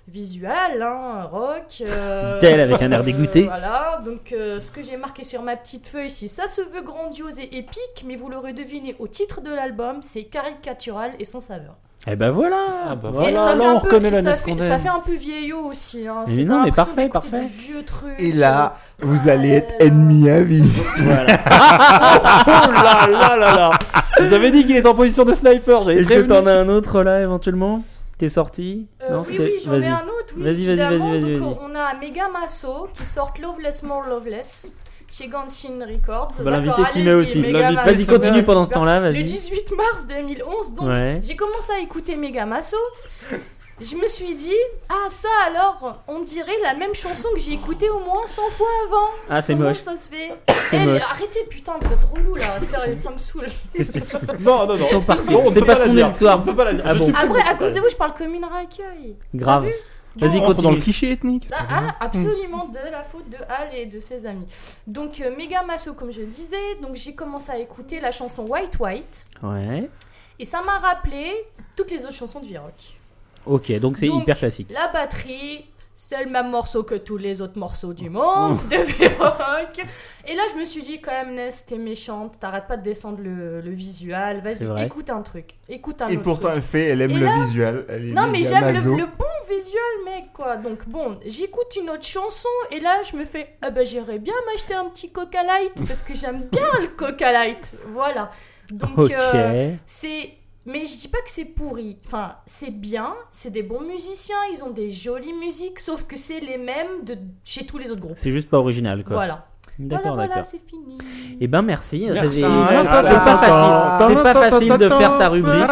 visuel, hein, rock. euh, Dit-elle avec un air dégoûté. voilà, donc euh, ce que j'ai marqué sur ma petite feuille, si ça se veut grandiose et épique, mais vous l'aurez deviné au titre de l'album, c'est caricatural et sans saveur. Eh ben voilà Ah bah Et voilà, ça fait là, un on peu- reconnaît ça l'année fait- qu'on Ça aime. fait un peu vieillot aussi. Hein. Mais C'est- non, t'as mais l'impression parfait, d'écouter parfait. des vieux trucs. Et là, vous allez être ennemi à vie. Oh là là là là Je vous avais dit qu'il était en position de sniper, j'avais Est-ce que prévenu. t'en as un autre, là, éventuellement T'es sorti Euh, oui, c'était- oui, j'en ai Vas-y. un autre. Oui, Vas-y, vas-y, vas-y, évidemment. vas-y, Donc, vas-y. On a Megamasso qui sortent Loveless More Loveless chez Ganshin Records. On va l'inviter D'accord, Simé allez-y, Bah, aussi. Megamasso, Vas-y, continue Megamasso, pendant ce super. temps-là, Le vas-y. 18 mars 2011, donc Ouais. j'ai commencé à écouter Megamasso. Je me suis dit, ah ça alors, on dirait la même chanson que j'ai écoutée au moins 100 fois avant. Ah, c'est Comment moche. ça se fait C'est Eh, mais moche. Arrêtez putain, vous êtes relou là, sérieux, ça me saoule. Non, non, non. Ils sont partis. Non, on ne C'est peut parce pas la qu'on est dire. victoire. On ne peut pas la dire. Ah Je bon. suis Après, à plus- cause de vous, je parle comme une racaille. Grave. Vas-y, Mmh. On rentre dans le continue. cliché ethnique. Ah, ah, absolument de la faute de Hal et de ses amis. Donc euh, Megamasso, comme je le disais, donc j'ai commencé à écouter la chanson White White Ouais. et ça m'a rappelé toutes les autres chansons de V-Rock. Ok, donc c'est Donc, hyper classique. La batterie, c'est le même morceau que tous les autres morceaux du monde de V-Rock. Et là, je me suis dit, quand même, Ness, t'es méchante, t'arrêtes pas de descendre le, le visuel, C'est vas-y, vrai. écoute un truc, écoute un Et autre pourtant, truc. elle fait, elle aime Et le là- visuel. Elle est Non, mais méga j'aime le, maso. le bon visuel, mec, quoi. Donc, bon, j'écoute une autre chanson, et là, je me fais, ah bah, j'irais bien m'acheter un petit Coca Light, parce que j'aime bien le Coca Light. Voilà. Donc, Ok. euh, c'est. Mais je dis pas que c'est pourri. Enfin, c'est bien, c'est des bons musiciens, ils ont des jolies musiques, sauf que c'est les mêmes de chez tous les autres groupes. C'est juste pas original, quoi. Voilà. Voilà, D'accord, voilà, d'accord. c'est fini. Eh ben merci. Merci. C'est- Ah, C'est pas facile. C'est pas facile de faire ta rubrique.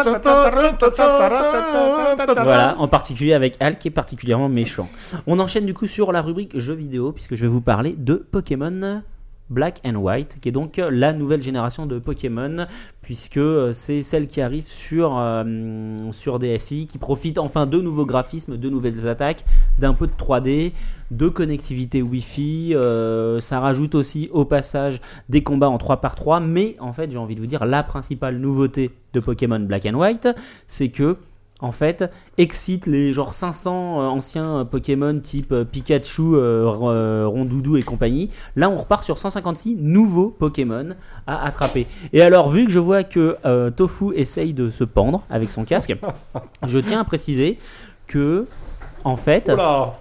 Voilà, en particulier avec Al qui est particulièrement méchant. On enchaîne du coup sur la rubrique jeux vidéo puisque je vais vous parler de Pokémon Black and White qui est donc euh, la nouvelle génération de Pokémon puisque euh, c'est celle qui arrive sur, euh, sur DSi qui profite enfin de nouveaux graphismes, de nouvelles attaques, d'un peu de 3D, de connectivité Wi-Fi. euh, ça rajoute aussi au passage des combats en 3 par 3 mais en fait j'ai envie de vous dire la principale nouveauté de Pokémon Black and White c'est que en fait, excite les genre 500 euh, anciens euh, Pokémon type euh, Pikachu, euh, R- euh, Rondoudou et compagnie. Là, on repart sur 156 nouveaux Pokémon à attraper. Et alors, vu que je vois que euh, Tofu essaye de se pendre avec son casque, je tiens à préciser que, en fait, Oula,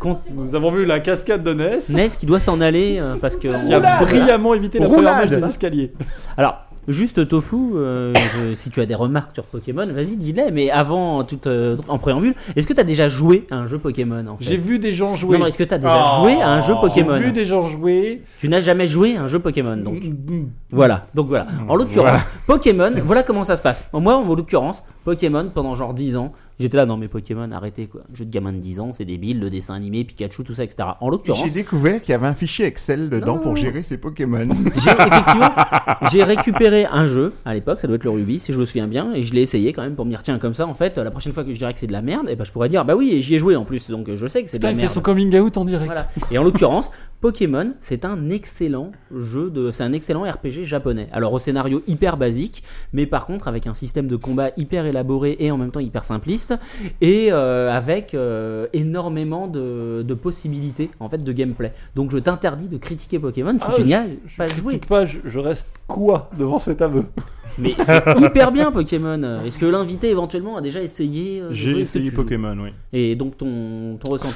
quand nous avons vu la cascade de Ness Ness qui doit s'en aller euh, parce que. qui a brillamment évité la première Roulade. marche des escaliers. Alors, juste Tofu, euh, je- si tu as des remarques sur Pokémon, vas-y, dis-les. Mais avant, tout, euh, en préambule, est-ce que tu as déjà joué à un jeu Pokémon en fait J'ai vu des gens jouer. Non, non, est-ce que t'as déjà Oh, joué à un jeu Pokémon J'ai vu des gens jouer. Tu n'as jamais joué à un jeu Pokémon, donc Mm, voilà. Donc voilà. En l'occurrence, Pokémon, voilà comment ça se passe. Moi, en l'occurrence, Pokémon, pendant genre 10 ans, j'étais là, non mais Pokémon, arrêtez quoi. Jeu de gamin de 10 ans, c'est débile, le dessin animé, Pikachu, tout ça, etc. En l'occurrence, J'ai découvert qu'il y avait un fichier Excel dedans Non. pour gérer ses Pokémon. j'ai effectivement, j'ai récupéré un jeu à l'époque, ça doit être le Ruby, si je me souviens bien, et je l'ai essayé quand même pour me dire, tiens, comme ça, en fait, la prochaine fois que je dirais que c'est de la merde, et ben, je pourrais dire, bah oui, et j'y ai joué en plus, donc je sais que c'est de Putain, la il fait merde. son coming out en direct. Voilà. Et en l'occurrence, Pokémon, c'est un excellent jeu de, c'est un excellent RPG japonais. Alors au scénario hyper basique, mais par contre avec un système de combat hyper élaboré et en même temps hyper simpliste, et euh, avec euh, énormément de, de possibilités en fait de gameplay. Donc je t'interdis de critiquer Pokémon si Ah, tu n'y as Je pas joué. critique pas, je, je reste quoi devant cet aveu Mais c'est hyper bien Pokémon. Est-ce que l'invité éventuellement a déjà essayé euh, de J'ai jouer Est-ce que essayé tu joues Pokémon, oui. Et donc ton ton ressenti.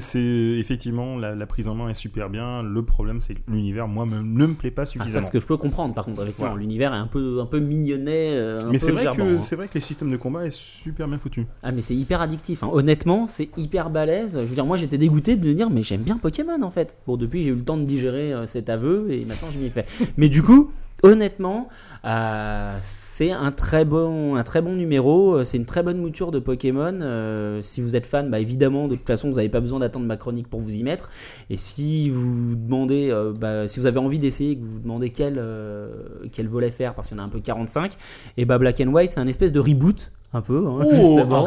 C'est, c'est effectivement la, la prise en main est super bien. Le problème, c'est que l'univers, moi, me- ne me plaît pas Ah, ça, suffisamment. ce que je peux comprendre, par contre, avec toi, Voilà. l'univers est un peu, un peu mignonnet, euh, un mais peu c'est vrai, gerbant, que, hein. c'est vrai que les systèmes de combat est super bien foutu. Ah mais c'est hyper addictif, hein. honnêtement c'est hyper balèze. Je veux dire moi j'étais dégoûté de me dire mais j'aime bien Pokémon en fait. Bon depuis j'ai eu le temps de digérer euh, cet aveu et maintenant je m'y fais. Mais du coup honnêtement euh, c'est un très bon un très bon numéro, euh, c'est une très bonne mouture de Pokémon. Euh, si vous êtes fan bah évidemment de toute façon vous n'avez pas besoin d'attendre ma chronique pour vous y mettre. Et si vous demandez euh, bah, si vous avez envie d'essayer que vous vous demandez quel euh, quel volet faire parce qu'il y en a un peu 45 et bah Black and White c'est un espèce de reboot un peu Oh, hein, Oh, justement.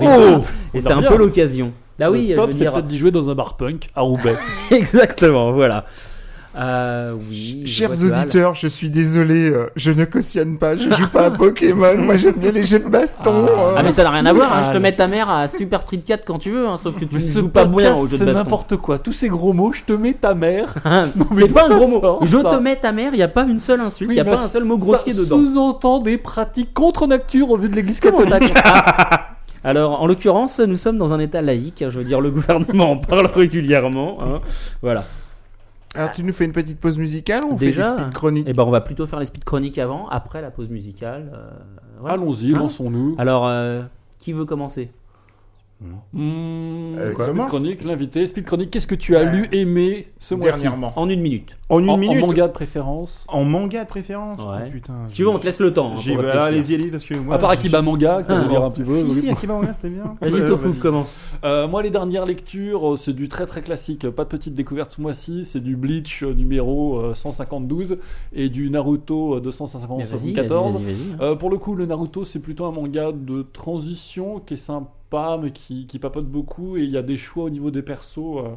Et c'est un peu l'occasion. Là oui, bah, Le je top, veux c'est dire. peut-être d'y jouer dans un bar punk à Roubaix. Exactement, voilà. Euh, oui. je Chers vois que dalle. auditeurs, je suis désolé, euh, je ne cautionne pas, je joue pas à Pokémon. Moi, j'aime bien les jeux de baston. euh. Ah mais ça n'a rien à voir, hein, je te Dalle. mets ta mère à Super Street 4 quand tu veux, hein, sauf que tu Mais ne ce joues pas bien au jeu podcast, de c'est baston. n'importe quoi. Tous ces gros mots, je te mets ta mère. Hein, mais C'est d'où pas ça un gros mot. sort, Je ça te mets ta mère, il n'y a pas une seule insulte, il Oui, n'y a mais pas un seul mot grossier ça dedans. sous-entend des pratiques contre nature au vu de l'église Comment catholique. ça, ah. Alors, en l'occurrence, nous sommes dans un état laïque. hein, Je veux dire, le gouvernement en parle régulièrement. hein. Voilà. Alors, tu nous fais une petite pause musicale ou on Déjà, fait des speed chroniques Et ben, on va plutôt faire les speed chroniques avant, après la pause musicale. euh, voilà. Allons-y, Hein lançons-nous. Alors, euh, qui veut commencer Mmh, Euh, speed commence. Chronique, l'invité. Speed Chronique, qu'est-ce que tu as lu, aimé ce mois-ci Dernièrement. En une minute. En une En- minute. En manga de préférence. En manga de préférence. Ouais. Oh, putain. Si tu veux, on te laisse le temps. hein, J'ai pour bah, réfléchir. allez-y, allez-y parce que moi, À part j'ai- Akiba Manga, que Ah, vous lire un petit peu. Si, si, Akiba Manga, c'était bien. Vas-y, Ouais, Tofu, vas-y. commence. Euh, moi, les dernières lectures, euh, c'est du très très classique. Pas de petite découverte ce mois-ci. C'est du Bleach euh, numéro euh, 152 et du Naruto euh, Mais 251 Vas-y, 74. vas-y, vas-y, vas-y, hein. Euh, pour le coup, le Naruto, c'est plutôt un manga de transition qui est sympa, mais qui, qui papote beaucoup. Et il y a des choix au niveau des persos euh,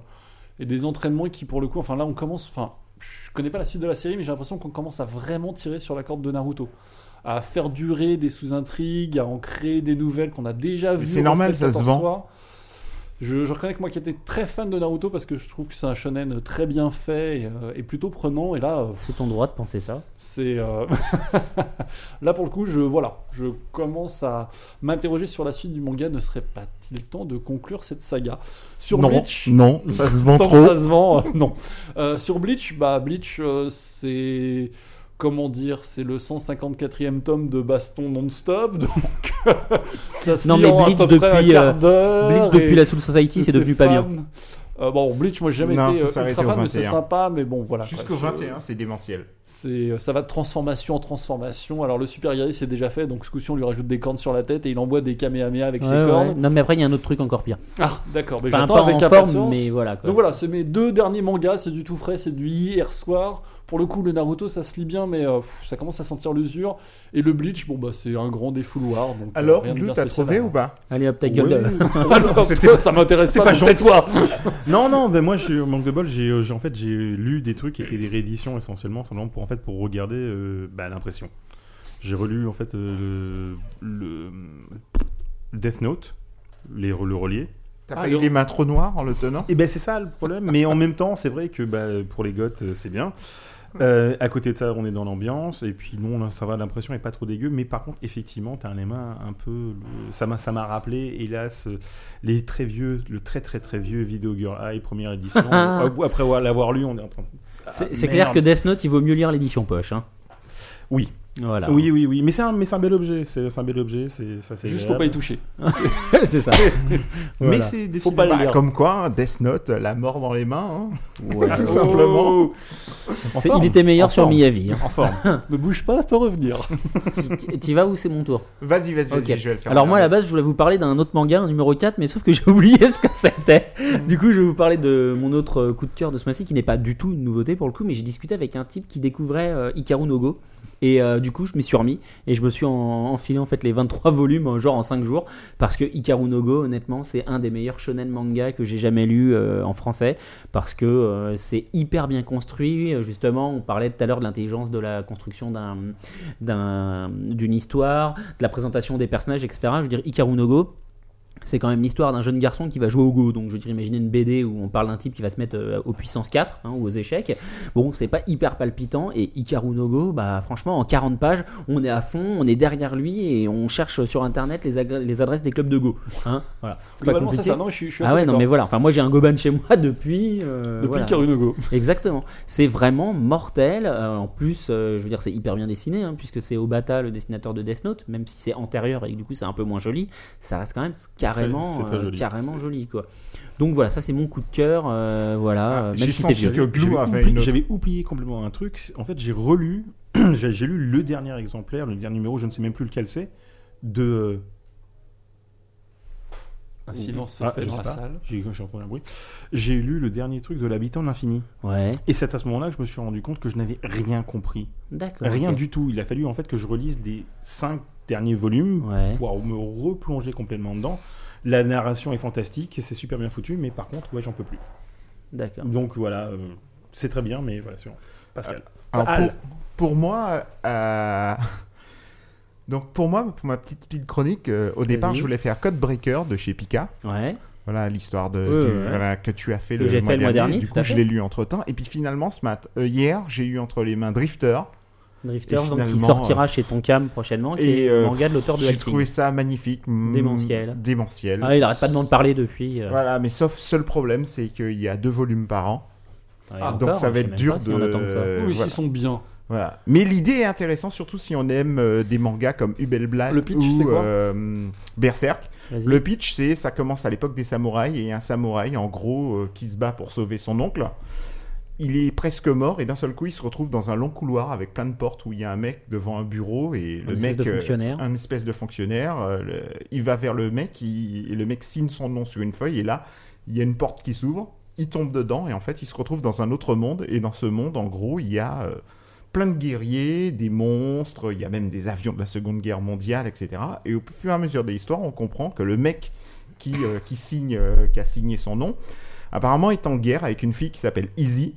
et des entraînements qui, pour le coup, enfin là, on commence. Enfin, je connais pas la suite de la série, mais j'ai l'impression qu'on commence à vraiment tirer sur la corde de Naruto. À faire durer des sous-intrigues, à en créer des nouvelles qu'on a déjà Mais vues. c'est normal, refaites ça se 14 vend. fois. Je, je reconnais que moi qui étais très fan de Naruto parce que je trouve que c'est un shonen très bien fait et, euh, et plutôt prenant. Et là, euh, C'est ton droit de penser ça. c'est euh, là pour le coup, je voilà, je commence à m'interroger sur la suite du manga. Ne serait pas-il temps de conclure cette saga sur non, Bleach non, ça se vend Tant trop. que ça se vend, euh, non. Euh, sur Bleach, bah Bleach, euh, c'est comment dire, c'est le 154e tome de baston non-stop, donc ça se Non, lit mais en à Bleach peu près depuis, un euh, quart d'heure. Bleach, depuis et- la Soul Society, c'est devenu pas bien. fan. Euh, bon, Bleach, moi j'ai jamais Non, été faut euh, s'arrêter ultra au fan, mais c'est 21. sympa, mais bon voilà. Jusqu'au Bref, 21, c'est démentiel. c'est, euh, ça va de transformation en transformation. Alors le super guerrier c'est déjà fait, donc ce coup-ci on lui rajoute des cornes sur la tête et il envoie des kamehameha avec Ouais, ses ouais. cornes. Non, mais après, il y a un autre truc encore pire. Ah d'accord, mais Enfin, j'attends pas avec en impatience. forme, mais voilà. Quoi. Donc voilà, c'est mes deux derniers mangas, c'est du tout frais, c'est du hier soir. Pour le coup, le Naruto ça se lit bien, mais euh, pff, ça commence à sentir l'usure. Et le Bleach, bon bah c'est un grand défouloir. Donc, euh, Alors, rien de Glou, bien t'as hein. spécial trouvé à- ou pas Allez hop, ta gueule. Ouais. là. Alors, C'était toi, ça m'intéresse c'est pas. pas donc tais-toi. Non, non, ben moi, je manque de bol. J'ai, euh, j'ai- en fait, j'ai lu des trucs et fait des rééditions essentiellement, simplement pour en fait pour regarder euh, bah, l'impression. J'ai relu en fait euh, le, le Death Note, les, le relier. T'as Ah, pas le- eu les mains trop noires en le tenant Et ben c'est ça le problème. Mais en même temps, c'est vrai que bah, pour les goths, euh, c'est bien. Euh, à côté de ça, on est dans l'ambiance et puis non, là, ça va. L'impression est pas trop dégueu, mais par contre, effectivement, t'as les mains un peu. le- Ça m'a, ça m'a rappelé, hélas, euh, les très vieux, le très très très vieux Video Girl High première édition. Euh, Après avoir- l'avoir lu, on est en train. de- C'est Ah, c'est clair merde. que Death Note, il vaut mieux lire l'édition poche. hein. Oui. Voilà. Oui, oui, oui. Mais c'est un, mais c'est un bel objet. C'est c'est un bel objet. C'est ça, c'est. Juste faut pas y agréable. toucher. c'est ça. Voilà. Mais c'est des pas le lire. Comme quoi, hein, Death Note, la mort dans les mains, hein. tout simplement. Oh, C'est- forme, Il était meilleur en sur forme. Miyavi. hein. en forme. ne bouge pas, ça peut revenir. Tu- tu- tu vas où c'est mon tour Vas-y, vas-y, vas-y, Ok. je vais le faire. Alors moi à la regarder. base je voulais vous parler d'un autre manga, un numéro 4, mais sauf que j'ai oublié ce que c'était. Du coup je vais vous parler de mon autre euh, coup de cœur de ce mois-ci qui n'est pas du tout une nouveauté pour le coup, mais j'ai discuté avec un type qui découvrait euh, Hikaru no Go. Et euh, du coup je m'y suis remis et je me suis en- enfilé en fait les 23 volumes euh, genre en 5 jours parce que Hikaru no Go honnêtement c'est un des meilleurs shonen manga que j'ai jamais lu euh, en français parce que euh, c'est hyper bien construit. Euh, Justement on parlait tout à l'heure de l'intelligence de la construction d'un d'un- d'une histoire, de la présentation des personnages, etc. Je veux dire, Hikaru no Go, c'est quand même l'histoire d'un jeune garçon qui va jouer au Go. Donc, je veux dire, imaginez une BD où on parle d'un type qui va se mettre euh, aux puissances 4 hein, ou aux échecs. Bon, c'est pas hyper palpitant. Et Hikaru no Go, bah, franchement, en 40 pages, on est à fond, on est derrière lui et on cherche sur internet les, ag- les adresses des clubs de Go. Hein, voilà. C'est pas Globalement, c'est compliqué. ça. Non, je suis, je suis Ah assez ouais, non, d'accord. mais voilà. Enfin, moi, j'ai un Goban chez moi depuis. euh, Depuis voilà. Karunogo. Exactement. C'est vraiment mortel. Euh, en plus, euh, je veux dire, c'est hyper bien dessiné, hein, puisque c'est Obata, le dessinateur de Death Note, même si c'est antérieur et que du coup c'est un peu moins joli, ça reste quand même carrément, c'est très euh, joli. carrément C'est- joli, quoi. Donc voilà, ça c'est mon coup de cœur. euh, voilà, euh, même Ah, J'ai si c'est senti vieux. que Glou J'avais avait oublié- une autre. J'avais oublié complètement un truc. En fait, j'ai relu, j'ai j'ai lu le dernier exemplaire, le dernier numéro, je ne sais même plus lequel c'est, de. Un silence se Ah, fait je dans sais la pas. salle. J'ai j'ai entendu un bruit. J'ai lu le dernier truc de l'habitant de l'infini. Ouais. Et c'est à ce moment-là que je me suis rendu compte que je n'avais rien compris. D'accord. Rien ok. du tout. Il a fallu en fait que je relise les cinq derniers volumes Ouais. pour pouvoir me replonger complètement dedans. La narration est fantastique, c'est super bien foutu, mais par contre, ouais, j'en peux plus. D'accord. Donc voilà, euh, c'est très bien, mais voilà, suivant. Pascal. Bah, Alors, Ah, pour, là. pour moi, euh, donc pour moi, pour ma petite speed chronique, euh, au départ, Vas-y. je voulais faire Code Breaker de chez Pika. Ouais. Voilà l'histoire de Ouais, du- ouais. voilà, que tu as fait, Que le, j'ai mois fait le mois dernier, Du tout coup, à je fait. l'ai lu entre temps. Et puis finalement, ce matin, euh, hier, j'ai eu entre les mains Drifter. Drifters, Et donc, qui finalement, euh, sortira chez Tonkam prochainement, qui et, est euh, le manga de l'auteur de J'ai Helsing. trouvé ça magnifique, mm, Démentiel. démentiel. Ah, il arrête pas de m'en parler depuis. euh, Voilà, mais sauf seul problème, c'est qu'il y a deux volumes par an, ouais, Ah, encore, donc ça hein, va je sais être même dur pas si de. on attend que ça. euh, oui, voilà. ils sont bien. Voilà. Mais l'idée est intéressante, surtout si on aime euh, des mangas comme Hubel Black Le pitch, c'est ou quoi euh, Berserk. Vas-y. Le pitch, c'est ça commence à l'époque des samouraïs et un samouraï, en gros, euh, qui se bat pour sauver son oncle. Il est presque mort et d'un seul coup, il se retrouve dans un long couloir avec plein de portes où il y a un mec devant un bureau et Un le espèce mec, de euh, fonctionnaire. un espèce de fonctionnaire, euh, le- il va vers le mec, il- et le mec signe son nom sur une feuille et là, il y a une porte qui s'ouvre, il tombe dedans et en fait, il se retrouve dans un autre monde et dans ce monde, en gros, il y a euh, plein de guerriers, des monstres, il y a même des avions de la Seconde Guerre mondiale, etc. Et au fur et à mesure de l'histoire, on comprend que le mec qui, euh, qui signe, euh, qui a signé son nom, apparemment est en guerre avec une fille qui s'appelle Izzy,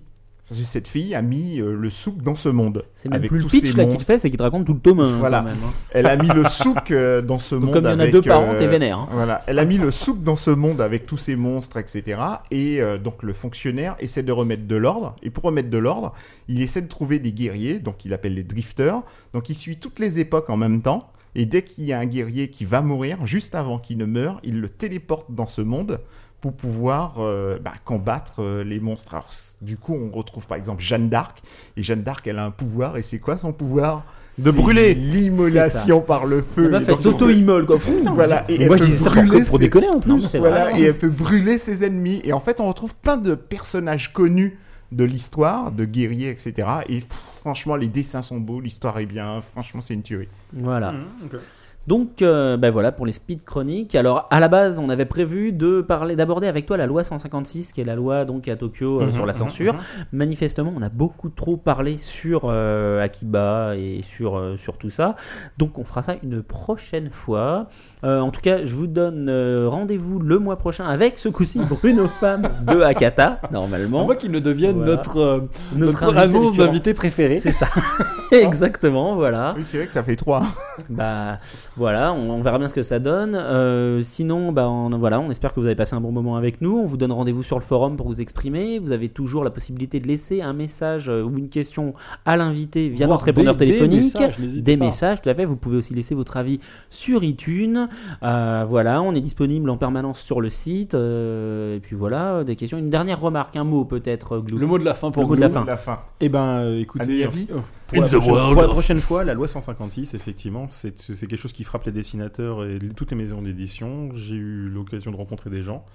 Parce que cette fille a mis euh, le souk dans ce monde. C'est même avec plus le tous pitch ces là qui te monstres. fait, c'est qu'il te raconte tout le tome. hein, Voilà. quand même, hein. Elle a mis le souk euh, dans ce Donc, monde. comme il y en a avec, deux par an, euh, t'es vénère. hein. Voilà, elle a mis le souk dans ce monde avec tous ces monstres, etc. Et euh, donc le fonctionnaire essaie de remettre de l'ordre. Et pour remettre de l'ordre, il essaie de trouver des guerriers, donc il appelle les drifters. Donc il suit toutes les époques en même temps. Et dès qu'il y a un guerrier qui va mourir, juste avant qu'il ne meure, il le téléporte dans ce monde pour pouvoir euh, bah, combattre euh, les monstres. Alors, c- du coup, on retrouve par exemple Jeanne d'Arc. Et Jeanne d'Arc, elle a un pouvoir. Et c'est quoi son pouvoir De brûler. L'immolation par le feu. Elle m'a Et fait donc, on- s'auto-immole quoi. Voilà, et elle moi, peut je disais ça pour, brûler pour ses- déconner en plus. non, c'est voilà, vrai. et elle peut brûler ses ennemis. Et en fait, on retrouve plein de personnages connus de l'histoire, de guerriers, etc. Et pff, franchement, les dessins sont beaux, l'histoire est bien. Franchement, c'est une tuerie. Voilà. Mmh, ok. Donc, Ah. euh, ben voilà pour les speed chroniques. Alors, à la base, on avait prévu de parler, d'aborder avec toi la loi 156, qui est la loi donc à Tokyo euh, Mhm, sur la mhm, censure. mhm. Manifestement, on a beaucoup trop parlé sur euh, Akiba et sur, euh, sur tout ça. Donc, on fera ça une prochaine fois. Euh, en tout cas, je vous donne euh, rendez-vous le mois prochain avec ce coup-ci Bruno Femme de Akata, normalement. Ah, Moi qu'il ne devienne Voilà. notre, euh, notre, invité annonce récurrent. d'invité préféré. C'est ça. Exactement, voilà. Oui, c'est vrai que ça fait trois. hein, Bah voilà, on, on verra bien ce que ça donne. Euh, sinon, bah on, voilà, on espère que vous avez passé un bon moment avec nous. On vous donne rendez-vous sur le forum pour vous exprimer. Vous avez toujours la possibilité de laisser un message euh, ou une question à l'invité via Voire notre répondeur des- des téléphonique. messages, n'hésitez Des pas. messages, tout à fait. Vous pouvez aussi laisser votre avis sur iTunes. Euh, voilà, on est disponible en permanence sur le site. Euh, et puis voilà, euh, des questions. Une dernière remarque, un mot peut-être, euh, Glou. Le mot de la fin pour Le mot de nous. la fin. La fin. Eh ben, euh, À écoutez, mon euh, avis. pour, In la the prochaine, world pour la of- prochaine fois, la loi 156, effectivement, c'est c'est quelque chose qui frappe les dessinateurs et les- toutes les maisons d'édition. J'ai eu l'occasion de rencontrer des gens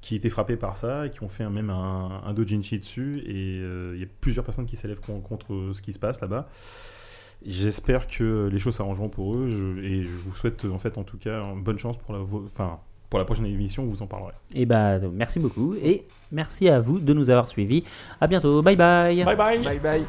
qui étaient frappés par ça et qui ont fait un- même un, un doujinshi dessus. Et euh, il y a plusieurs personnes qui s'élèvent con- contre ce qui se passe là-bas. J'espère que les choses s'arrangeront pour eux je- et je vous souhaite en fait en tout cas une bonne chance pour la, vo- enfin, pour la prochaine émission, on vous en parlerez. Et bah merci beaucoup et merci à vous de nous avoir suivis. À bientôt, bye bye. Bye bye. Bye bye.